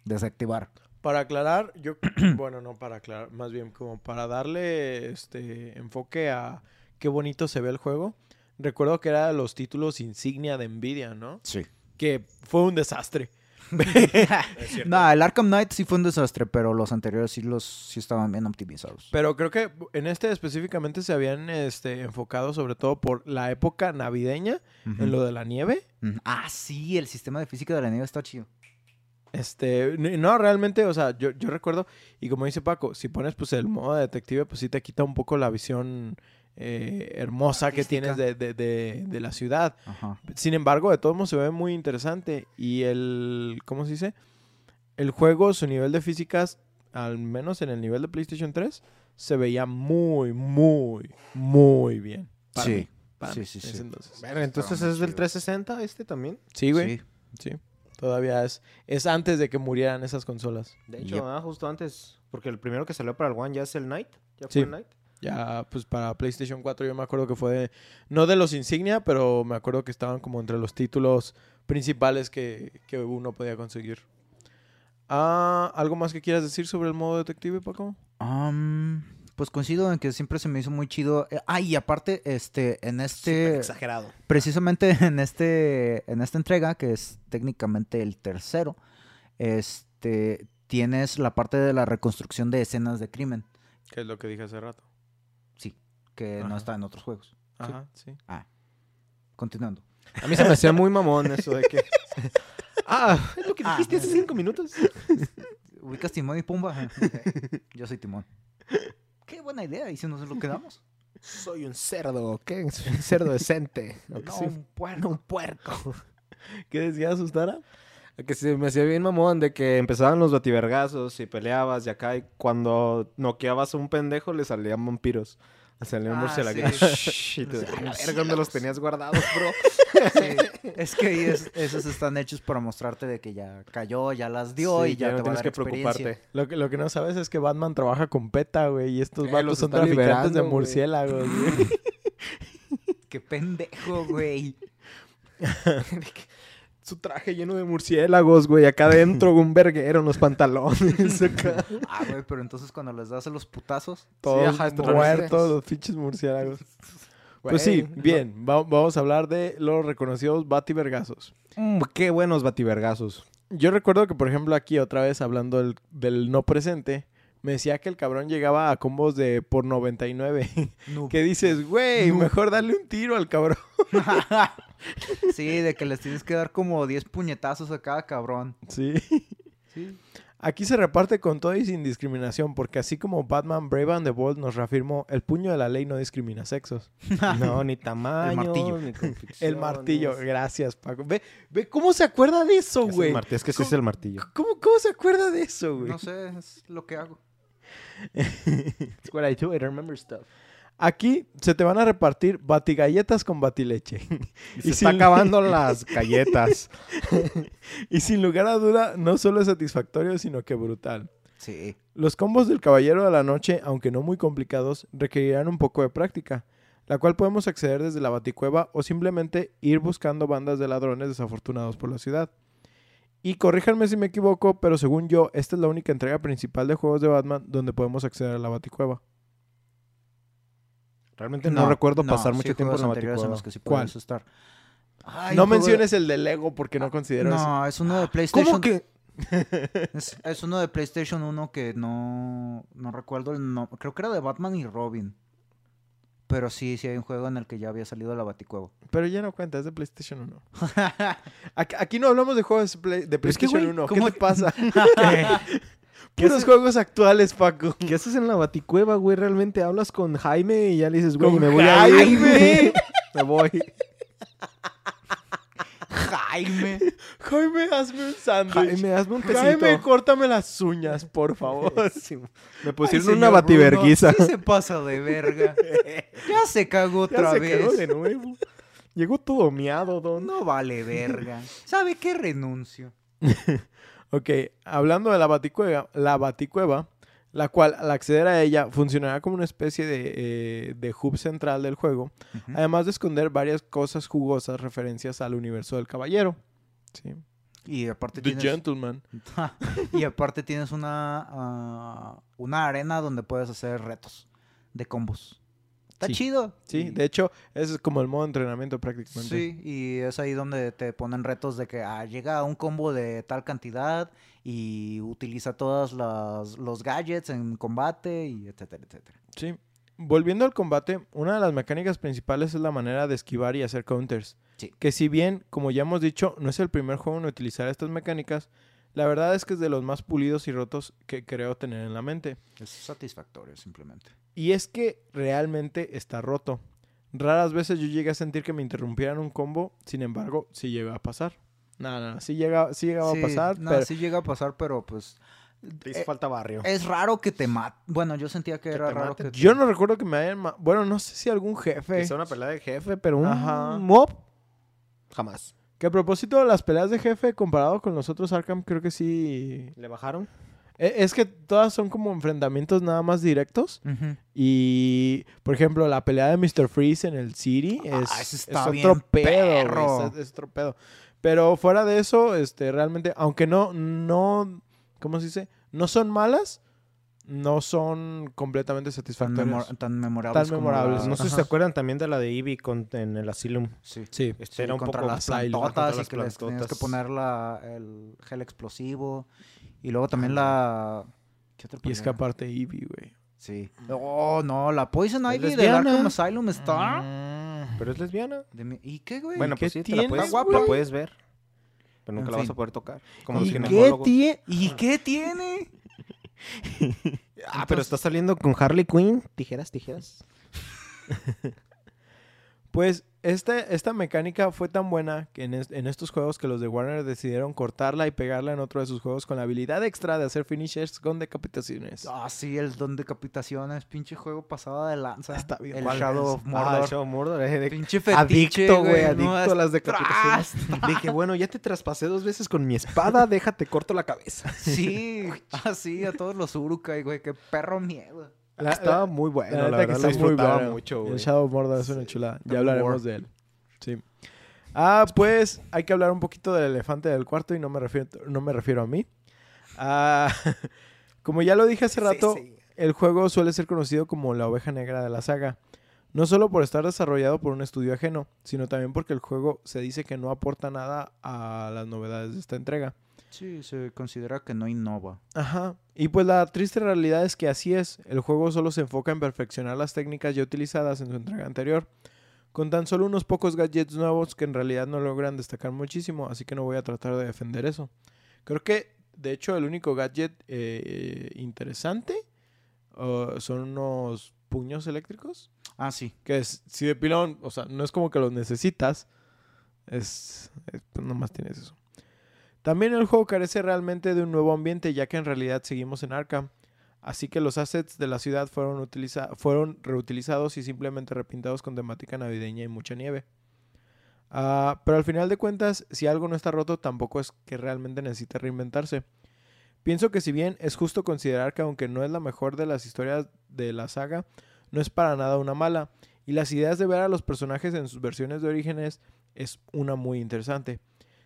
[SPEAKER 2] desactivar.
[SPEAKER 1] Para aclarar, yo, bueno, no para aclarar, más bien como para darle este enfoque a qué bonito se ve el juego. Recuerdo que era de los títulos insignia de Nvidia, ¿no?
[SPEAKER 2] Sí.
[SPEAKER 1] Que fue un desastre.
[SPEAKER 2] No, el Arkham Knight sí fue un desastre, pero los anteriores sí los sí estaban bien optimizados.
[SPEAKER 1] Pero creo que en este específicamente se habían este, enfocado sobre todo por la época navideña, en lo de la nieve.
[SPEAKER 2] Ujú. Ah, sí, el sistema de física de la nieve está chido.
[SPEAKER 1] Este, n- no, realmente, o sea, yo, yo recuerdo, y como dice Paco, si pones pues el modo de detective, pues sí te quita un poco la visión eh, hermosa que
[SPEAKER 2] Artística.
[SPEAKER 1] tienes de, de- de- de la ciudad.
[SPEAKER 2] Ajá.
[SPEAKER 1] Sin embargo, de todos modos se ve muy interesante y el, ¿cómo se dice? El juego, su nivel de físicas, al menos en el nivel de PlayStation 3, se veía muy, muy, muy bien. para
[SPEAKER 2] Sí.
[SPEAKER 1] mí, para
[SPEAKER 2] Sí,
[SPEAKER 1] mí,
[SPEAKER 2] sí,
[SPEAKER 1] en ese
[SPEAKER 2] sí.
[SPEAKER 1] entonces.
[SPEAKER 3] Bueno, entonces
[SPEAKER 2] Está muy
[SPEAKER 3] es del
[SPEAKER 2] chido.
[SPEAKER 3] 360 este también.
[SPEAKER 1] Sí, güey.
[SPEAKER 2] Sí.
[SPEAKER 1] Sí. Todavía es, es antes de que murieran esas consolas.
[SPEAKER 3] De hecho,
[SPEAKER 2] Yep.
[SPEAKER 3] ah, justo antes. Porque el primero que salió para el One ya es el Knight. Ya
[SPEAKER 1] Sí.
[SPEAKER 3] fue el Knight.
[SPEAKER 1] Ya, pues para PlayStation 4 yo me acuerdo que fue de- no de los insignia, pero me acuerdo que estaban como entre los títulos principales que, que uno podía conseguir. Ah, ¿algo más que quieras decir sobre el modo detective, Paco?
[SPEAKER 2] Am, pues coincido en que siempre se me hizo muy chido. Eh, Ah, y aparte, este, en este,
[SPEAKER 3] Exagerado.
[SPEAKER 2] precisamente en este, en esta entrega, que es técnicamente el tercero, este, tienes la parte de la reconstrucción de escenas de crimen,
[SPEAKER 1] Que es lo que dije hace rato.
[SPEAKER 2] que
[SPEAKER 1] Ajá.
[SPEAKER 2] no está en otros juegos.
[SPEAKER 1] Ajá, sí.
[SPEAKER 2] Continuando.
[SPEAKER 3] A mí se me hacía muy mamón eso de que. ah, es lo que
[SPEAKER 2] Ah.
[SPEAKER 3] dijiste hace cinco minutos.
[SPEAKER 2] ¿Ubicas Timón y Pumba? Yo soy Timón. Qué buena idea, y si nos lo quedamos.
[SPEAKER 3] Soy un cerdo, ¿qué? Soy un cerdo decente.
[SPEAKER 2] No, un puerco.
[SPEAKER 3] un puerco.
[SPEAKER 1] ¿Qué decías, Sustara?
[SPEAKER 3] Que se me hacía bien mamón de que empezaban los bativergazos y peleabas y acá y cuando noqueabas a un pendejo le salían vampiros. Le salían
[SPEAKER 2] Ah,
[SPEAKER 3] murciélagos.
[SPEAKER 2] sí.
[SPEAKER 3] Y tú,
[SPEAKER 2] Los
[SPEAKER 3] "A la verga, ¿dónde los tenías guardados, bro?
[SPEAKER 2] Sí, es que ahí es- esos están hechos para mostrarte de que ya cayó, ya las dio
[SPEAKER 3] Sí,
[SPEAKER 2] y ya,
[SPEAKER 3] no
[SPEAKER 2] te va a
[SPEAKER 3] tienes
[SPEAKER 2] dar
[SPEAKER 3] que
[SPEAKER 2] experiencia.
[SPEAKER 3] preocuparte.
[SPEAKER 1] Lo que, lo que no sabes es que Batman trabaja con PETA, güey, y estos
[SPEAKER 3] Eh,
[SPEAKER 1] vatos
[SPEAKER 3] los
[SPEAKER 1] son
[SPEAKER 3] está
[SPEAKER 1] traficantes
[SPEAKER 3] liberando,
[SPEAKER 1] de
[SPEAKER 3] güey.
[SPEAKER 1] murciélagos, güey.
[SPEAKER 2] Qué pendejo, güey.
[SPEAKER 3] su traje lleno de murciélagos, güey, acá adentro, un verguero en los pantalones, acá.
[SPEAKER 2] Ah, güey, pero entonces cuando les das a los putazos, ah,
[SPEAKER 1] Todos
[SPEAKER 3] ajá, estos
[SPEAKER 1] muertos,
[SPEAKER 3] raros.
[SPEAKER 1] los pinches murciélagos. Pues sí,
[SPEAKER 3] Güey,
[SPEAKER 1] bien. va- vamos a hablar de los reconocidos bativergazos.
[SPEAKER 3] Mm, qué buenos bativergazos.
[SPEAKER 1] Yo recuerdo que, por ejemplo, aquí otra vez hablando del, del no presente, me decía que el cabrón llegaba a combos de por 99.
[SPEAKER 2] no.
[SPEAKER 1] que dices, güey, mejor darle un tiro al cabrón.
[SPEAKER 2] Sí, de que les tienes que dar como 10 puñetazos a cada cabrón.
[SPEAKER 1] Sí.
[SPEAKER 2] Sí.
[SPEAKER 1] Aquí se reparte con todo y sin discriminación, porque así como Batman Brave and the Bold nos reafirmó, el puño de la ley no discrimina sexos.
[SPEAKER 3] No, ni tamaño.
[SPEAKER 2] martillo.
[SPEAKER 3] ni confecciones.
[SPEAKER 1] El martillo, gracias, Paco. Ve, ve cómo se acuerda de eso,
[SPEAKER 3] Es, el
[SPEAKER 1] güey.
[SPEAKER 3] martillo, es que sí es el martillo.
[SPEAKER 1] ¿Cómo, ¿Cómo se acuerda de eso, güey?
[SPEAKER 2] No sé, es lo que hago.
[SPEAKER 3] It's what I do, I remember stuff.
[SPEAKER 1] Aquí se te van a repartir batigalletas con batileche.
[SPEAKER 3] Y
[SPEAKER 1] Y
[SPEAKER 3] se está
[SPEAKER 1] sin-
[SPEAKER 3] acabando las galletas.
[SPEAKER 1] Y sin lugar a duda, no solo es satisfactorio, sino que brutal.
[SPEAKER 2] Sí.
[SPEAKER 1] Los combos del Caballero de la Noche, aunque no muy complicados, requerirán un poco de práctica, la cual podemos acceder desde la baticueva o simplemente ir buscando bandas de ladrones desafortunados por la ciudad. Y corríjanme si me equivoco, pero según yo, esta es la única entrega principal de juegos de Batman donde podemos acceder a la baticueva.
[SPEAKER 3] Realmente no, recuerdo pasar mucho tiempo en la baticueva.
[SPEAKER 1] ¿Cuál?
[SPEAKER 2] ¿Cuál? Estar. Ay,
[SPEAKER 1] no
[SPEAKER 2] juego de-
[SPEAKER 1] menciones el de Lego porque no considero eso.
[SPEAKER 2] No, es uno de PlayStation.
[SPEAKER 3] ¡Ah! ¿Cómo que?
[SPEAKER 2] Es, es uno de PlayStation 1 que no, no recuerdo el nombre. Creo que era de Batman y Robin. Pero sí, sí hay un juego en el que ya había salido la Baticueva.
[SPEAKER 1] Pero ya no cuenta, es de PlayStation 1. Aquí, aquí no hablamos de juegos de Play- de
[SPEAKER 3] es que,
[SPEAKER 1] PlayStation
[SPEAKER 3] güey,
[SPEAKER 1] 1. ¿Qué
[SPEAKER 3] ¿cómo
[SPEAKER 1] te pasa?
[SPEAKER 3] ¿Qué
[SPEAKER 1] Puros
[SPEAKER 3] haces-
[SPEAKER 1] juegos actuales, Paco.
[SPEAKER 3] ¿Qué haces en la baticueva, güey? Realmente hablas con Jaime y ya le dices, güey,
[SPEAKER 1] Con
[SPEAKER 3] me voy a ir.
[SPEAKER 1] Jaime.
[SPEAKER 3] me voy.
[SPEAKER 2] Jaime.
[SPEAKER 1] Jaime, hazme un sándwich.
[SPEAKER 3] Jaime, hazme un pesito.
[SPEAKER 1] Jaime, córtame las uñas, por favor.
[SPEAKER 3] Me
[SPEAKER 2] Ay,
[SPEAKER 3] pusieron
[SPEAKER 2] señor
[SPEAKER 3] Pues una
[SPEAKER 2] Bruno,
[SPEAKER 3] bativerguiza.
[SPEAKER 2] Sí se pasa de verga. Ya se cagó otra vez.
[SPEAKER 3] nuevo. Llegó todo miado, don.
[SPEAKER 2] No vale verga. ¿Sabe qué renuncio?
[SPEAKER 1] ok, hablando de la baticueva, la baticueva, la cual al acceder a ella funcionará como una especie de, eh, de hub central del juego,
[SPEAKER 2] Ah,
[SPEAKER 1] además de esconder varias cosas jugosas referencias al universo del caballero. Sí.
[SPEAKER 2] Y aparte
[SPEAKER 1] The
[SPEAKER 2] tienes,
[SPEAKER 1] Gentleman.
[SPEAKER 2] y aparte tienes una, ah, una arena donde puedes hacer retos de combos. Está
[SPEAKER 1] Sí.
[SPEAKER 2] chido.
[SPEAKER 1] Sí,
[SPEAKER 2] Y-
[SPEAKER 1] de hecho, ese es como el modo de entrenamiento prácticamente.
[SPEAKER 2] Sí, y es ahí donde te ponen retos de que ah, llega a un combo de tal cantidad y utiliza todos los gadgets en combate y etcétera, etcétera.
[SPEAKER 1] Sí. Volviendo al combate, una de las mecánicas principales es la manera de esquivar y hacer counters.
[SPEAKER 2] Sí.
[SPEAKER 1] Que si bien, como ya hemos dicho, no es el primer juego en utilizar estas mecánicas, la verdad es que es de los más pulidos y rotos que creo tener en la mente.
[SPEAKER 2] Es satisfactorio simplemente.
[SPEAKER 1] Y es que realmente está roto. Raras veces yo llegué a sentir que me interrumpieran un combo, sin embargo, sí llega a pasar. No, no, no, sí, llega, sí llegaba
[SPEAKER 2] Sí,
[SPEAKER 1] a pasar,
[SPEAKER 2] no,
[SPEAKER 1] pero
[SPEAKER 2] sí llega a pasar, pero pues
[SPEAKER 3] Te hizo falta barrio.
[SPEAKER 2] es raro que te mate. Bueno, yo sentía que, era
[SPEAKER 3] te
[SPEAKER 2] raro
[SPEAKER 3] maten?
[SPEAKER 2] que
[SPEAKER 1] yo no recuerdo que me hayan... ma- Bueno, no sé si algún jefe...
[SPEAKER 3] Quizá una pelea de jefe, pero un
[SPEAKER 1] Ajá.
[SPEAKER 3] mob. Jamás.
[SPEAKER 1] Que a propósito de las peleas de jefe, comparado con los otros Arkham, creo que sí.
[SPEAKER 3] ¿Le bajaron?
[SPEAKER 1] E- Es que todas son como enfrentamientos nada más directos.
[SPEAKER 2] Ujú.
[SPEAKER 1] Y, por ejemplo, la pelea de Mr. Freeze en el City es,
[SPEAKER 2] Ah, ese está
[SPEAKER 1] es
[SPEAKER 2] bien
[SPEAKER 1] otro pedo. güey,
[SPEAKER 2] perro.
[SPEAKER 1] Es, es otro pedo. Pero fuera de eso, este, realmente, aunque no, no, ¿cómo se dice? No son malas, no son completamente
[SPEAKER 2] Tan,
[SPEAKER 1] satisfactorias.
[SPEAKER 2] memor- tan memorables. como
[SPEAKER 1] memorables,
[SPEAKER 2] la-
[SPEAKER 3] no sé si
[SPEAKER 1] Ajá.
[SPEAKER 3] se acuerdan también de la de Ivy con- en el Asylum.
[SPEAKER 2] Sí.
[SPEAKER 1] Sí.
[SPEAKER 3] Este
[SPEAKER 2] Sí,
[SPEAKER 3] era un
[SPEAKER 2] contra
[SPEAKER 3] poco
[SPEAKER 2] las
[SPEAKER 3] psycho, ¿no? Contra
[SPEAKER 2] plantotas y
[SPEAKER 3] las
[SPEAKER 2] que les tenías que
[SPEAKER 3] plantotas.
[SPEAKER 2] poner la, el gel explosivo. Y luego también la... ¿Qué otra
[SPEAKER 1] Y
[SPEAKER 2] pelea?
[SPEAKER 1] escaparte Eevee, güey.
[SPEAKER 2] Sí. Oh, no, la Poison
[SPEAKER 3] Es
[SPEAKER 2] Ivy del
[SPEAKER 3] lesbiana.
[SPEAKER 2] Arkham Asylum está...
[SPEAKER 1] Mm.
[SPEAKER 3] Pero es lesbiana.
[SPEAKER 2] de mi- ¿Y qué, güey?
[SPEAKER 3] Bueno,
[SPEAKER 1] qué
[SPEAKER 3] pues sí, te
[SPEAKER 1] tienes,
[SPEAKER 3] la puedes,
[SPEAKER 2] Está guapa.
[SPEAKER 3] la puedes ver. Pero nunca
[SPEAKER 2] En
[SPEAKER 3] la vas
[SPEAKER 2] fin.
[SPEAKER 3] a poder tocar. Como los
[SPEAKER 1] ¿Y qué
[SPEAKER 3] ginecólogos.
[SPEAKER 2] tiene? ¿Y qué tiene?
[SPEAKER 3] Ah, pero está saliendo con Harley Quinn. Tijeras, tijeras.
[SPEAKER 1] Pues este- esta mecánica fue tan buena que en, es- en estos juegos que los de Warner decidieron cortarla y pegarla en otro de sus juegos con la habilidad extra de hacer finishers con decapitaciones.
[SPEAKER 2] Ah, sí, el don decapitaciones, pinche juego pasada de lanza.
[SPEAKER 1] Está bien,
[SPEAKER 2] El
[SPEAKER 1] ¿cuál es?
[SPEAKER 2] Shadow of
[SPEAKER 3] Ah, el
[SPEAKER 2] Mordor.
[SPEAKER 3] Shadow of Mordor, eh, de-
[SPEAKER 2] pinche fetiche,
[SPEAKER 3] Adicto, güey,
[SPEAKER 2] no,
[SPEAKER 3] adicto a las decapitaciones.
[SPEAKER 2] tras,
[SPEAKER 3] Dije, bueno, ya te traspasé dos veces con mi espada, déjate corto la cabeza.
[SPEAKER 2] Sí, así a todos los Urukai, güey, qué perro miedo.
[SPEAKER 1] La-
[SPEAKER 3] estaba
[SPEAKER 1] la-
[SPEAKER 3] muy bueno,
[SPEAKER 1] la
[SPEAKER 3] la,
[SPEAKER 1] neta que
[SPEAKER 3] verdad,
[SPEAKER 1] está
[SPEAKER 3] lo
[SPEAKER 1] muy
[SPEAKER 3] disfrutaba
[SPEAKER 1] bueno.
[SPEAKER 3] mucho,
[SPEAKER 1] El
[SPEAKER 3] güey.
[SPEAKER 1] Shadow of Mordor es una chulada. Ya hablaremos
[SPEAKER 2] Mordor.
[SPEAKER 1] de él. Sí. Ah, pues hay que hablar un poquito del elefante del cuarto y no me refiero, no me refiero a mí. Ah, como ya lo dije hace rato, el juego suele ser conocido como la oveja negra de la saga. No solo por estar desarrollado por un estudio ajeno, sino también porque el juego se dice que no aporta nada a las novedades de esta entrega.
[SPEAKER 2] Sí, se considera que no innova.
[SPEAKER 1] Ajá. Y pues la triste realidad es que así es. El juego solo se enfoca en perfeccionar las técnicas ya utilizadas en su entrega anterior, con tan solo unos pocos gadgets nuevos que en realidad no logran destacar muchísimo, así que no voy a tratar de defender eso. Creo que, de hecho, el único gadget eh, interesante uh, son unos puños eléctricos,
[SPEAKER 2] Ah, sí.
[SPEAKER 1] que es, si de pilón, o sea, no es como que los necesitas, es, es- pues nomás tienes eso. También el juego carece realmente de un nuevo ambiente, ya que en realidad seguimos en Arkham. Así que los assets de la ciudad fueron, utiliza- fueron reutilizados y simplemente repintados con temática navideña y mucha nieve. Ah, pero al final de cuentas, si algo no está roto, tampoco es que realmente necesite reinventarse. Pienso que si bien es justo considerar que aunque no es la mejor de las historias de la saga, no es para nada una mala, y las ideas de ver a los personajes en sus versiones de orígenes es una muy interesante.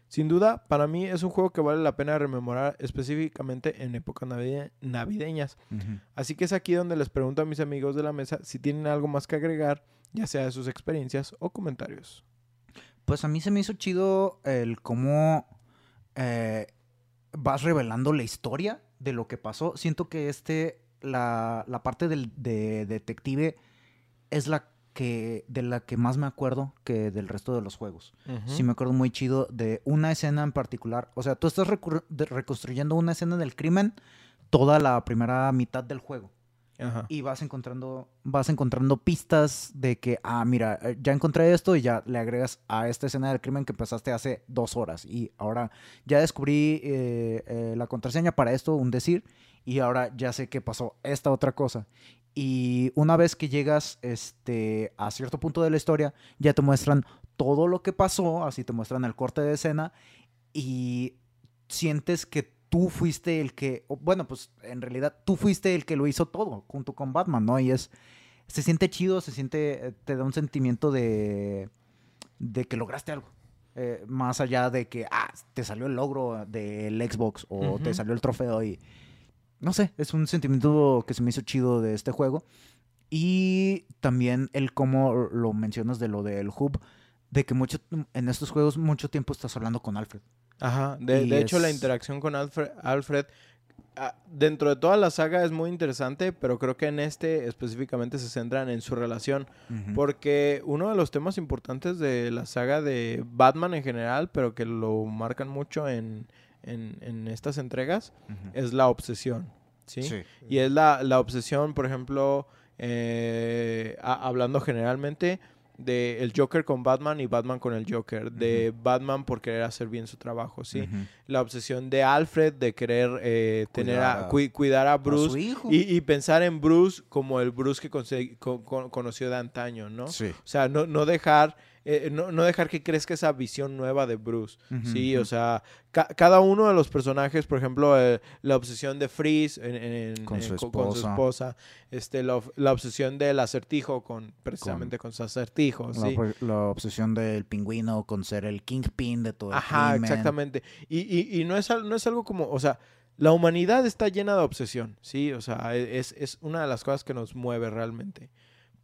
[SPEAKER 1] Sin duda, para mí es un juego que vale la pena rememorar específicamente en épocas navide- navideñas.
[SPEAKER 2] Ujú.
[SPEAKER 1] Así que es aquí donde les pregunto a mis amigos de la mesa si tienen algo más que agregar, ya sea de sus experiencias o comentarios.
[SPEAKER 2] Pues a mí se me hizo chido el cómo eh, vas revelando la historia de lo que pasó. Siento que este, la, la parte del, de detective es la que, de la que más me acuerdo que del resto de los juegos. Sí me acuerdo muy chido de una escena en particular. O sea, tú estás recur- de- reconstruyendo una escena del crimen toda la primera mitad del juego
[SPEAKER 1] Ajá.
[SPEAKER 2] y vas encontrando vas encontrando pistas de que ah mira eh, ya encontré esto y ya le agregas a esta escena del crimen que empezaste hace dos horas y ahora ya descubrí eh, eh, la contraseña para esto un decir y ahora ya sé que pasó esta otra cosa y una vez que llegas este a cierto punto de la historia ya te muestran todo lo que pasó así te muestran el corte de escena y sientes que tú fuiste el que, o, bueno, pues en realidad tú fuiste el que lo hizo todo junto con Batman, ¿no? Y es, se siente chido, se siente, eh, te da un sentimiento de, de que lograste algo. Eh, más allá de que, ah, te salió el logro del Xbox o
[SPEAKER 1] Ujú.
[SPEAKER 2] te salió el trofeo y, no sé, es un sentimiento que se me hizo chido de este juego. Y también el cómo lo mencionas de lo del hub, de que mucho, en estos juegos mucho tiempo estás hablando con Alfred.
[SPEAKER 1] Ajá, de,
[SPEAKER 2] Y
[SPEAKER 1] de hecho la
[SPEAKER 2] es-
[SPEAKER 1] interacción con Alfre- Alfred, ah, dentro de toda la saga es muy interesante, pero creo que en este específicamente se centran en su relación, porque uno de los temas importantes de la saga de Batman en general, pero que lo marcan mucho en, en- en estas entregas, es la obsesión, ¿sí? Y es la, la obsesión, por ejemplo, eh, a- hablando generalmente de el Joker con Batman y Batman con el Joker, de Batman por querer hacer bien su trabajo, ¿sí?
[SPEAKER 2] Ujú.
[SPEAKER 1] la obsesión de Alfred de querer eh, tener a,
[SPEAKER 2] Cuidar a-
[SPEAKER 1] cui- cuidar a
[SPEAKER 2] A su
[SPEAKER 1] Bruce
[SPEAKER 2] hijo.
[SPEAKER 1] y, y pensar en Bruce como el Bruce que conse- co- co- conoció de antaño, ¿no?
[SPEAKER 2] Sí.
[SPEAKER 1] O sea, no, no dejar eh, no, no dejar que crezca esa visión nueva de Bruce.
[SPEAKER 2] Ujú,
[SPEAKER 1] sí, o
[SPEAKER 2] ujú.
[SPEAKER 1] sea, ca- cada uno de los personajes, por ejemplo, eh, la obsesión de Freeze en- en- en-
[SPEAKER 2] Con
[SPEAKER 1] en-
[SPEAKER 2] su
[SPEAKER 1] co- con
[SPEAKER 2] esposa.
[SPEAKER 1] esposa, este, la, of- la obsesión del acertijo con precisamente con, su acertijo,
[SPEAKER 2] La,
[SPEAKER 1] pues sí.
[SPEAKER 2] obs- la obsesión del pingüino con ser el kingpin de todo el
[SPEAKER 1] Ajá,
[SPEAKER 2] crimen.
[SPEAKER 1] exactamente. Y, y- y no, es, al- no es algo como, o sea, la humanidad está llena de obsesión, ¿sí? O sea, e- es, es una de las cosas que nos mueve realmente.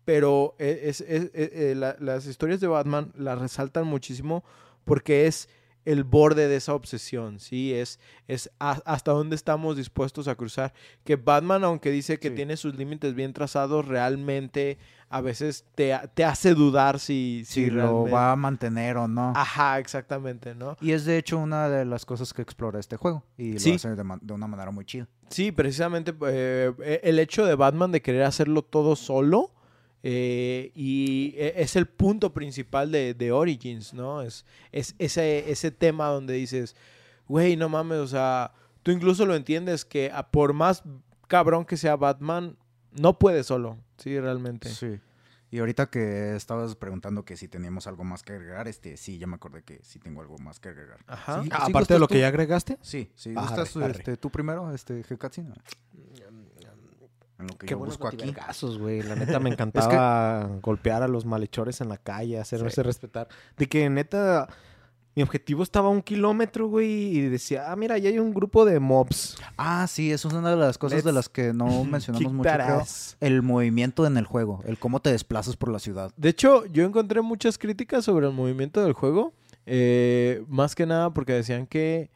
[SPEAKER 1] Pero e- es, es- e- e- la- las historias de Batman las resaltan muchísimo porque es el borde de esa obsesión, ¿sí? Es, es a- hasta dónde estamos dispuestos a cruzar. Que Batman, aunque dice que
[SPEAKER 2] Sí.
[SPEAKER 1] tiene sus límites bien trazados, realmente a veces te, ha- te hace dudar si, si,
[SPEAKER 2] Si lo
[SPEAKER 1] realmente- Ah.
[SPEAKER 2] va a mantener o no.
[SPEAKER 1] Ajá, exactamente, ¿no?
[SPEAKER 2] Y es de hecho una de las cosas que explora este juego. Y lo
[SPEAKER 1] Sí.
[SPEAKER 2] hace de, ma- de una manera muy chida.
[SPEAKER 1] Sí, precisamente eh, e- el hecho de Batman de querer hacerlo todo solo eh, y e- es el punto principal de, de Origins, ¿no? Es, es ese, ese tema donde dices, güey, no mames, o sea, tú incluso lo entiendes que a por más cabrón que sea Batman, no puede solo, sí, realmente.
[SPEAKER 2] Y ahorita que estabas preguntando que si teníamos algo más que agregar, este sí, ya me acordé que sí tengo algo más que agregar.
[SPEAKER 1] Ajá.
[SPEAKER 2] Sí.
[SPEAKER 3] Aparte de lo que ya agregaste.
[SPEAKER 2] Sí, sí.
[SPEAKER 3] Arre,
[SPEAKER 2] ¿Gustas
[SPEAKER 3] arre.
[SPEAKER 1] Mm,
[SPEAKER 2] este, tú primero, este, Hecatsin? En lo que
[SPEAKER 3] Qué
[SPEAKER 2] yo
[SPEAKER 3] buenos
[SPEAKER 2] busco aquí.
[SPEAKER 3] casos, güey. La neta me encantaba golpear a los malhechores en la calle, hacerse
[SPEAKER 1] Sí.
[SPEAKER 3] respetar. De que neta, mi objetivo estaba a un kilómetro, güey, y decía, ah, mira, ahí hay un grupo de mobs.
[SPEAKER 2] Ah, sí, eso es una de las cosas de
[SPEAKER 3] Let's
[SPEAKER 2] las que no mencionamos
[SPEAKER 3] Kick
[SPEAKER 2] mucho,
[SPEAKER 3] that
[SPEAKER 2] creo.
[SPEAKER 3] ass.
[SPEAKER 2] El movimiento en el juego, el cómo te desplazas por la ciudad.
[SPEAKER 1] De hecho, yo encontré muchas críticas sobre el movimiento del juego. eh, más que nada porque decían que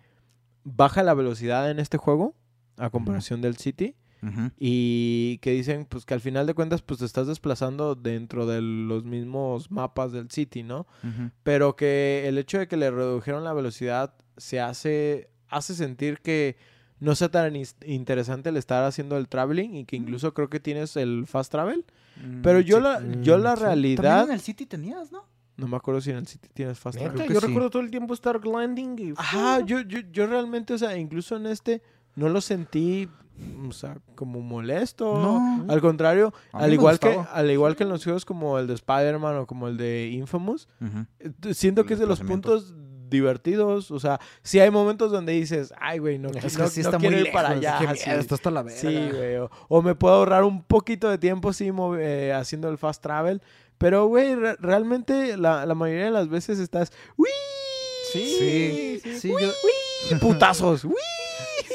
[SPEAKER 1] baja la velocidad en este juego a comparación del City.
[SPEAKER 2] Ujú.
[SPEAKER 1] Y que dicen pues que al final de cuentas pues te estás desplazando dentro de los mismos mapas del City, ¿no?
[SPEAKER 2] Ujú.
[SPEAKER 1] Pero que el hecho de que le redujeron la velocidad se hace, hace sentir que no sea tan is- interesante el estar haciendo el traveling y que incluso creo que tienes el fast travel. Pero yo
[SPEAKER 3] Mm, sí.
[SPEAKER 1] la, yo
[SPEAKER 3] Mm,
[SPEAKER 1] la
[SPEAKER 3] sí.
[SPEAKER 1] realidad...
[SPEAKER 2] También en el City tenías, ¿no?
[SPEAKER 1] No me acuerdo si en el City tienes fast
[SPEAKER 3] Neta,
[SPEAKER 1] travel.
[SPEAKER 2] Creo que
[SPEAKER 3] yo
[SPEAKER 2] sí.
[SPEAKER 3] recuerdo todo el tiempo estar gliding y... uh,
[SPEAKER 1] Ajá, yo, yo, yo realmente, o sea, incluso en este no lo sentí, o sea, como molesto.
[SPEAKER 2] No.
[SPEAKER 1] Al contrario,
[SPEAKER 2] A mí
[SPEAKER 1] al
[SPEAKER 2] me
[SPEAKER 1] igual, que,
[SPEAKER 2] gustaba.
[SPEAKER 1] al igual que en los juegos como el de Spider-Man o como el de Infamous,
[SPEAKER 2] Ujú.
[SPEAKER 1] eh, t- siento
[SPEAKER 2] El
[SPEAKER 1] que es de los
[SPEAKER 2] desplazamiento.
[SPEAKER 1] puntos divertidos. O sea, sí hay momentos donde dices, ay, güey, no,
[SPEAKER 2] Es que
[SPEAKER 1] no,
[SPEAKER 2] sí
[SPEAKER 1] no
[SPEAKER 2] está muy
[SPEAKER 1] quiero ir
[SPEAKER 2] lejos.
[SPEAKER 1] para allá.
[SPEAKER 2] dije,
[SPEAKER 1] sí.
[SPEAKER 2] "Mierda, esto está la verga".
[SPEAKER 1] Sí, güey. O, o me puedo ahorrar un poquito de tiempo sí, mov- eh, haciendo el fast travel. Pero, güey, re- realmente la, la mayoría de las veces estás. ¡Uy!
[SPEAKER 2] Sí, sí, yo-
[SPEAKER 1] ¡Uy! ¡Putazos! ¡Uy!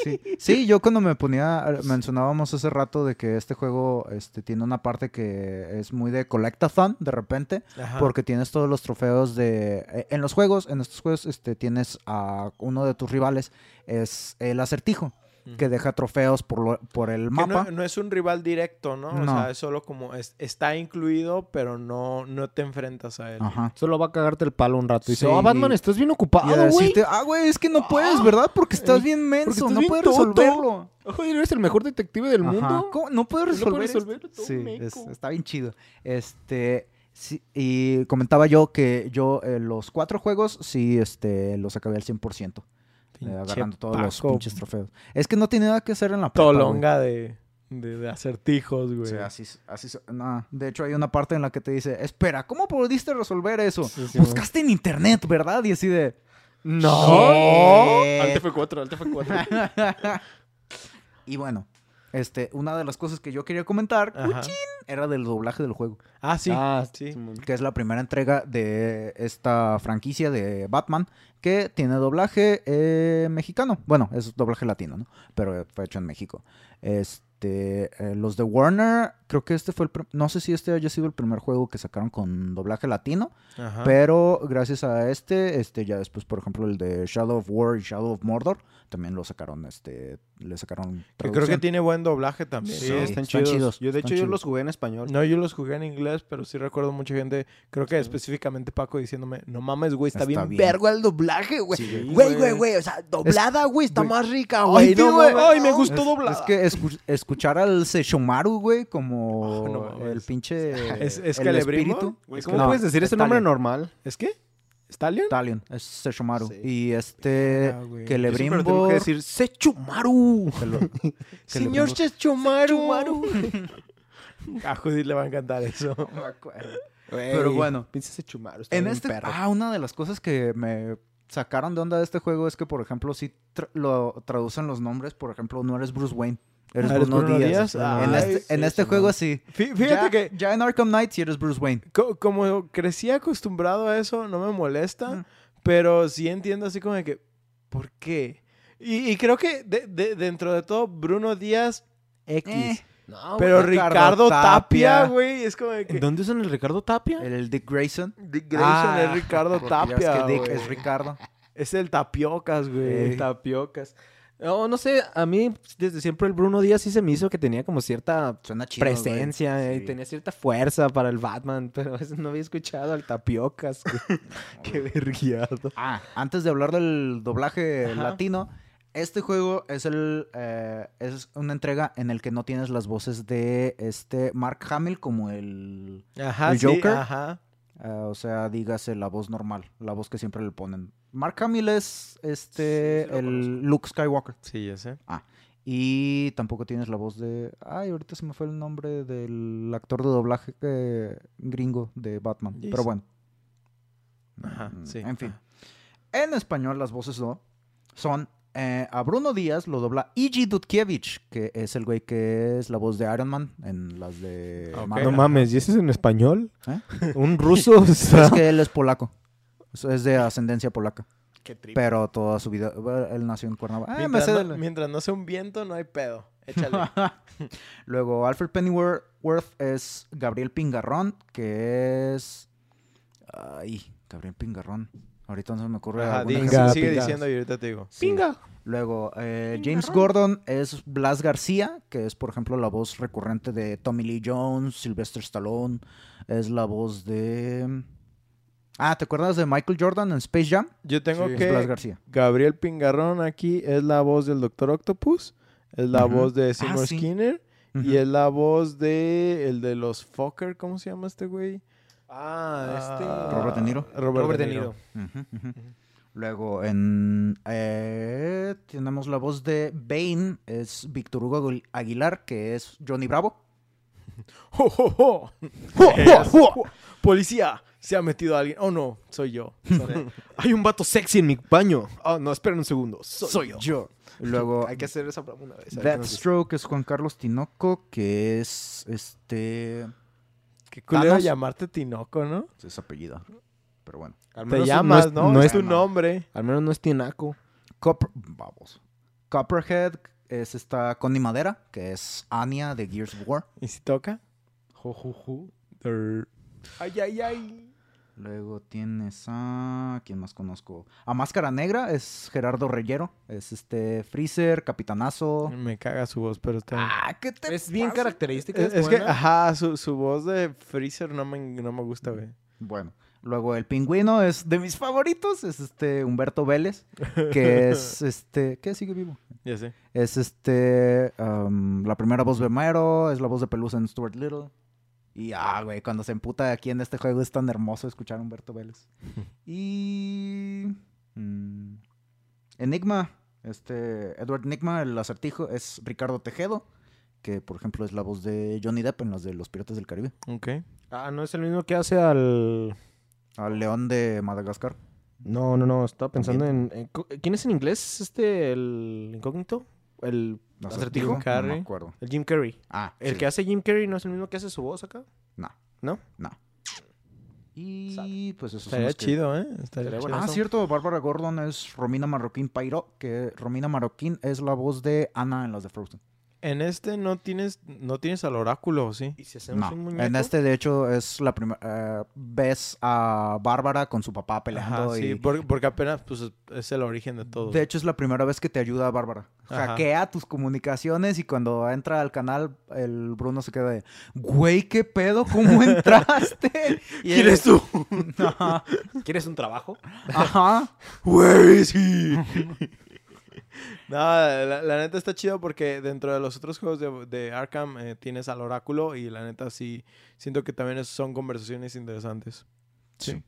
[SPEAKER 2] Sí. Sí, yo cuando me ponía, mencionábamos hace rato de que este juego este, tiene una parte que es muy de collectathon de repente, porque tienes todos los trofeos de... eh, En los juegos, en estos juegos, este, tienes a uno de tus rivales, es el acertijo, que deja trofeos por, lo- por el
[SPEAKER 1] Que
[SPEAKER 2] mapa.
[SPEAKER 1] no, no es un rival directo, ¿no? O
[SPEAKER 2] No.
[SPEAKER 1] sea, es solo como. es- está incluido, pero no, no te enfrentas a él.
[SPEAKER 2] Ajá.
[SPEAKER 3] Solo va a cagarte el palo un rato. Y dice,
[SPEAKER 2] Sí.
[SPEAKER 3] ah, Batman, estás bien
[SPEAKER 2] Y a
[SPEAKER 3] ocupado, güey.
[SPEAKER 2] decirte, ah, güey, es que no puedes, ¿verdad? Porque estás bien menso,
[SPEAKER 3] estás
[SPEAKER 2] no
[SPEAKER 3] bien
[SPEAKER 2] puedes
[SPEAKER 3] tonto.
[SPEAKER 2] resolverlo.
[SPEAKER 3] Oye, eres el mejor detective del
[SPEAKER 2] Ajá.
[SPEAKER 3] mundo.
[SPEAKER 2] ¿Cómo? No puedes
[SPEAKER 3] No puedes
[SPEAKER 2] resolver, esto?
[SPEAKER 3] resolverlo, todo
[SPEAKER 2] Sí,
[SPEAKER 3] meco.
[SPEAKER 2] es- está bien chido. Este, sí, y comentaba yo que yo eh, los cuatro juegos sí este, los acabé al 100%. eh,
[SPEAKER 1] Pinche
[SPEAKER 2] agarrando todos los
[SPEAKER 1] Paco,
[SPEAKER 2] pinches trofeos. Es que no tiene nada que hacer en la prepa, güey.
[SPEAKER 1] Tolonga de, de, de acertijos, güey.
[SPEAKER 2] O sea, así, así se- nah, De hecho, hay una parte en la que te dice, espera, ¿cómo pudiste resolver eso?
[SPEAKER 3] Sí, sí,
[SPEAKER 2] Buscaste en internet, ¿verdad? Y así de...
[SPEAKER 3] No.
[SPEAKER 2] Shit.
[SPEAKER 3] Al TF4, al TF4.
[SPEAKER 2] Y bueno, este, una de las cosas que yo quería comentar
[SPEAKER 1] Ajá.
[SPEAKER 2] cuchín, era del doblaje del juego,
[SPEAKER 1] Ah, sí.
[SPEAKER 3] Ah,
[SPEAKER 1] sí.
[SPEAKER 2] que es la primera entrega de esta franquicia de Batman, que tiene doblaje eh, mexicano. Bueno, es doblaje latino, ¿no? Pero fue hecho en México. Este, eh, los de Warner, creo que este fue el... prim- No sé si este haya sido el primer juego que sacaron con doblaje latino,
[SPEAKER 1] Ajá.
[SPEAKER 2] pero gracias a este, este ya después, por ejemplo, el de Shadow of War y Shadow of Mordor, también lo sacaron, este, le sacaron...
[SPEAKER 1] Que creo que
[SPEAKER 2] traducción.
[SPEAKER 1] tiene buen doblaje también.
[SPEAKER 3] Sí,
[SPEAKER 1] ¿no?
[SPEAKER 3] están,
[SPEAKER 2] están
[SPEAKER 3] chidos.
[SPEAKER 2] chidos,
[SPEAKER 3] Yo, de
[SPEAKER 2] están
[SPEAKER 3] hecho, yo
[SPEAKER 2] chidos.
[SPEAKER 3] los jugué en español.
[SPEAKER 1] No, yo los jugué en inglés, pero sí recuerdo mucha gente, creo que específicamente Paco diciéndome, no mames, güey, está,
[SPEAKER 2] Está
[SPEAKER 1] bien,
[SPEAKER 2] bien.
[SPEAKER 1] verga el doblaje, güey.
[SPEAKER 3] Sí, güey.
[SPEAKER 1] Güey, güey, güey, o sea, doblada, güey, está más rica, güey.
[SPEAKER 2] sí,
[SPEAKER 1] no
[SPEAKER 2] güey.
[SPEAKER 1] mames. Ay, me
[SPEAKER 2] Es-
[SPEAKER 1] gustó doblada.
[SPEAKER 2] Es que escu- escuchar al Seshomaru, güey, como
[SPEAKER 1] Ah, no mames.
[SPEAKER 2] el pinche.
[SPEAKER 1] ¿Es- es
[SPEAKER 2] el
[SPEAKER 1] Celebrimbor?
[SPEAKER 2] espíritu.
[SPEAKER 3] Güey,
[SPEAKER 2] Es
[SPEAKER 3] ¿Cómo
[SPEAKER 2] que- no,
[SPEAKER 3] puedes decir ese nombre
[SPEAKER 2] Talion.
[SPEAKER 3] normal?
[SPEAKER 1] ¿Es qué? ¿Stallion?
[SPEAKER 2] Talion, es Seshomaru.
[SPEAKER 3] Sí.
[SPEAKER 2] Y este.
[SPEAKER 1] Ah, güey.
[SPEAKER 2] Que
[SPEAKER 3] Yo
[SPEAKER 2] le
[SPEAKER 3] siempre tengo que decir Sechumaru.
[SPEAKER 1] Señor Sechumaru. A Judy le va a encantar eso.
[SPEAKER 2] Pero bueno.
[SPEAKER 3] Pinche Sechumaru. está
[SPEAKER 2] En
[SPEAKER 3] bien
[SPEAKER 2] este.
[SPEAKER 3] perro.
[SPEAKER 2] Ah, una de las cosas que me sacaron de onda de este juego es que, por ejemplo, si lo traducen los nombres, por ejemplo, no eres Bruce Wayne. Eres,
[SPEAKER 1] Ah, ¿Eres
[SPEAKER 2] Bruno,
[SPEAKER 1] Bruno
[SPEAKER 2] Díaz.
[SPEAKER 1] Díaz? Ah,
[SPEAKER 2] en
[SPEAKER 1] ay,
[SPEAKER 2] este, en
[SPEAKER 3] sí,
[SPEAKER 2] este
[SPEAKER 3] sí,
[SPEAKER 2] juego
[SPEAKER 3] no.
[SPEAKER 2] sí.
[SPEAKER 1] Fí- Fíjate
[SPEAKER 2] ya,
[SPEAKER 1] que
[SPEAKER 2] ya en Arkham Knight sí eres Bruce Wayne.
[SPEAKER 1] co- como crecí acostumbrado a eso, no me molesta, pero sí entiendo así como de que, ¿por qué? Y, y creo que de- de- dentro de todo, Bruno Díaz X.
[SPEAKER 2] Eh.
[SPEAKER 3] No,
[SPEAKER 1] Pero
[SPEAKER 2] güey,
[SPEAKER 1] Oh, Ricardo
[SPEAKER 2] Ricardo
[SPEAKER 1] Tapia,
[SPEAKER 2] Tapia.
[SPEAKER 1] güey, es como de que...
[SPEAKER 3] ¿En ¿Dónde usan el Ricardo Tapia?
[SPEAKER 2] El Dick Grayson.
[SPEAKER 1] Dick Grayson
[SPEAKER 2] Ah,
[SPEAKER 1] es Ricardo
[SPEAKER 2] porque ya ves
[SPEAKER 1] Tapia,
[SPEAKER 2] que Dick
[SPEAKER 1] güey.
[SPEAKER 2] es Ricardo.
[SPEAKER 1] Es el Tapiocas, güey.
[SPEAKER 2] Ey.
[SPEAKER 3] Tapiocas. No, no sé, a mí desde siempre el Bruno Díaz sí se me hizo que tenía como cierta
[SPEAKER 2] Suena chido. güey.
[SPEAKER 3] presencia eh, y
[SPEAKER 2] Sí.
[SPEAKER 3] tenía cierta fuerza para el Batman, pero a veces no había escuchado al Tapiocas. güey. Qué verguiado.
[SPEAKER 2] Ah, antes de hablar del doblaje
[SPEAKER 1] Ajá.
[SPEAKER 2] latino, este juego es el eh, es una entrega en el que no tienes las voces de este Mark Hamill como el
[SPEAKER 1] Ajá,
[SPEAKER 2] ¿El
[SPEAKER 1] sí,
[SPEAKER 2] Joker?
[SPEAKER 1] ajá.
[SPEAKER 2] eh, o sea, dígase la voz normal, la voz que siempre le ponen. Mark Hamill es este
[SPEAKER 3] Sí, sí lo
[SPEAKER 2] el Luke Skywalker
[SPEAKER 1] Sí, ya sé.
[SPEAKER 2] y tampoco tienes la voz de ay, ahorita se me fue el nombre del actor de doblaje eh, gringo de Batman, pero
[SPEAKER 1] Jason.
[SPEAKER 2] bueno.
[SPEAKER 1] Ajá,
[SPEAKER 2] Mm,
[SPEAKER 1] sí.
[SPEAKER 2] En fin. En español las voces no son Eh, a Bruno Díaz lo dobla Iggy Dudkiewicz, que es el güey que es la voz de Iron Man en las de...
[SPEAKER 1] Ah, Ok.
[SPEAKER 2] Marvel.
[SPEAKER 3] No mames, ¿y ese es en español?
[SPEAKER 2] ¿Eh?
[SPEAKER 3] ¿Un ruso? O sea,
[SPEAKER 2] Es que él es polaco. Es- Es de ascendencia polaca.
[SPEAKER 1] Qué tripe.
[SPEAKER 2] Pero toda su vida... bueno, Él nació en Cuernavaca. Ah, me
[SPEAKER 1] Mientras,
[SPEAKER 2] sé
[SPEAKER 1] no,
[SPEAKER 2] del-
[SPEAKER 1] mientras no sea un viento, no hay pedo. Échale.
[SPEAKER 2] Luego, Alfred Pennyworth es Gabriel Pingarrón, que es. Ay, Gabriel Pingarrón. Ahorita no se me ocurre.
[SPEAKER 1] Ajá,
[SPEAKER 2] algún
[SPEAKER 1] di-
[SPEAKER 2] ejemplo.
[SPEAKER 3] Pinga,
[SPEAKER 1] sigue
[SPEAKER 3] pinga.
[SPEAKER 1] diciendo y ahorita te digo.
[SPEAKER 2] Sí.
[SPEAKER 3] pinga.
[SPEAKER 2] Luego, eh, James Gordon es Blas García, que es, por ejemplo, la voz recurrente de Tommy Lee Jones, Sylvester Stallone. Es la voz de. Ah, ¿te acuerdas de Michael Jordan en Space Jam?
[SPEAKER 1] Yo tengo
[SPEAKER 3] Sí, es
[SPEAKER 2] Es Blas
[SPEAKER 1] que
[SPEAKER 2] García.
[SPEAKER 1] Gabriel Pingarrón aquí es la voz del Doctor Octopus, es la
[SPEAKER 2] Ujú.
[SPEAKER 1] voz de Seymour
[SPEAKER 2] sí.
[SPEAKER 1] Skinner y
[SPEAKER 2] Ujú.
[SPEAKER 1] es la voz de el de los Fokker, ¿cómo se llama este güey?
[SPEAKER 3] Ah,
[SPEAKER 2] Robert De Niro.
[SPEAKER 1] este Robert, De Niro.
[SPEAKER 2] Ujú, ujú. Luego, en, eh, tenemos la voz de Bane, es Víctor Hugo Aguil- Aguilar, que es Johnny Bravo.
[SPEAKER 1] ¡Jo, jo, jo!
[SPEAKER 3] Es-
[SPEAKER 1] Policía, se ha metido alguien. Oh no, soy yo. Sorry.
[SPEAKER 3] Hay un vato sexy en mi baño. Oh, no, esperen un segundo. Soy, yo.
[SPEAKER 2] Luego,
[SPEAKER 3] Hay que hacer esa broma una vez. a ver qué nos dice.
[SPEAKER 2] Deathstroke es Juan Carlos Tinoco, que es este.
[SPEAKER 1] Qué culero
[SPEAKER 2] Thanos.
[SPEAKER 1] llamarte Tinoco, ¿no?
[SPEAKER 2] Es apellido, pero bueno.
[SPEAKER 3] Al
[SPEAKER 1] Te
[SPEAKER 3] menos
[SPEAKER 1] llamas, ¿no? es tu
[SPEAKER 3] tu nombre.
[SPEAKER 1] nombre.
[SPEAKER 3] Al menos no es tinaco.
[SPEAKER 2] Copper, vamos. Copperhead es esta Connie Madera, que es Anya de Gears of War.
[SPEAKER 1] ¿Y si toca?
[SPEAKER 3] Jojuju.
[SPEAKER 1] Ay, ay, ay.
[SPEAKER 2] Luego tienes a. ¿Quién más conozco? A Máscara Negra es Gerardo Reyero. Es este Freezer, Capitanazo.
[SPEAKER 1] Me caga su voz, pero está bien.
[SPEAKER 2] Ah, ¿qué te
[SPEAKER 3] Es bien
[SPEAKER 2] pasa?
[SPEAKER 3] característica.
[SPEAKER 1] Es, es que, ajá, su, su voz de Freezer no me, no me gusta, güey.
[SPEAKER 2] Bueno, luego el pingüino es de mis favoritos. Es este Humberto Vélez, que es este. ¿Qué sigue vivo?
[SPEAKER 1] Ya sé.
[SPEAKER 2] Es este. am, la primera voz de Mero, es la voz de Pelusa en Stuart Little. Y ah, güey, cuando se emputa aquí en este juego es tan hermoso escuchar a Humberto Vélez. y. mm, Enigma. Este. Edward Enigma, el acertijo, es Ricardo Tejedo, que por ejemplo es la voz de Johnny Depp en las de Los Piratas del Caribe.
[SPEAKER 1] Ok.
[SPEAKER 3] Ah, no es el mismo que hace al.
[SPEAKER 2] Al león de Madagascar.
[SPEAKER 3] No, no, no. Estaba pensando en, en co- ¿Quién es en inglés? ¿Este, el incógnito? El, ¿Acertijo?
[SPEAKER 2] No
[SPEAKER 1] Carrey.
[SPEAKER 2] me acuerdo.
[SPEAKER 3] el Jim Carrey.
[SPEAKER 2] Ah,
[SPEAKER 3] El
[SPEAKER 2] sí.
[SPEAKER 3] que hace Jim Carrey no es el mismo que hace su voz acá.
[SPEAKER 2] No,
[SPEAKER 3] ¿No?
[SPEAKER 2] no. Y pues eso
[SPEAKER 1] Estaría chido, ¿eh? Estaría
[SPEAKER 3] Estaría
[SPEAKER 1] chido.
[SPEAKER 3] bueno.
[SPEAKER 2] Ah,
[SPEAKER 3] eso.
[SPEAKER 2] cierto, Bárbara Gordon es Romina Marroquín Pairo, que Romina Marroquín es la voz de Ana en las de Frozen.
[SPEAKER 1] En este no tienes, no tienes al oráculo, ¿o ¿sí?
[SPEAKER 3] ¿Y si hacemos
[SPEAKER 2] No,
[SPEAKER 3] un muñeco?
[SPEAKER 2] en este de hecho es la primera eh, ves a Bárbara con su papá peleando
[SPEAKER 1] Ajá, sí,
[SPEAKER 2] y
[SPEAKER 1] por- porque apenas pues, es el origen de todo.
[SPEAKER 2] de hecho es la primera vez que te ayuda a Bárbara.
[SPEAKER 1] Ajá.
[SPEAKER 2] Hackea tus comunicaciones y cuando entra al canal el Bruno se queda de, "Güey, qué pedo, ¿cómo entraste?" Y él-
[SPEAKER 3] ¿Quieres tú?
[SPEAKER 2] No.
[SPEAKER 3] ¿Quieres un trabajo?
[SPEAKER 2] Ajá.
[SPEAKER 1] Where is he? No, la, la neta está chido porque dentro de los otros juegos de, de Arkham eh, tienes al oráculo y la neta sí siento que también es- son conversaciones interesantes. Sí.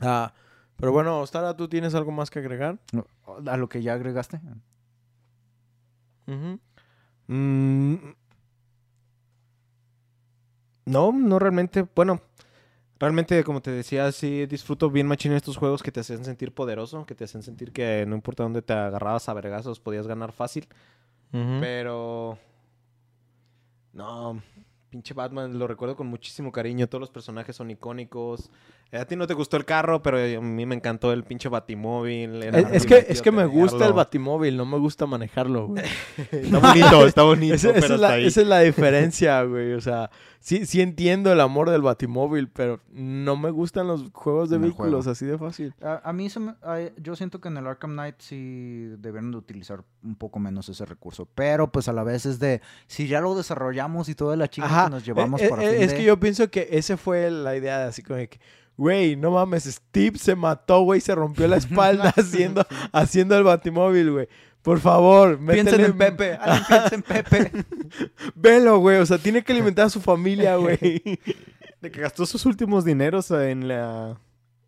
[SPEAKER 1] Ah, pero bueno, Ostara, ¿tú tienes algo más que agregar?
[SPEAKER 2] No, A lo que ya agregaste.
[SPEAKER 1] Ujú.
[SPEAKER 3] Mm, No, no realmente. Bueno, realmente, como te decía, sí disfruto bien machín estos juegos que te hacen sentir poderoso, que te hacen sentir que no importa dónde te agarrabas a vergazos, podías ganar fácil. Pero. No, pinche Batman, lo recuerdo con muchísimo cariño. Todos los personajes son icónicos. Eh, A ti no te gustó el carro, pero a mí me encantó el pinche Batimóvil. era
[SPEAKER 1] Es, es que, es
[SPEAKER 3] divertido
[SPEAKER 1] que me gusta el
[SPEAKER 3] tenerlo.
[SPEAKER 1] batimóvil, no me gusta manejarlo, güey.
[SPEAKER 3] Está bonito, está bonito.
[SPEAKER 1] Esa, esa
[SPEAKER 3] pero
[SPEAKER 1] es la,
[SPEAKER 3] hasta ahí.
[SPEAKER 1] esa es la diferencia, güey. O sea, sí, sí entiendo el amor del batimóvil, pero no me gustan los juegos de
[SPEAKER 2] No juego.
[SPEAKER 1] vehículos así de fácil.
[SPEAKER 2] A, a mí se me- a- yo siento que en el Arkham Knight sí debieron de utilizar un poco menos ese recurso, pero pues a la vez es de si ya lo desarrollamos y toda la chica
[SPEAKER 1] Ajá,
[SPEAKER 2] que nos llevamos
[SPEAKER 1] eh, eh,
[SPEAKER 2] para
[SPEAKER 1] eh,
[SPEAKER 2] fin
[SPEAKER 1] Es
[SPEAKER 2] de-
[SPEAKER 1] que yo pienso que esa fue la idea de así como de que, güey, no mames, Steve se mató, güey, se rompió la espalda haciendo, haciendo el batimóvil, güey. Por favor,
[SPEAKER 2] piensen
[SPEAKER 1] métele-
[SPEAKER 2] en Pepe, alguien piensa en Pepe.
[SPEAKER 1] Velo, güey. O sea, tiene que alimentar a su familia, güey.
[SPEAKER 3] De que gastó sus últimos dineros en la,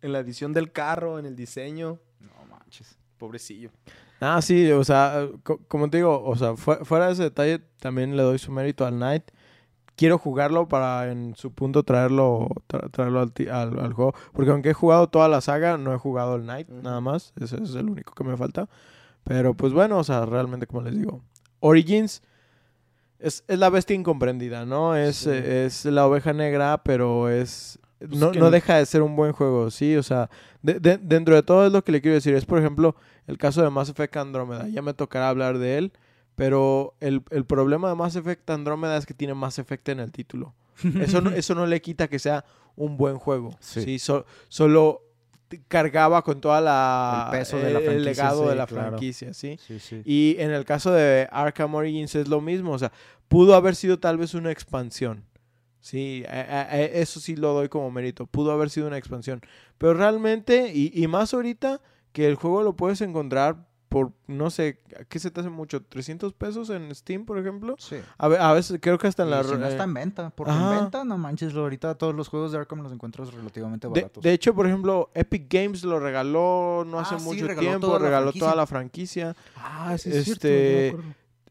[SPEAKER 3] en la edición del carro, en el diseño.
[SPEAKER 2] No manches.
[SPEAKER 3] Pobrecillo.
[SPEAKER 1] Ah, sí, o sea, co- como te digo, o sea, fue- fuera de ese detalle, también le doy su mérito al Knight. Quiero jugarlo para en su punto traerlo, tra- traerlo al, ti- al- al juego. Porque aunque he jugado toda la saga, no he jugado el Knight,
[SPEAKER 3] Ujú.
[SPEAKER 1] nada más. Ese es el único que me falta. Pero pues bueno, o sea, realmente como les digo, Origins es, es la bestia incomprendida, ¿no? Es,
[SPEAKER 3] Sí.
[SPEAKER 1] eh, es la oveja negra, pero es...
[SPEAKER 3] Pues
[SPEAKER 1] No,
[SPEAKER 3] que
[SPEAKER 1] no
[SPEAKER 3] no-
[SPEAKER 1] deja de ser un buen juego, sí, o sea, de- de- dentro de todo es lo que le quiero decir. Es, por ejemplo, el caso de Mass Effect Andrómeda. Ya me tocará hablar de él, pero el, el problema de Mass Effect Andrómeda es que tiene Mass Effect en el título. Eso no, eso no le quita que sea un buen juego. Sí.
[SPEAKER 2] Sí.
[SPEAKER 1] So- solo t- cargaba con toda la
[SPEAKER 2] El peso de la
[SPEAKER 1] el- el
[SPEAKER 2] franquicia,
[SPEAKER 1] legado de
[SPEAKER 2] sí,
[SPEAKER 1] la
[SPEAKER 2] claro.
[SPEAKER 1] franquicia, ¿sí?
[SPEAKER 2] Sí, sí.
[SPEAKER 1] Y en el caso de Arkham Origins es lo mismo, o sea, pudo haber sido tal vez una expansión. Sí, a- a- a- eso sí lo doy como mérito, pudo haber sido una expansión. Pero realmente, y, y más ahorita, que el juego lo puedes encontrar por, no sé, ¿qué se te hace mucho? ¿300 pesos en Steam, por ejemplo?
[SPEAKER 2] Sí.
[SPEAKER 1] A, ve- a veces creo que hasta en
[SPEAKER 2] Y
[SPEAKER 1] la...
[SPEAKER 2] si no
[SPEAKER 1] eh,
[SPEAKER 2] está en venta, porque
[SPEAKER 1] ajá.
[SPEAKER 2] en venta, no manches, lo- ahorita todos los juegos de Arkham los encuentras relativamente
[SPEAKER 1] De-
[SPEAKER 2] baratos.
[SPEAKER 1] De, hecho, por ejemplo, Epic Games lo regaló no
[SPEAKER 2] Ah,
[SPEAKER 1] hace
[SPEAKER 2] sí,
[SPEAKER 1] mucho
[SPEAKER 2] regaló
[SPEAKER 1] tiempo,
[SPEAKER 2] toda la
[SPEAKER 1] regaló
[SPEAKER 2] franquicia.
[SPEAKER 1] toda la franquicia.
[SPEAKER 2] ah, sí,
[SPEAKER 1] este,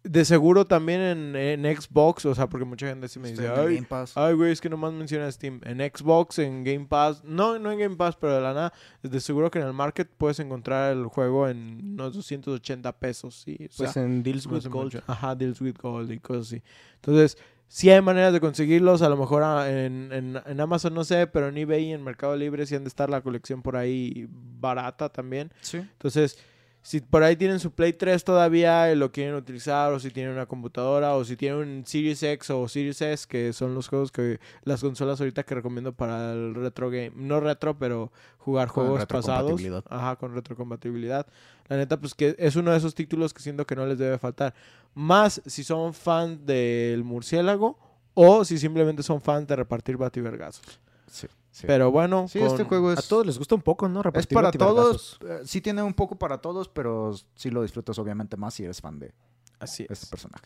[SPEAKER 1] De seguro también en, en Xbox, o sea, porque mucha gente sí me dice, ay, ah, ay, güey, es que nomás menciona Steam. En Xbox, en Game Pass, no, no en Game Pass, pero de la nada, de seguro que en el market puedes encontrar el juego en unos 280 pesos, sí. O sea,
[SPEAKER 3] Pues en Deals
[SPEAKER 1] no
[SPEAKER 3] with
[SPEAKER 1] hace
[SPEAKER 3] Gold.
[SPEAKER 1] mucho. Ajá, Deals with Gold y cosas así. Entonces, sí hay maneras de conseguirlos. A lo mejor ah, en, en- en Amazon no sé, pero en eBay y en Mercado Libre sí han de estar la colección por ahí barata también.
[SPEAKER 2] Sí.
[SPEAKER 1] Entonces, si por ahí tienen su Play 3 todavía y lo quieren utilizar, o si tienen una computadora, o si tienen un Series X o Series S, que son los juegos que las consolas ahorita que recomiendo para el retro game, no retro, pero jugar
[SPEAKER 2] Con
[SPEAKER 1] juegos pasados,
[SPEAKER 2] retrocompatibilidad.
[SPEAKER 1] ajá, con retrocompatibilidad. La neta pues que es uno de esos títulos que siento que no les debe faltar. Más si son fan del murciélago o si simplemente son fans de repartir bativergazos.
[SPEAKER 2] Sí, sí.
[SPEAKER 1] Pero bueno,
[SPEAKER 2] Sí, este
[SPEAKER 1] con-
[SPEAKER 2] juego
[SPEAKER 3] A
[SPEAKER 2] es,
[SPEAKER 3] todos les gusta un poco, ¿no?
[SPEAKER 2] es
[SPEAKER 3] Repartir
[SPEAKER 2] para
[SPEAKER 3] bativergazos.
[SPEAKER 2] todos. eh, Sí tiene un poco para todos, pero sí lo disfrutas obviamente más si eres fan de
[SPEAKER 1] así
[SPEAKER 2] este
[SPEAKER 1] es.
[SPEAKER 2] personaje.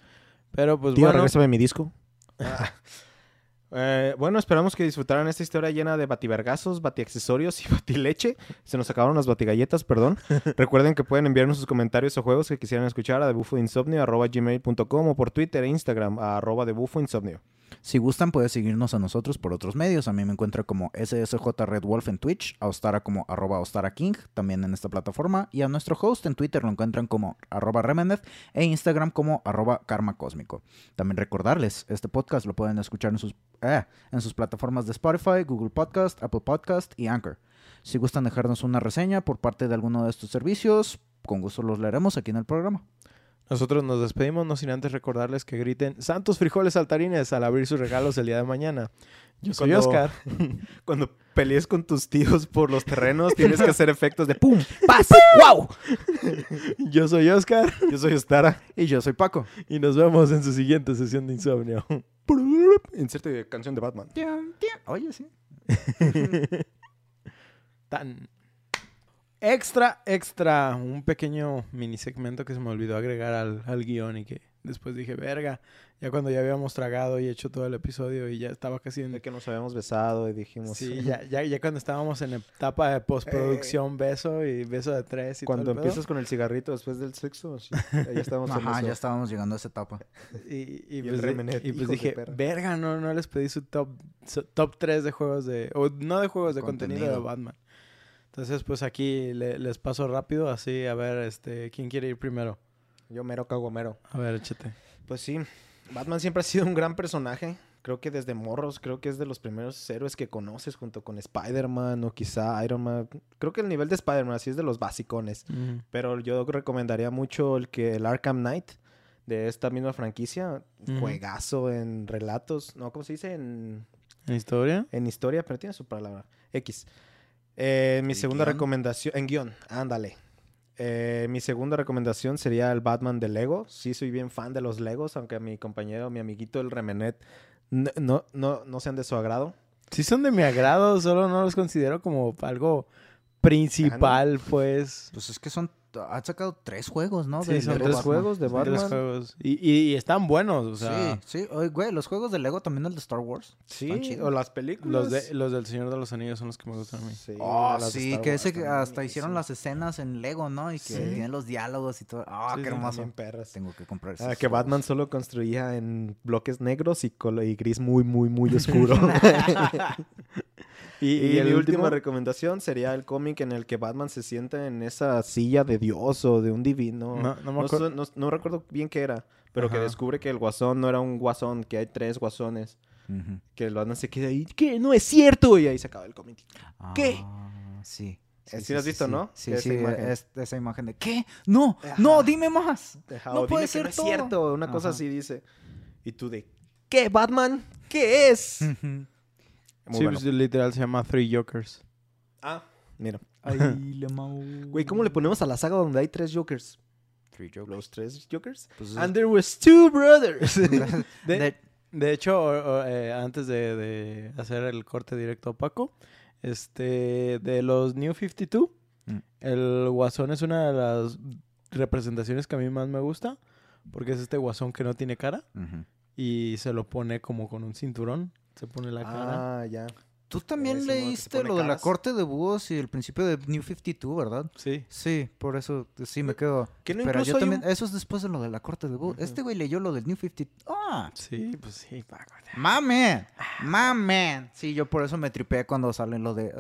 [SPEAKER 1] Pero pues
[SPEAKER 3] Tío,
[SPEAKER 1] bueno,
[SPEAKER 3] regrésame mi disco. Eh, bueno, esperamos que disfrutaran esta historia llena de bativergazos, batiaccesorios y batileche. Se nos acabaron las batigalletas, perdón. Recuerden que pueden enviarnos sus comentarios o juegos que quisieran escuchar a debufoinsomnio.com o por Twitter e Instagram a arroba debufoinsomnio.
[SPEAKER 2] Si gustan, pueden seguirnos a nosotros por otros medios. A mí me encuentra como SSJ Red Wolf en Twitch, a Ostara como arroba Ostara King, también en esta plataforma. Y a nuestro host en Twitter lo encuentran como arroba Remenef e Instagram como arroba Karma Cósmico. También recordarles, este podcast lo pueden escuchar en sus, eh, en sus plataformas de Spotify, Google Podcast, Apple Podcast y Anchor. Si gustan dejarnos una reseña por parte de alguno de estos servicios, con gusto los leeremos aquí en el programa.
[SPEAKER 1] Nosotros nos despedimos, no sin antes recordarles que griten Santos Frijoles Saltarines al abrir sus regalos el día de mañana. Yo soy
[SPEAKER 3] Cuando-
[SPEAKER 1] Oscar.
[SPEAKER 3] Cuando pelees con tus tíos por los terrenos, tienes que hacer efectos de ¡pum!
[SPEAKER 2] ¡Paz! ¡Wow!
[SPEAKER 1] Yo soy Oscar
[SPEAKER 3] Yo soy Ostara.
[SPEAKER 2] Y yo soy Paco.
[SPEAKER 1] y nos vemos en su siguiente sesión de insomnio.
[SPEAKER 3] Inserte de canción de Batman.
[SPEAKER 2] Oye, sí.
[SPEAKER 1] Tan. Extra, extra. Un pequeño mini segmento que se me olvidó agregar al, al guión y que después dije, verga. Ya cuando ya habíamos tragado y hecho todo el episodio y ya estaba casi en.
[SPEAKER 3] De que nos habíamos besado y dijimos...
[SPEAKER 1] Sí, ya, ya, ya cuando estábamos en etapa de postproducción, beso y beso de tres y todo
[SPEAKER 3] Cuando
[SPEAKER 1] el pedo.
[SPEAKER 3] empiezas con el cigarrito después del sexo, sí, ya estamos en
[SPEAKER 2] Ajá,
[SPEAKER 3] eso.
[SPEAKER 2] ya estábamos llegando a esa etapa.
[SPEAKER 1] Y, y
[SPEAKER 3] Y el
[SPEAKER 1] pues, di-
[SPEAKER 3] Remenet,
[SPEAKER 1] y pues
[SPEAKER 3] hijos de
[SPEAKER 1] dije,
[SPEAKER 3] perra.
[SPEAKER 1] verga, no, no les pedí su top, su top 3 de juegos de... O no de juegos, de contenido, de
[SPEAKER 2] Contenido.
[SPEAKER 1] Batman. Entonces, pues aquí le- les paso rápido, así, a ver, este, ¿quién quiere ir primero?
[SPEAKER 3] Yo mero caguamero.
[SPEAKER 1] A ver, échate.
[SPEAKER 3] Pues sí, Batman siempre ha sido un gran personaje. Creo que desde morros, creo que es de los primeros héroes que conoces junto con Spider-Man o quizá Iron Man. Creo que el nivel de Spider-Man sí es de los basicones. Pero yo recomendaría mucho el que el Arkham Knight de esta misma franquicia.
[SPEAKER 1] Ujú.
[SPEAKER 3] Juegazo en relatos, ¿no? ¿Cómo se dice? En,
[SPEAKER 1] ¿En historia?
[SPEAKER 3] en historia, pero tiene su palabra. X. Eh, mi
[SPEAKER 2] ¿En
[SPEAKER 3] segunda
[SPEAKER 2] guión?
[SPEAKER 3] recomendación. En guión, ándale. Eh, mi segunda recomendación sería el Batman de Lego. Sí, soy bien fan de los Legos, aunque mi compañero, mi amiguito, el Remenet, n- no, no, no sean de su agrado.
[SPEAKER 1] Sí son de mi agrado, solo no los considero como algo principal, pues.
[SPEAKER 2] Pues es que son. Han sacado tres juegos, ¿no?
[SPEAKER 1] Sí,
[SPEAKER 2] De
[SPEAKER 1] son
[SPEAKER 2] Lego
[SPEAKER 1] tres
[SPEAKER 2] Batman.
[SPEAKER 3] juegos de
[SPEAKER 1] son tres
[SPEAKER 3] Batman.
[SPEAKER 1] juegos. Y, y- y están buenos, o sea,
[SPEAKER 2] sí, sí. Oye, güey, los juegos de Lego también, el de Star Wars. están
[SPEAKER 3] Sí,
[SPEAKER 2] chidos.
[SPEAKER 3] o las películas.
[SPEAKER 1] los, de, los del Señor de los Anillos son los que me gustan a mí.
[SPEAKER 3] Sí,
[SPEAKER 2] Oh,
[SPEAKER 3] las de
[SPEAKER 2] sí,
[SPEAKER 3] Star
[SPEAKER 2] que
[SPEAKER 3] Wars
[SPEAKER 2] ese que
[SPEAKER 3] también,
[SPEAKER 2] hasta hicieron
[SPEAKER 3] buenísimo.
[SPEAKER 2] las escenas en Lego, ¿no? Y
[SPEAKER 1] Sí.
[SPEAKER 2] que tienen los diálogos y todo. Ah,
[SPEAKER 1] Sí,
[SPEAKER 2] qué
[SPEAKER 1] sí,
[SPEAKER 2] hermoso.
[SPEAKER 3] También perras.
[SPEAKER 2] Tengo que comprar
[SPEAKER 3] Ah,
[SPEAKER 2] esos
[SPEAKER 3] que
[SPEAKER 2] juegos.
[SPEAKER 3] Batman solo construía en bloques negros y, colo- y gris muy, muy, muy oscuro.
[SPEAKER 1] Y,
[SPEAKER 3] Y,
[SPEAKER 1] y el
[SPEAKER 3] mi
[SPEAKER 1] último,
[SPEAKER 3] última recomendación sería el cómic en el que Batman se sienta en esa silla de Dios o de un divino.
[SPEAKER 1] No, no me
[SPEAKER 3] sé-
[SPEAKER 1] acuerdo.
[SPEAKER 3] no- no recuerdo bien qué era, pero que
[SPEAKER 1] Ajá.
[SPEAKER 3] descubre que el guasón no era un guasón, que hay tres guasones.
[SPEAKER 2] Ujú.
[SPEAKER 3] Que el Batman se queda ahí, que no es cierto. Y ahí se acaba el cómic. ¿Qué?
[SPEAKER 2] Ah, sí.
[SPEAKER 3] Eh, sí lo has visto, ¿no?
[SPEAKER 2] Sí,
[SPEAKER 3] Esa
[SPEAKER 2] sí,
[SPEAKER 3] imagen.
[SPEAKER 2] es- esa imagen de ¿qué? No,
[SPEAKER 3] Ajá.
[SPEAKER 2] no, dime más.
[SPEAKER 3] Ajá,
[SPEAKER 2] No
[SPEAKER 3] o
[SPEAKER 2] puede
[SPEAKER 3] dime que
[SPEAKER 2] ser
[SPEAKER 3] es
[SPEAKER 2] todo.
[SPEAKER 3] cierto, una cosa
[SPEAKER 2] Ajá.
[SPEAKER 3] así dice. Y tú de, ¿qué, Batman? ¿Qué es? Muy
[SPEAKER 1] sí,
[SPEAKER 3] bueno.
[SPEAKER 1] pues, literal se llama Three Jokers.
[SPEAKER 3] Ah, mira.
[SPEAKER 2] Ay, le mau.
[SPEAKER 3] Güey, ¿cómo le ponemos a la saga donde hay tres Jokers?
[SPEAKER 2] Three
[SPEAKER 3] ¿Los tres Jokers?
[SPEAKER 2] Pues es-
[SPEAKER 3] And there was two brothers.
[SPEAKER 1] De,
[SPEAKER 2] de-
[SPEAKER 1] de hecho, o- o, eh, antes de, de hacer el corte directo a Paco, este, de los New 52,
[SPEAKER 2] Mm.
[SPEAKER 1] el guasón es una de las representaciones que a mí más me gusta, porque es este guasón que no tiene cara
[SPEAKER 2] Ujú.
[SPEAKER 1] y se lo pone como con un cinturón, se pone la cara.
[SPEAKER 3] ah, ya.
[SPEAKER 2] Tú también
[SPEAKER 3] Ese modo que se
[SPEAKER 2] leíste
[SPEAKER 3] pone
[SPEAKER 2] lo de la
[SPEAKER 3] caras.
[SPEAKER 2] corte de búhos y el principio de New 52, ¿verdad?
[SPEAKER 1] Sí.
[SPEAKER 2] Sí, por eso eh, sí me quedo.
[SPEAKER 3] Que no
[SPEAKER 2] Pero
[SPEAKER 3] incluso
[SPEAKER 2] yo
[SPEAKER 3] hay
[SPEAKER 2] también,
[SPEAKER 3] un-
[SPEAKER 2] eso es después de lo de la corte de búhos.
[SPEAKER 3] Ujú.
[SPEAKER 2] Este güey leyó lo del New 52. ¡Ah!
[SPEAKER 3] eh,
[SPEAKER 1] Sí, pues sí, Paco.
[SPEAKER 2] ¡Mamen!
[SPEAKER 3] Ah.
[SPEAKER 2] ¡Mamen! Sí, yo por eso me tripeé cuando salen lo de. eh,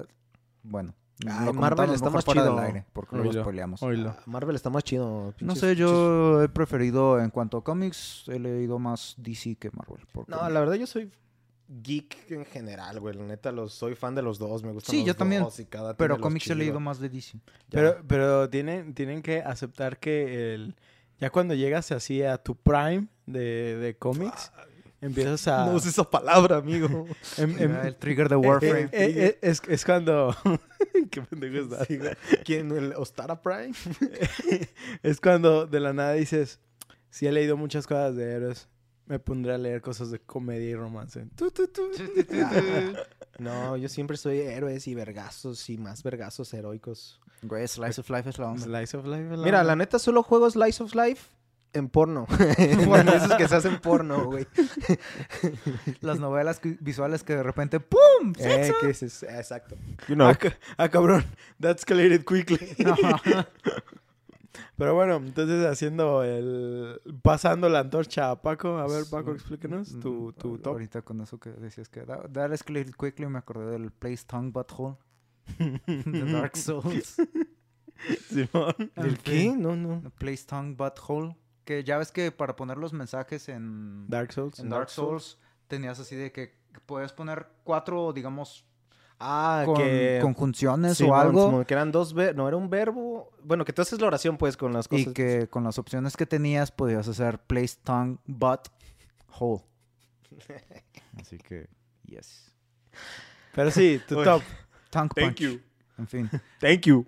[SPEAKER 2] Bueno.
[SPEAKER 3] Ay,
[SPEAKER 2] lo comentamos
[SPEAKER 3] Ah, Marvel está
[SPEAKER 2] mejor
[SPEAKER 3] más
[SPEAKER 2] fuera del
[SPEAKER 3] chido.
[SPEAKER 2] aire, porque luego
[SPEAKER 1] Oílo,
[SPEAKER 2] spoileamos.
[SPEAKER 1] Oílo.
[SPEAKER 3] Marvel está más chido.
[SPEAKER 2] No
[SPEAKER 3] pinches-
[SPEAKER 2] sé, yo he preferido en cuanto a cómics, he leído más DC que Marvel. porque-
[SPEAKER 3] No, la verdad yo soy geek en general, güey. La neta, los, soy fan de los dos. Me gustan
[SPEAKER 2] Sí,
[SPEAKER 3] los
[SPEAKER 2] yo también,
[SPEAKER 3] dos y cada tiene
[SPEAKER 2] pero
[SPEAKER 3] los
[SPEAKER 2] cómics he
[SPEAKER 3] chidos.
[SPEAKER 2] leído más de DC.
[SPEAKER 3] Ya.
[SPEAKER 1] Pero, pero tienen, tienen que aceptar que el, ya cuando llegas así a tu prime de, de cómics, empiezas a...
[SPEAKER 3] Ah, No uses esa palabra, amigo.
[SPEAKER 1] em- em-
[SPEAKER 2] el trigger de
[SPEAKER 1] Eh,
[SPEAKER 2] Warframe.
[SPEAKER 1] eh, eh, es, es cuando. Qué pendejo estás.
[SPEAKER 3] Sí, güey. ¿Quién? ¿El Ostara Prime?
[SPEAKER 1] Es cuando de la nada dices: Sí, he leído muchas cosas de héroes. Me pondré a leer cosas de comedia y romance. Tu, tu, tu.
[SPEAKER 3] No, yo siempre soy héroes y vergazos y más vergazos heroicos.
[SPEAKER 2] Güey, Slice of Life es la onda.
[SPEAKER 1] Slice of life.
[SPEAKER 3] Mira, la neta solo juego Slice of Life en porno. bueno, esos que se hacen porno, güey.
[SPEAKER 2] Las novelas que- visuales que de repente ¡pum!
[SPEAKER 3] Eh, ¿qué dices? Eh, Exacto.
[SPEAKER 1] no. Ah, ca- ah, cabrón. That escalated quickly.
[SPEAKER 2] Ajá.
[SPEAKER 1] Pero bueno, entonces haciendo el. Pasando la antorcha a Paco. A ver, Paco, explícanos tu, tu
[SPEAKER 2] Mm,
[SPEAKER 1] top.
[SPEAKER 2] Ahorita con eso que decías que... da- Dale click quickly me acordé del Place Tongue Butthole. The Dark Souls.
[SPEAKER 1] Simón.
[SPEAKER 2] En
[SPEAKER 3] ¿El qué?
[SPEAKER 2] fin,
[SPEAKER 3] No, no.
[SPEAKER 2] Place Tongue Butthole. Que ya ves que para poner los mensajes en...
[SPEAKER 1] Dark Souls.
[SPEAKER 2] en Dark Souls tenías así de que podías poner cuatro, digamos,
[SPEAKER 3] Ah,
[SPEAKER 2] con-
[SPEAKER 3] que...
[SPEAKER 2] conjunciones o
[SPEAKER 3] Simón,
[SPEAKER 2] algo.
[SPEAKER 3] Simón, que eran dos ver- No, era un verbo. Bueno, que tú haces la oración, pues, con las cosas.
[SPEAKER 2] Y que con las opciones que tenías podías hacer place tongue butt hole. Así que, yes.
[SPEAKER 1] Pero sí, tu
[SPEAKER 3] Oye.
[SPEAKER 1] top.
[SPEAKER 2] Tongue punch. En fin.
[SPEAKER 3] Thank you.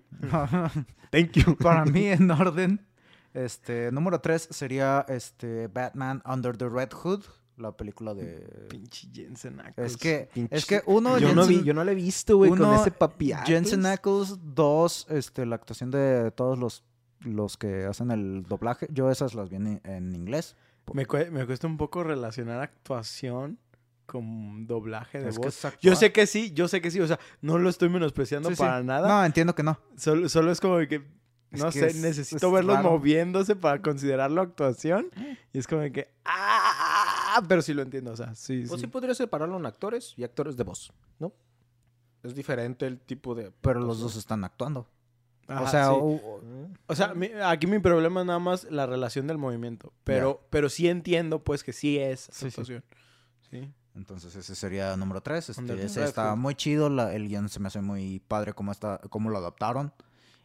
[SPEAKER 3] Thank you.
[SPEAKER 2] Para mí, en orden, este, número 3 sería este, Batman Under the Red Hood, la película de...
[SPEAKER 1] Pinche Jensen Ackles.
[SPEAKER 2] Es que,
[SPEAKER 3] pinche-
[SPEAKER 2] es que uno,
[SPEAKER 3] Yo no,
[SPEAKER 2] Jensen-
[SPEAKER 3] vi, yo no la he visto, güey, con
[SPEAKER 2] Uno,
[SPEAKER 3] ese papiato.
[SPEAKER 2] Jensen Ackles, dos, este, la actuación de todos los, los que hacen el doblaje. Yo esas las vi en, en inglés.
[SPEAKER 1] Me, cue- me cuesta un poco relacionar actuación con doblaje de
[SPEAKER 2] Es que
[SPEAKER 1] voz.
[SPEAKER 2] es actuar.
[SPEAKER 1] Yo sé que sí, yo sé que sí. O sea, no lo estoy menospreciando
[SPEAKER 2] Sí, sí.
[SPEAKER 1] para nada.
[SPEAKER 2] No, entiendo que no.
[SPEAKER 1] Solo, solo es como que,
[SPEAKER 2] Es
[SPEAKER 1] no
[SPEAKER 2] que
[SPEAKER 1] sé,
[SPEAKER 2] es-
[SPEAKER 1] necesito
[SPEAKER 2] es
[SPEAKER 1] verlos
[SPEAKER 2] raro.
[SPEAKER 1] moviéndose para considerarlo actuación. Y es como que, ¡ah! Pero sí lo entiendo, o sea, sí,
[SPEAKER 3] Pues sí
[SPEAKER 1] sí.
[SPEAKER 3] podría separarlo en actores y actores de voz, ¿no? Es diferente el tipo de...
[SPEAKER 2] Pero los dos están actuando. o
[SPEAKER 1] Pues Ajá,
[SPEAKER 2] sea,
[SPEAKER 1] sí.
[SPEAKER 2] u-
[SPEAKER 1] O sea, mi- aquí mi problema es nada más la relación del movimiento. Pero, pero sí entiendo, pues, que sí es
[SPEAKER 2] Sí, sí.
[SPEAKER 1] actuación. Sí.
[SPEAKER 2] entonces ese sería número 3.
[SPEAKER 1] Under the
[SPEAKER 2] Este, ese
[SPEAKER 1] Red
[SPEAKER 2] está
[SPEAKER 1] Hood.
[SPEAKER 2] muy chido. la- el guión se me hace muy padre cómo, está, cómo lo adaptaron.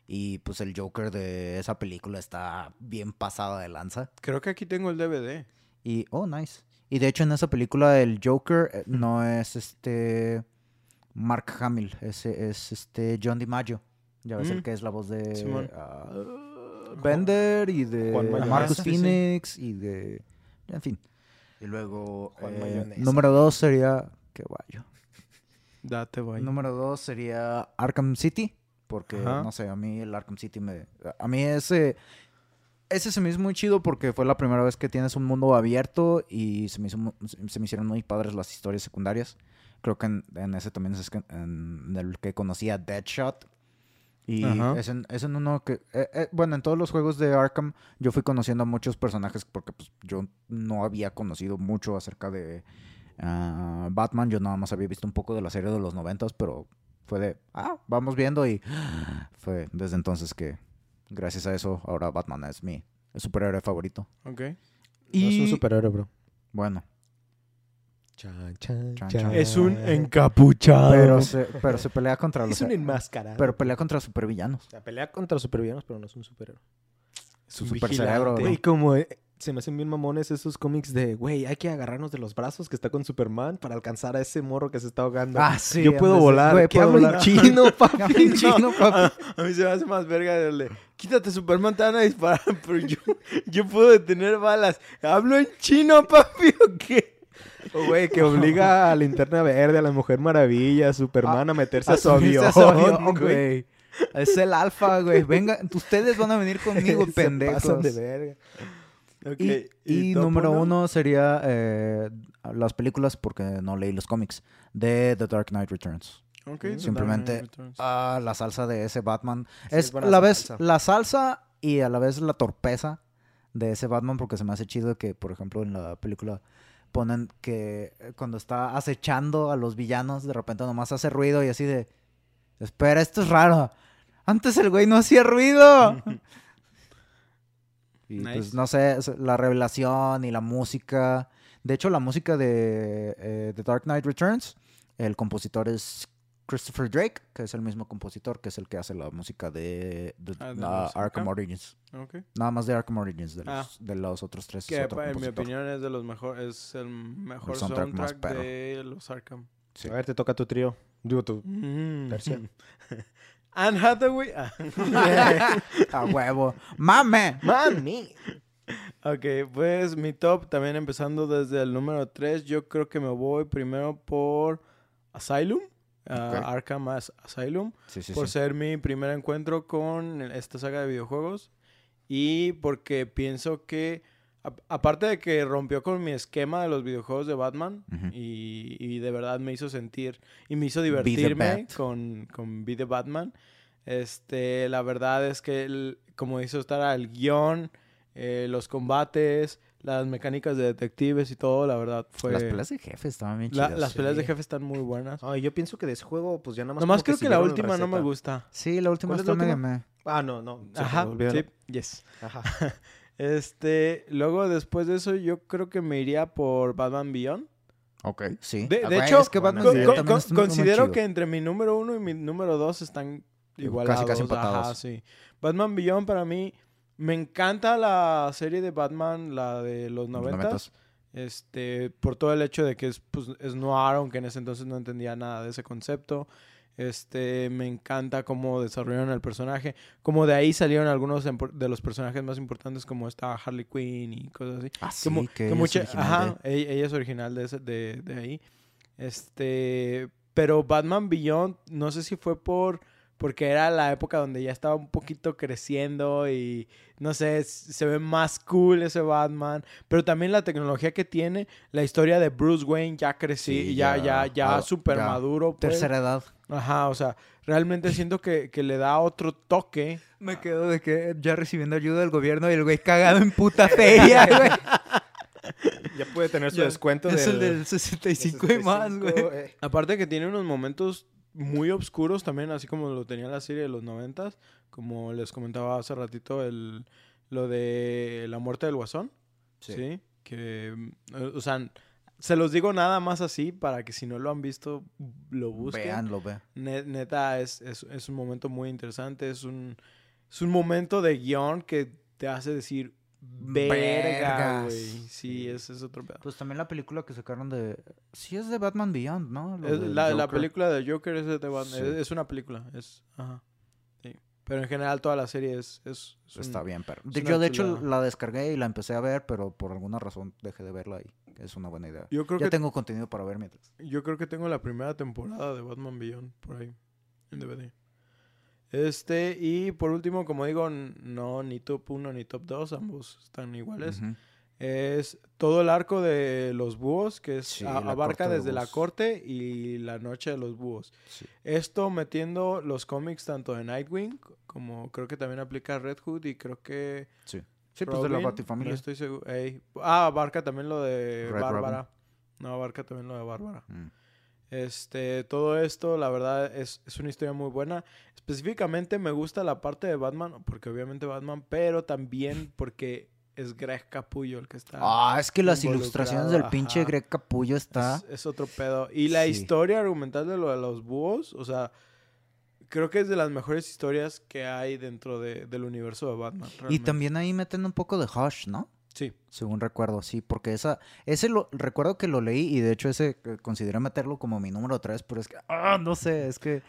[SPEAKER 2] Y pues el Joker de esa película está bien pasada de lanza.
[SPEAKER 1] Creo que aquí tengo el DVD.
[SPEAKER 2] Y, oh, nice. Y de hecho en esa película el Joker eh, no es este Mark Hamill, ese es este John DiMaggio. Ya ves
[SPEAKER 1] Mm.
[SPEAKER 2] el que es la voz de
[SPEAKER 1] Simón.
[SPEAKER 2] ah, Bender y de
[SPEAKER 3] Juan Mayonesa.
[SPEAKER 2] Marcus
[SPEAKER 1] Sí, sí.
[SPEAKER 2] Phoenix y de... En fin. Y luego
[SPEAKER 3] Juan
[SPEAKER 2] eh,
[SPEAKER 3] Mayonesa.
[SPEAKER 2] número dos sería... Qué guayo.
[SPEAKER 1] Date, vaya.
[SPEAKER 2] Número dos sería Arkham City, porque
[SPEAKER 1] Ajá.
[SPEAKER 2] no sé, a mí el Arkham City me... A mí ese... Ese se me hizo muy chido porque fue la primera vez que tienes un mundo abierto y se me, hizo mu- se- se me hicieron muy padres las historias secundarias. Creo que en, en ese también es que- en el que conocía Deadshot. Y
[SPEAKER 1] Ajá.
[SPEAKER 2] es en, es en uno que... eh, eh, bueno, en todos los juegos de Arkham yo fui conociendo a muchos personajes porque pues, yo no había conocido mucho acerca de ah, Batman. Yo nada más había visto un poco de la serie de los noventas, pero Fue de, ah, vamos viendo y fue desde entonces que gracias a eso ahora Batman es mi superhéroe favorito.
[SPEAKER 1] Ok.
[SPEAKER 3] No es un
[SPEAKER 2] Y-
[SPEAKER 3] superhéroe, bro.
[SPEAKER 2] Bueno,
[SPEAKER 3] Chan, chan,
[SPEAKER 2] Chan,
[SPEAKER 3] chan.
[SPEAKER 2] chan.
[SPEAKER 1] Es un encapuchado.
[SPEAKER 2] pero se, pero se pelea contra los...
[SPEAKER 3] Es un enmascarado.
[SPEAKER 2] Pero pelea contra supervillanos.
[SPEAKER 3] La pelea contra supervillanos, pero no es un superhéroe.
[SPEAKER 1] Es un
[SPEAKER 2] super
[SPEAKER 1] vigilante.
[SPEAKER 2] cerebro,
[SPEAKER 3] Güey, como eh, se me hacen bien mamones esos cómics de, güey, hay que agarrarnos de los brazos que está con Superman para alcanzar a ese morro que se está ahogando.
[SPEAKER 2] sí.
[SPEAKER 3] Yo puedo volar.
[SPEAKER 2] Güey,
[SPEAKER 3] ¿Qué
[SPEAKER 2] puedo
[SPEAKER 3] hablo en
[SPEAKER 2] volar.
[SPEAKER 3] chino,
[SPEAKER 2] Habla
[SPEAKER 3] papi? Ah,
[SPEAKER 2] en chino, papi.
[SPEAKER 1] A mí se me hace más verga el de quítate Superman, te van a disparar, pero yo, yo puedo detener balas. Hablo en chino, papi, o qué?
[SPEAKER 3] O, Oh, Güey, que obliga a Linterna Verde, a la Mujer Maravilla, a Superman
[SPEAKER 1] Ah,
[SPEAKER 3] a meterse a su
[SPEAKER 2] Asumiste
[SPEAKER 3] avión,
[SPEAKER 2] a su avión,
[SPEAKER 3] güey.
[SPEAKER 2] güey. Es el alfa, güey. Venga, ustedes van a venir conmigo,
[SPEAKER 3] Se
[SPEAKER 2] pendejos.
[SPEAKER 3] pasan de verga.
[SPEAKER 1] Ok,
[SPEAKER 2] Y, y
[SPEAKER 1] top
[SPEAKER 2] número uno sería eh, las películas, porque no leí los cómics, de The Dark Knight Returns.
[SPEAKER 1] Ok, totalmente.
[SPEAKER 2] Simplemente- Ah, la salsa de ese Batman.
[SPEAKER 3] es
[SPEAKER 2] es a
[SPEAKER 3] buena
[SPEAKER 2] la vez
[SPEAKER 3] salsa.
[SPEAKER 2] la salsa y a la vez la torpeza de ese Batman, porque se me hace chido que, por ejemplo, en la película ponen que eh, cuando está acechando a los villanos, de repente nomás hace ruido y así de... Espera, esto es raro. Antes el güey no hacía ruido. Y pues
[SPEAKER 1] Nice.
[SPEAKER 2] no sé, es la revelación y la música. De hecho, la música de eh, The Dark Knight Returns, el compositor es Christopher Drake, que es el mismo compositor que es el que hace la música de, de-
[SPEAKER 1] Ah, de
[SPEAKER 2] la
[SPEAKER 1] los
[SPEAKER 2] Arkham
[SPEAKER 1] Arkham.
[SPEAKER 2] Origins.
[SPEAKER 1] Ok.
[SPEAKER 2] Nada más de Arkham Origins, de los,
[SPEAKER 1] Ah.
[SPEAKER 2] de los otros tres. es
[SPEAKER 1] Que
[SPEAKER 2] otro
[SPEAKER 1] pa- en mi
[SPEAKER 2] compositor.
[SPEAKER 1] opinión es de los mejores, es el mejor
[SPEAKER 2] El soundtrack
[SPEAKER 1] soundtrack,
[SPEAKER 2] más perro.
[SPEAKER 1] de los Arkham.
[SPEAKER 2] Sí.
[SPEAKER 3] A ver, te toca tu trío. Digo, tu... Tercia.
[SPEAKER 1] Mm. Anne Hathaway. Ah.
[SPEAKER 2] A huevo. ¡Mame!
[SPEAKER 3] ¡Mami!
[SPEAKER 1] ok, pues mi top también empezando desde el número 3. Yo creo que me voy primero por Asylum. ah,
[SPEAKER 2] Ok.
[SPEAKER 1] Arkham As- Asylum.
[SPEAKER 2] Sí, sí,
[SPEAKER 1] por
[SPEAKER 2] sí.
[SPEAKER 1] ser mi primer encuentro con el- esta saga de videojuegos y porque pienso que a- aparte de que rompió con mi esquema de los videojuegos de Batman
[SPEAKER 2] Ujú.
[SPEAKER 1] y, y de verdad me hizo sentir y me hizo
[SPEAKER 2] the
[SPEAKER 1] divertirme
[SPEAKER 2] Bat.
[SPEAKER 1] con con Be the Batman este la verdad es que el- como hizo estar al guión eh, los combates las mecánicas de detectives y todo la verdad fue
[SPEAKER 2] Las peleas de jefe estaban bien
[SPEAKER 1] la-
[SPEAKER 2] chidas.
[SPEAKER 1] las peleas de
[SPEAKER 3] sí.
[SPEAKER 1] jefe están muy buenas
[SPEAKER 3] Ay, yo pienso que de ese juego, pues ya nada más...
[SPEAKER 1] nomás
[SPEAKER 3] como
[SPEAKER 1] creo que la
[SPEAKER 3] siguieron
[SPEAKER 1] última no me
[SPEAKER 3] receta.
[SPEAKER 1] gusta
[SPEAKER 2] Sí, la última
[SPEAKER 3] ¿Cuál es
[SPEAKER 2] está
[SPEAKER 3] la
[SPEAKER 2] medio
[SPEAKER 3] última?
[SPEAKER 2] meh.
[SPEAKER 3] Ah, no, no. se
[SPEAKER 1] Ajá,
[SPEAKER 3] me olvidaron.
[SPEAKER 1] sí, yes.
[SPEAKER 3] Ajá.
[SPEAKER 1] Este, luego después de eso yo creo que me iría por Batman Beyond.
[SPEAKER 2] Ok. Sí.
[SPEAKER 1] De,
[SPEAKER 2] Ah,
[SPEAKER 1] de
[SPEAKER 2] güey,
[SPEAKER 1] hecho,
[SPEAKER 2] es que Batman
[SPEAKER 1] con-
[SPEAKER 2] Beyond
[SPEAKER 1] con-
[SPEAKER 2] también
[SPEAKER 1] con-
[SPEAKER 2] está muy
[SPEAKER 1] considero
[SPEAKER 2] chido.
[SPEAKER 1] que entre mi número uno y mi número dos están
[SPEAKER 2] Casi,
[SPEAKER 1] igualados. ajá,
[SPEAKER 2] casi empatados.
[SPEAKER 1] sí. Batman Beyond para mí, me encanta la serie de Batman, la de los
[SPEAKER 2] Los
[SPEAKER 1] noventas.
[SPEAKER 2] noventas.
[SPEAKER 1] Este, por todo el hecho de que es, pues, es noir, aunque en ese entonces no entendía nada de ese concepto. Este, me encanta cómo desarrollaron el personaje. Como de ahí salieron algunos empor- de los personajes más importantes, como esta Harley Quinn y cosas así.
[SPEAKER 2] Ah,
[SPEAKER 1] Que
[SPEAKER 2] sí,
[SPEAKER 1] mu- que
[SPEAKER 2] ella es
[SPEAKER 1] mucha-
[SPEAKER 2] original
[SPEAKER 1] ajá,
[SPEAKER 2] de-
[SPEAKER 1] e- ella, es original de, ese- de, de ahí. Este, pero Batman Beyond, no sé si fue por porque era la época donde ya estaba un poquito creciendo y no sé, s- se ve más cool ese Batman, pero también la tecnología que tiene, la historia de Bruce Wayne ya crecí,
[SPEAKER 2] Sí,
[SPEAKER 1] y ya
[SPEAKER 2] ya,
[SPEAKER 1] ya ya
[SPEAKER 2] ah,
[SPEAKER 1] super
[SPEAKER 2] ya.
[SPEAKER 1] maduro, pues.
[SPEAKER 2] Tercera edad.
[SPEAKER 1] Ajá, o sea, realmente siento que, que le da otro toque.
[SPEAKER 2] Me quedo de que ya recibiendo ayuda del gobierno y el güey cagado en puta feria, güey.
[SPEAKER 3] Ya puede tener su
[SPEAKER 1] Ya,
[SPEAKER 3] descuento
[SPEAKER 2] es el
[SPEAKER 3] del...
[SPEAKER 2] del 65 y más, güey.
[SPEAKER 3] 65, eh.
[SPEAKER 1] Aparte que tiene unos momentos muy oscuros también, así como lo tenía la serie de los noventas, como les comentaba hace ratito el, lo de la muerte del guasón, sí, que, mm, eh, o sea, se los digo nada más así para que si no lo han visto lo busquen.
[SPEAKER 2] Veanlo, ve.
[SPEAKER 1] Ne- neta es, es, es un momento muy interesante, es un es un momento de guión que te hace decir verga,
[SPEAKER 2] Vergas.
[SPEAKER 1] güey. Sí, ese es otro pedo.
[SPEAKER 2] Pues también la película que sacaron de... Sí es de Batman Beyond, ¿no? Lo
[SPEAKER 1] Es
[SPEAKER 2] del
[SPEAKER 1] la, la
[SPEAKER 2] Joker.
[SPEAKER 1] película de Joker es, de The Batman,
[SPEAKER 2] Sí.
[SPEAKER 1] es, es una película. Es, ajá, sí. Pero en general toda la serie es... es, es un-
[SPEAKER 2] Está bien, pero...
[SPEAKER 1] es
[SPEAKER 2] De-
[SPEAKER 1] una
[SPEAKER 2] Yo, de hecho,
[SPEAKER 1] chulada.
[SPEAKER 2] la descargué y la empecé a ver, pero por alguna razón dejé de verla y es una buena idea.
[SPEAKER 1] Yo creo,
[SPEAKER 2] Ya
[SPEAKER 1] que,
[SPEAKER 2] tengo contenido para ver mientras.
[SPEAKER 1] yo creo que tengo la primera temporada de Batman Beyond por ahí en DVD. Este, y por último, como digo, n- no ni top 1 ni top 2, ambos están iguales.
[SPEAKER 2] Ujú.
[SPEAKER 1] Es todo el arco de los búhos, que es-
[SPEAKER 2] Sí,
[SPEAKER 1] a-
[SPEAKER 2] la
[SPEAKER 1] abarca
[SPEAKER 2] corte de
[SPEAKER 1] desde la
[SPEAKER 2] búhos.
[SPEAKER 1] corte y la noche de los búhos.
[SPEAKER 2] Sí.
[SPEAKER 1] Esto metiendo los cómics tanto de Nightwing como creo que también aplica Red Hood y creo que...
[SPEAKER 2] Sí. Sí, pues de la
[SPEAKER 1] Robin,
[SPEAKER 2] Batifamilia.
[SPEAKER 1] No estoy seguro. ey. Ah, abarca también lo de
[SPEAKER 2] Red
[SPEAKER 1] Bárbara. No, abarca también lo de Bárbara.
[SPEAKER 2] Mm.
[SPEAKER 1] Este, todo esto, la verdad, es, es una historia muy buena. Específicamente me gusta la parte de Batman, porque obviamente Batman, pero también porque es Greg Capullo el que está.
[SPEAKER 2] Ah, es que las
[SPEAKER 1] involucrado,
[SPEAKER 2] ilustraciones del pinche
[SPEAKER 1] ajá.
[SPEAKER 2] Greg Capullo está...
[SPEAKER 1] Es, es otro pedo. Y la
[SPEAKER 2] Sí.
[SPEAKER 1] historia argumental de lo de los búhos, o sea, creo que es de las mejores historias que hay dentro de- del universo de Batman.
[SPEAKER 2] Y
[SPEAKER 1] realmente.
[SPEAKER 2] también ahí meten un poco de Hush, ¿no?
[SPEAKER 1] Sí.
[SPEAKER 2] Según recuerdo, sí, porque esa, ese lo, recuerdo que lo leí y de hecho ese eh, consideré meterlo como mi número 3, pero es que, ah, no sé, es que, es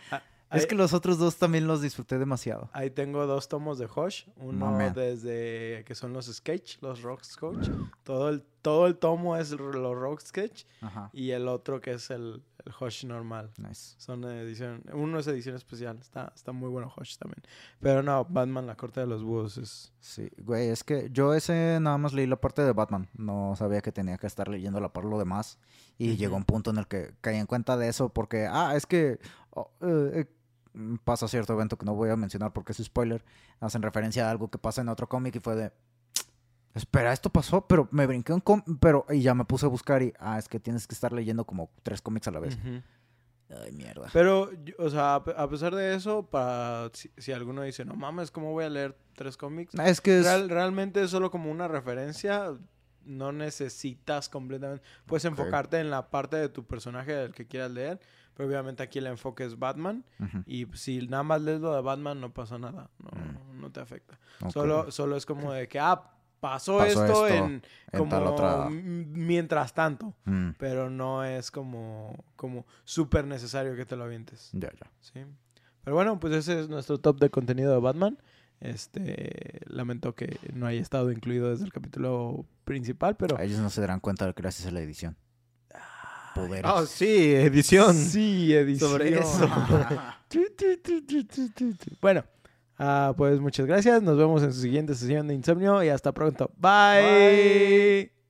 [SPEAKER 1] Ahí-
[SPEAKER 2] que los otros dos también los disfruté demasiado.
[SPEAKER 1] Ahí tengo dos tomos de Hosh, uno
[SPEAKER 2] Mamen.
[SPEAKER 1] desde que son los sketch, los rock sketch, todo el todo el tomo es r- los rock sketch
[SPEAKER 2] Ajá,
[SPEAKER 1] y el otro que es el, el Hosh normal.
[SPEAKER 2] nice.
[SPEAKER 1] Son edición, uno es edición especial, está está muy bueno Hosh también. Pero no, Batman la corte de los búhos es
[SPEAKER 2] Sí, güey, es que yo ese nada más leí la parte de Batman, no sabía que tenía que estar leyendo la parte de lo demás y
[SPEAKER 1] Ujú.
[SPEAKER 2] llegó un punto en el que caí en cuenta de eso porque, ah, es que oh, eh, eh, pasa cierto evento que no voy a mencionar porque es spoiler, hacen referencia a algo que pasa en otro cómic y fue de, espera, esto pasó, pero me brinqué un cómic, pero, y ya me puse a buscar y, ah, es que tienes que estar leyendo como tres cómics a la vez.
[SPEAKER 1] Ujú.
[SPEAKER 2] Ay, mierda.
[SPEAKER 1] Pero yo- o sea, a pe- a pesar de eso, para si, si alguno dice, "No mames, ¿cómo voy a leer tres cómics?"
[SPEAKER 2] es que es...
[SPEAKER 1] Real- realmente es solo como una referencia. No necesitas completamente. Puedes enfocarte en la parte de tu personaje del que quieras leer. Pero obviamente aquí el enfoque es Batman.
[SPEAKER 2] Ujú,
[SPEAKER 1] Y si nada más lees lo de Batman, no pasa nada. No,
[SPEAKER 2] Mm.
[SPEAKER 1] no te afecta.
[SPEAKER 2] ok.
[SPEAKER 1] Solo, solo es como de que, ah, pasó,
[SPEAKER 2] Pasó
[SPEAKER 1] esto,
[SPEAKER 2] esto
[SPEAKER 1] en,
[SPEAKER 2] En
[SPEAKER 1] como
[SPEAKER 2] tal otra-
[SPEAKER 1] m- mientras tanto.
[SPEAKER 2] Mm,
[SPEAKER 1] Pero no es como, como súper necesario que te lo avientes.
[SPEAKER 2] ya, ya.
[SPEAKER 1] Sí. Pero bueno, pues ese es nuestro top de contenido de Batman. Este, lamento que no haya estado incluido desde el capítulo principal, pero...
[SPEAKER 2] Ellos no se darán cuenta gracias a la edición. Poderes.
[SPEAKER 3] Ah, sí, edición.
[SPEAKER 1] Sí, edición.
[SPEAKER 3] Sobre eso.
[SPEAKER 1] Tu, tu, tu, tu, tu, tu, tu. bueno, ah, pues muchas gracias. Nos vemos en su siguiente sesión de Insomnio y hasta pronto. Bye.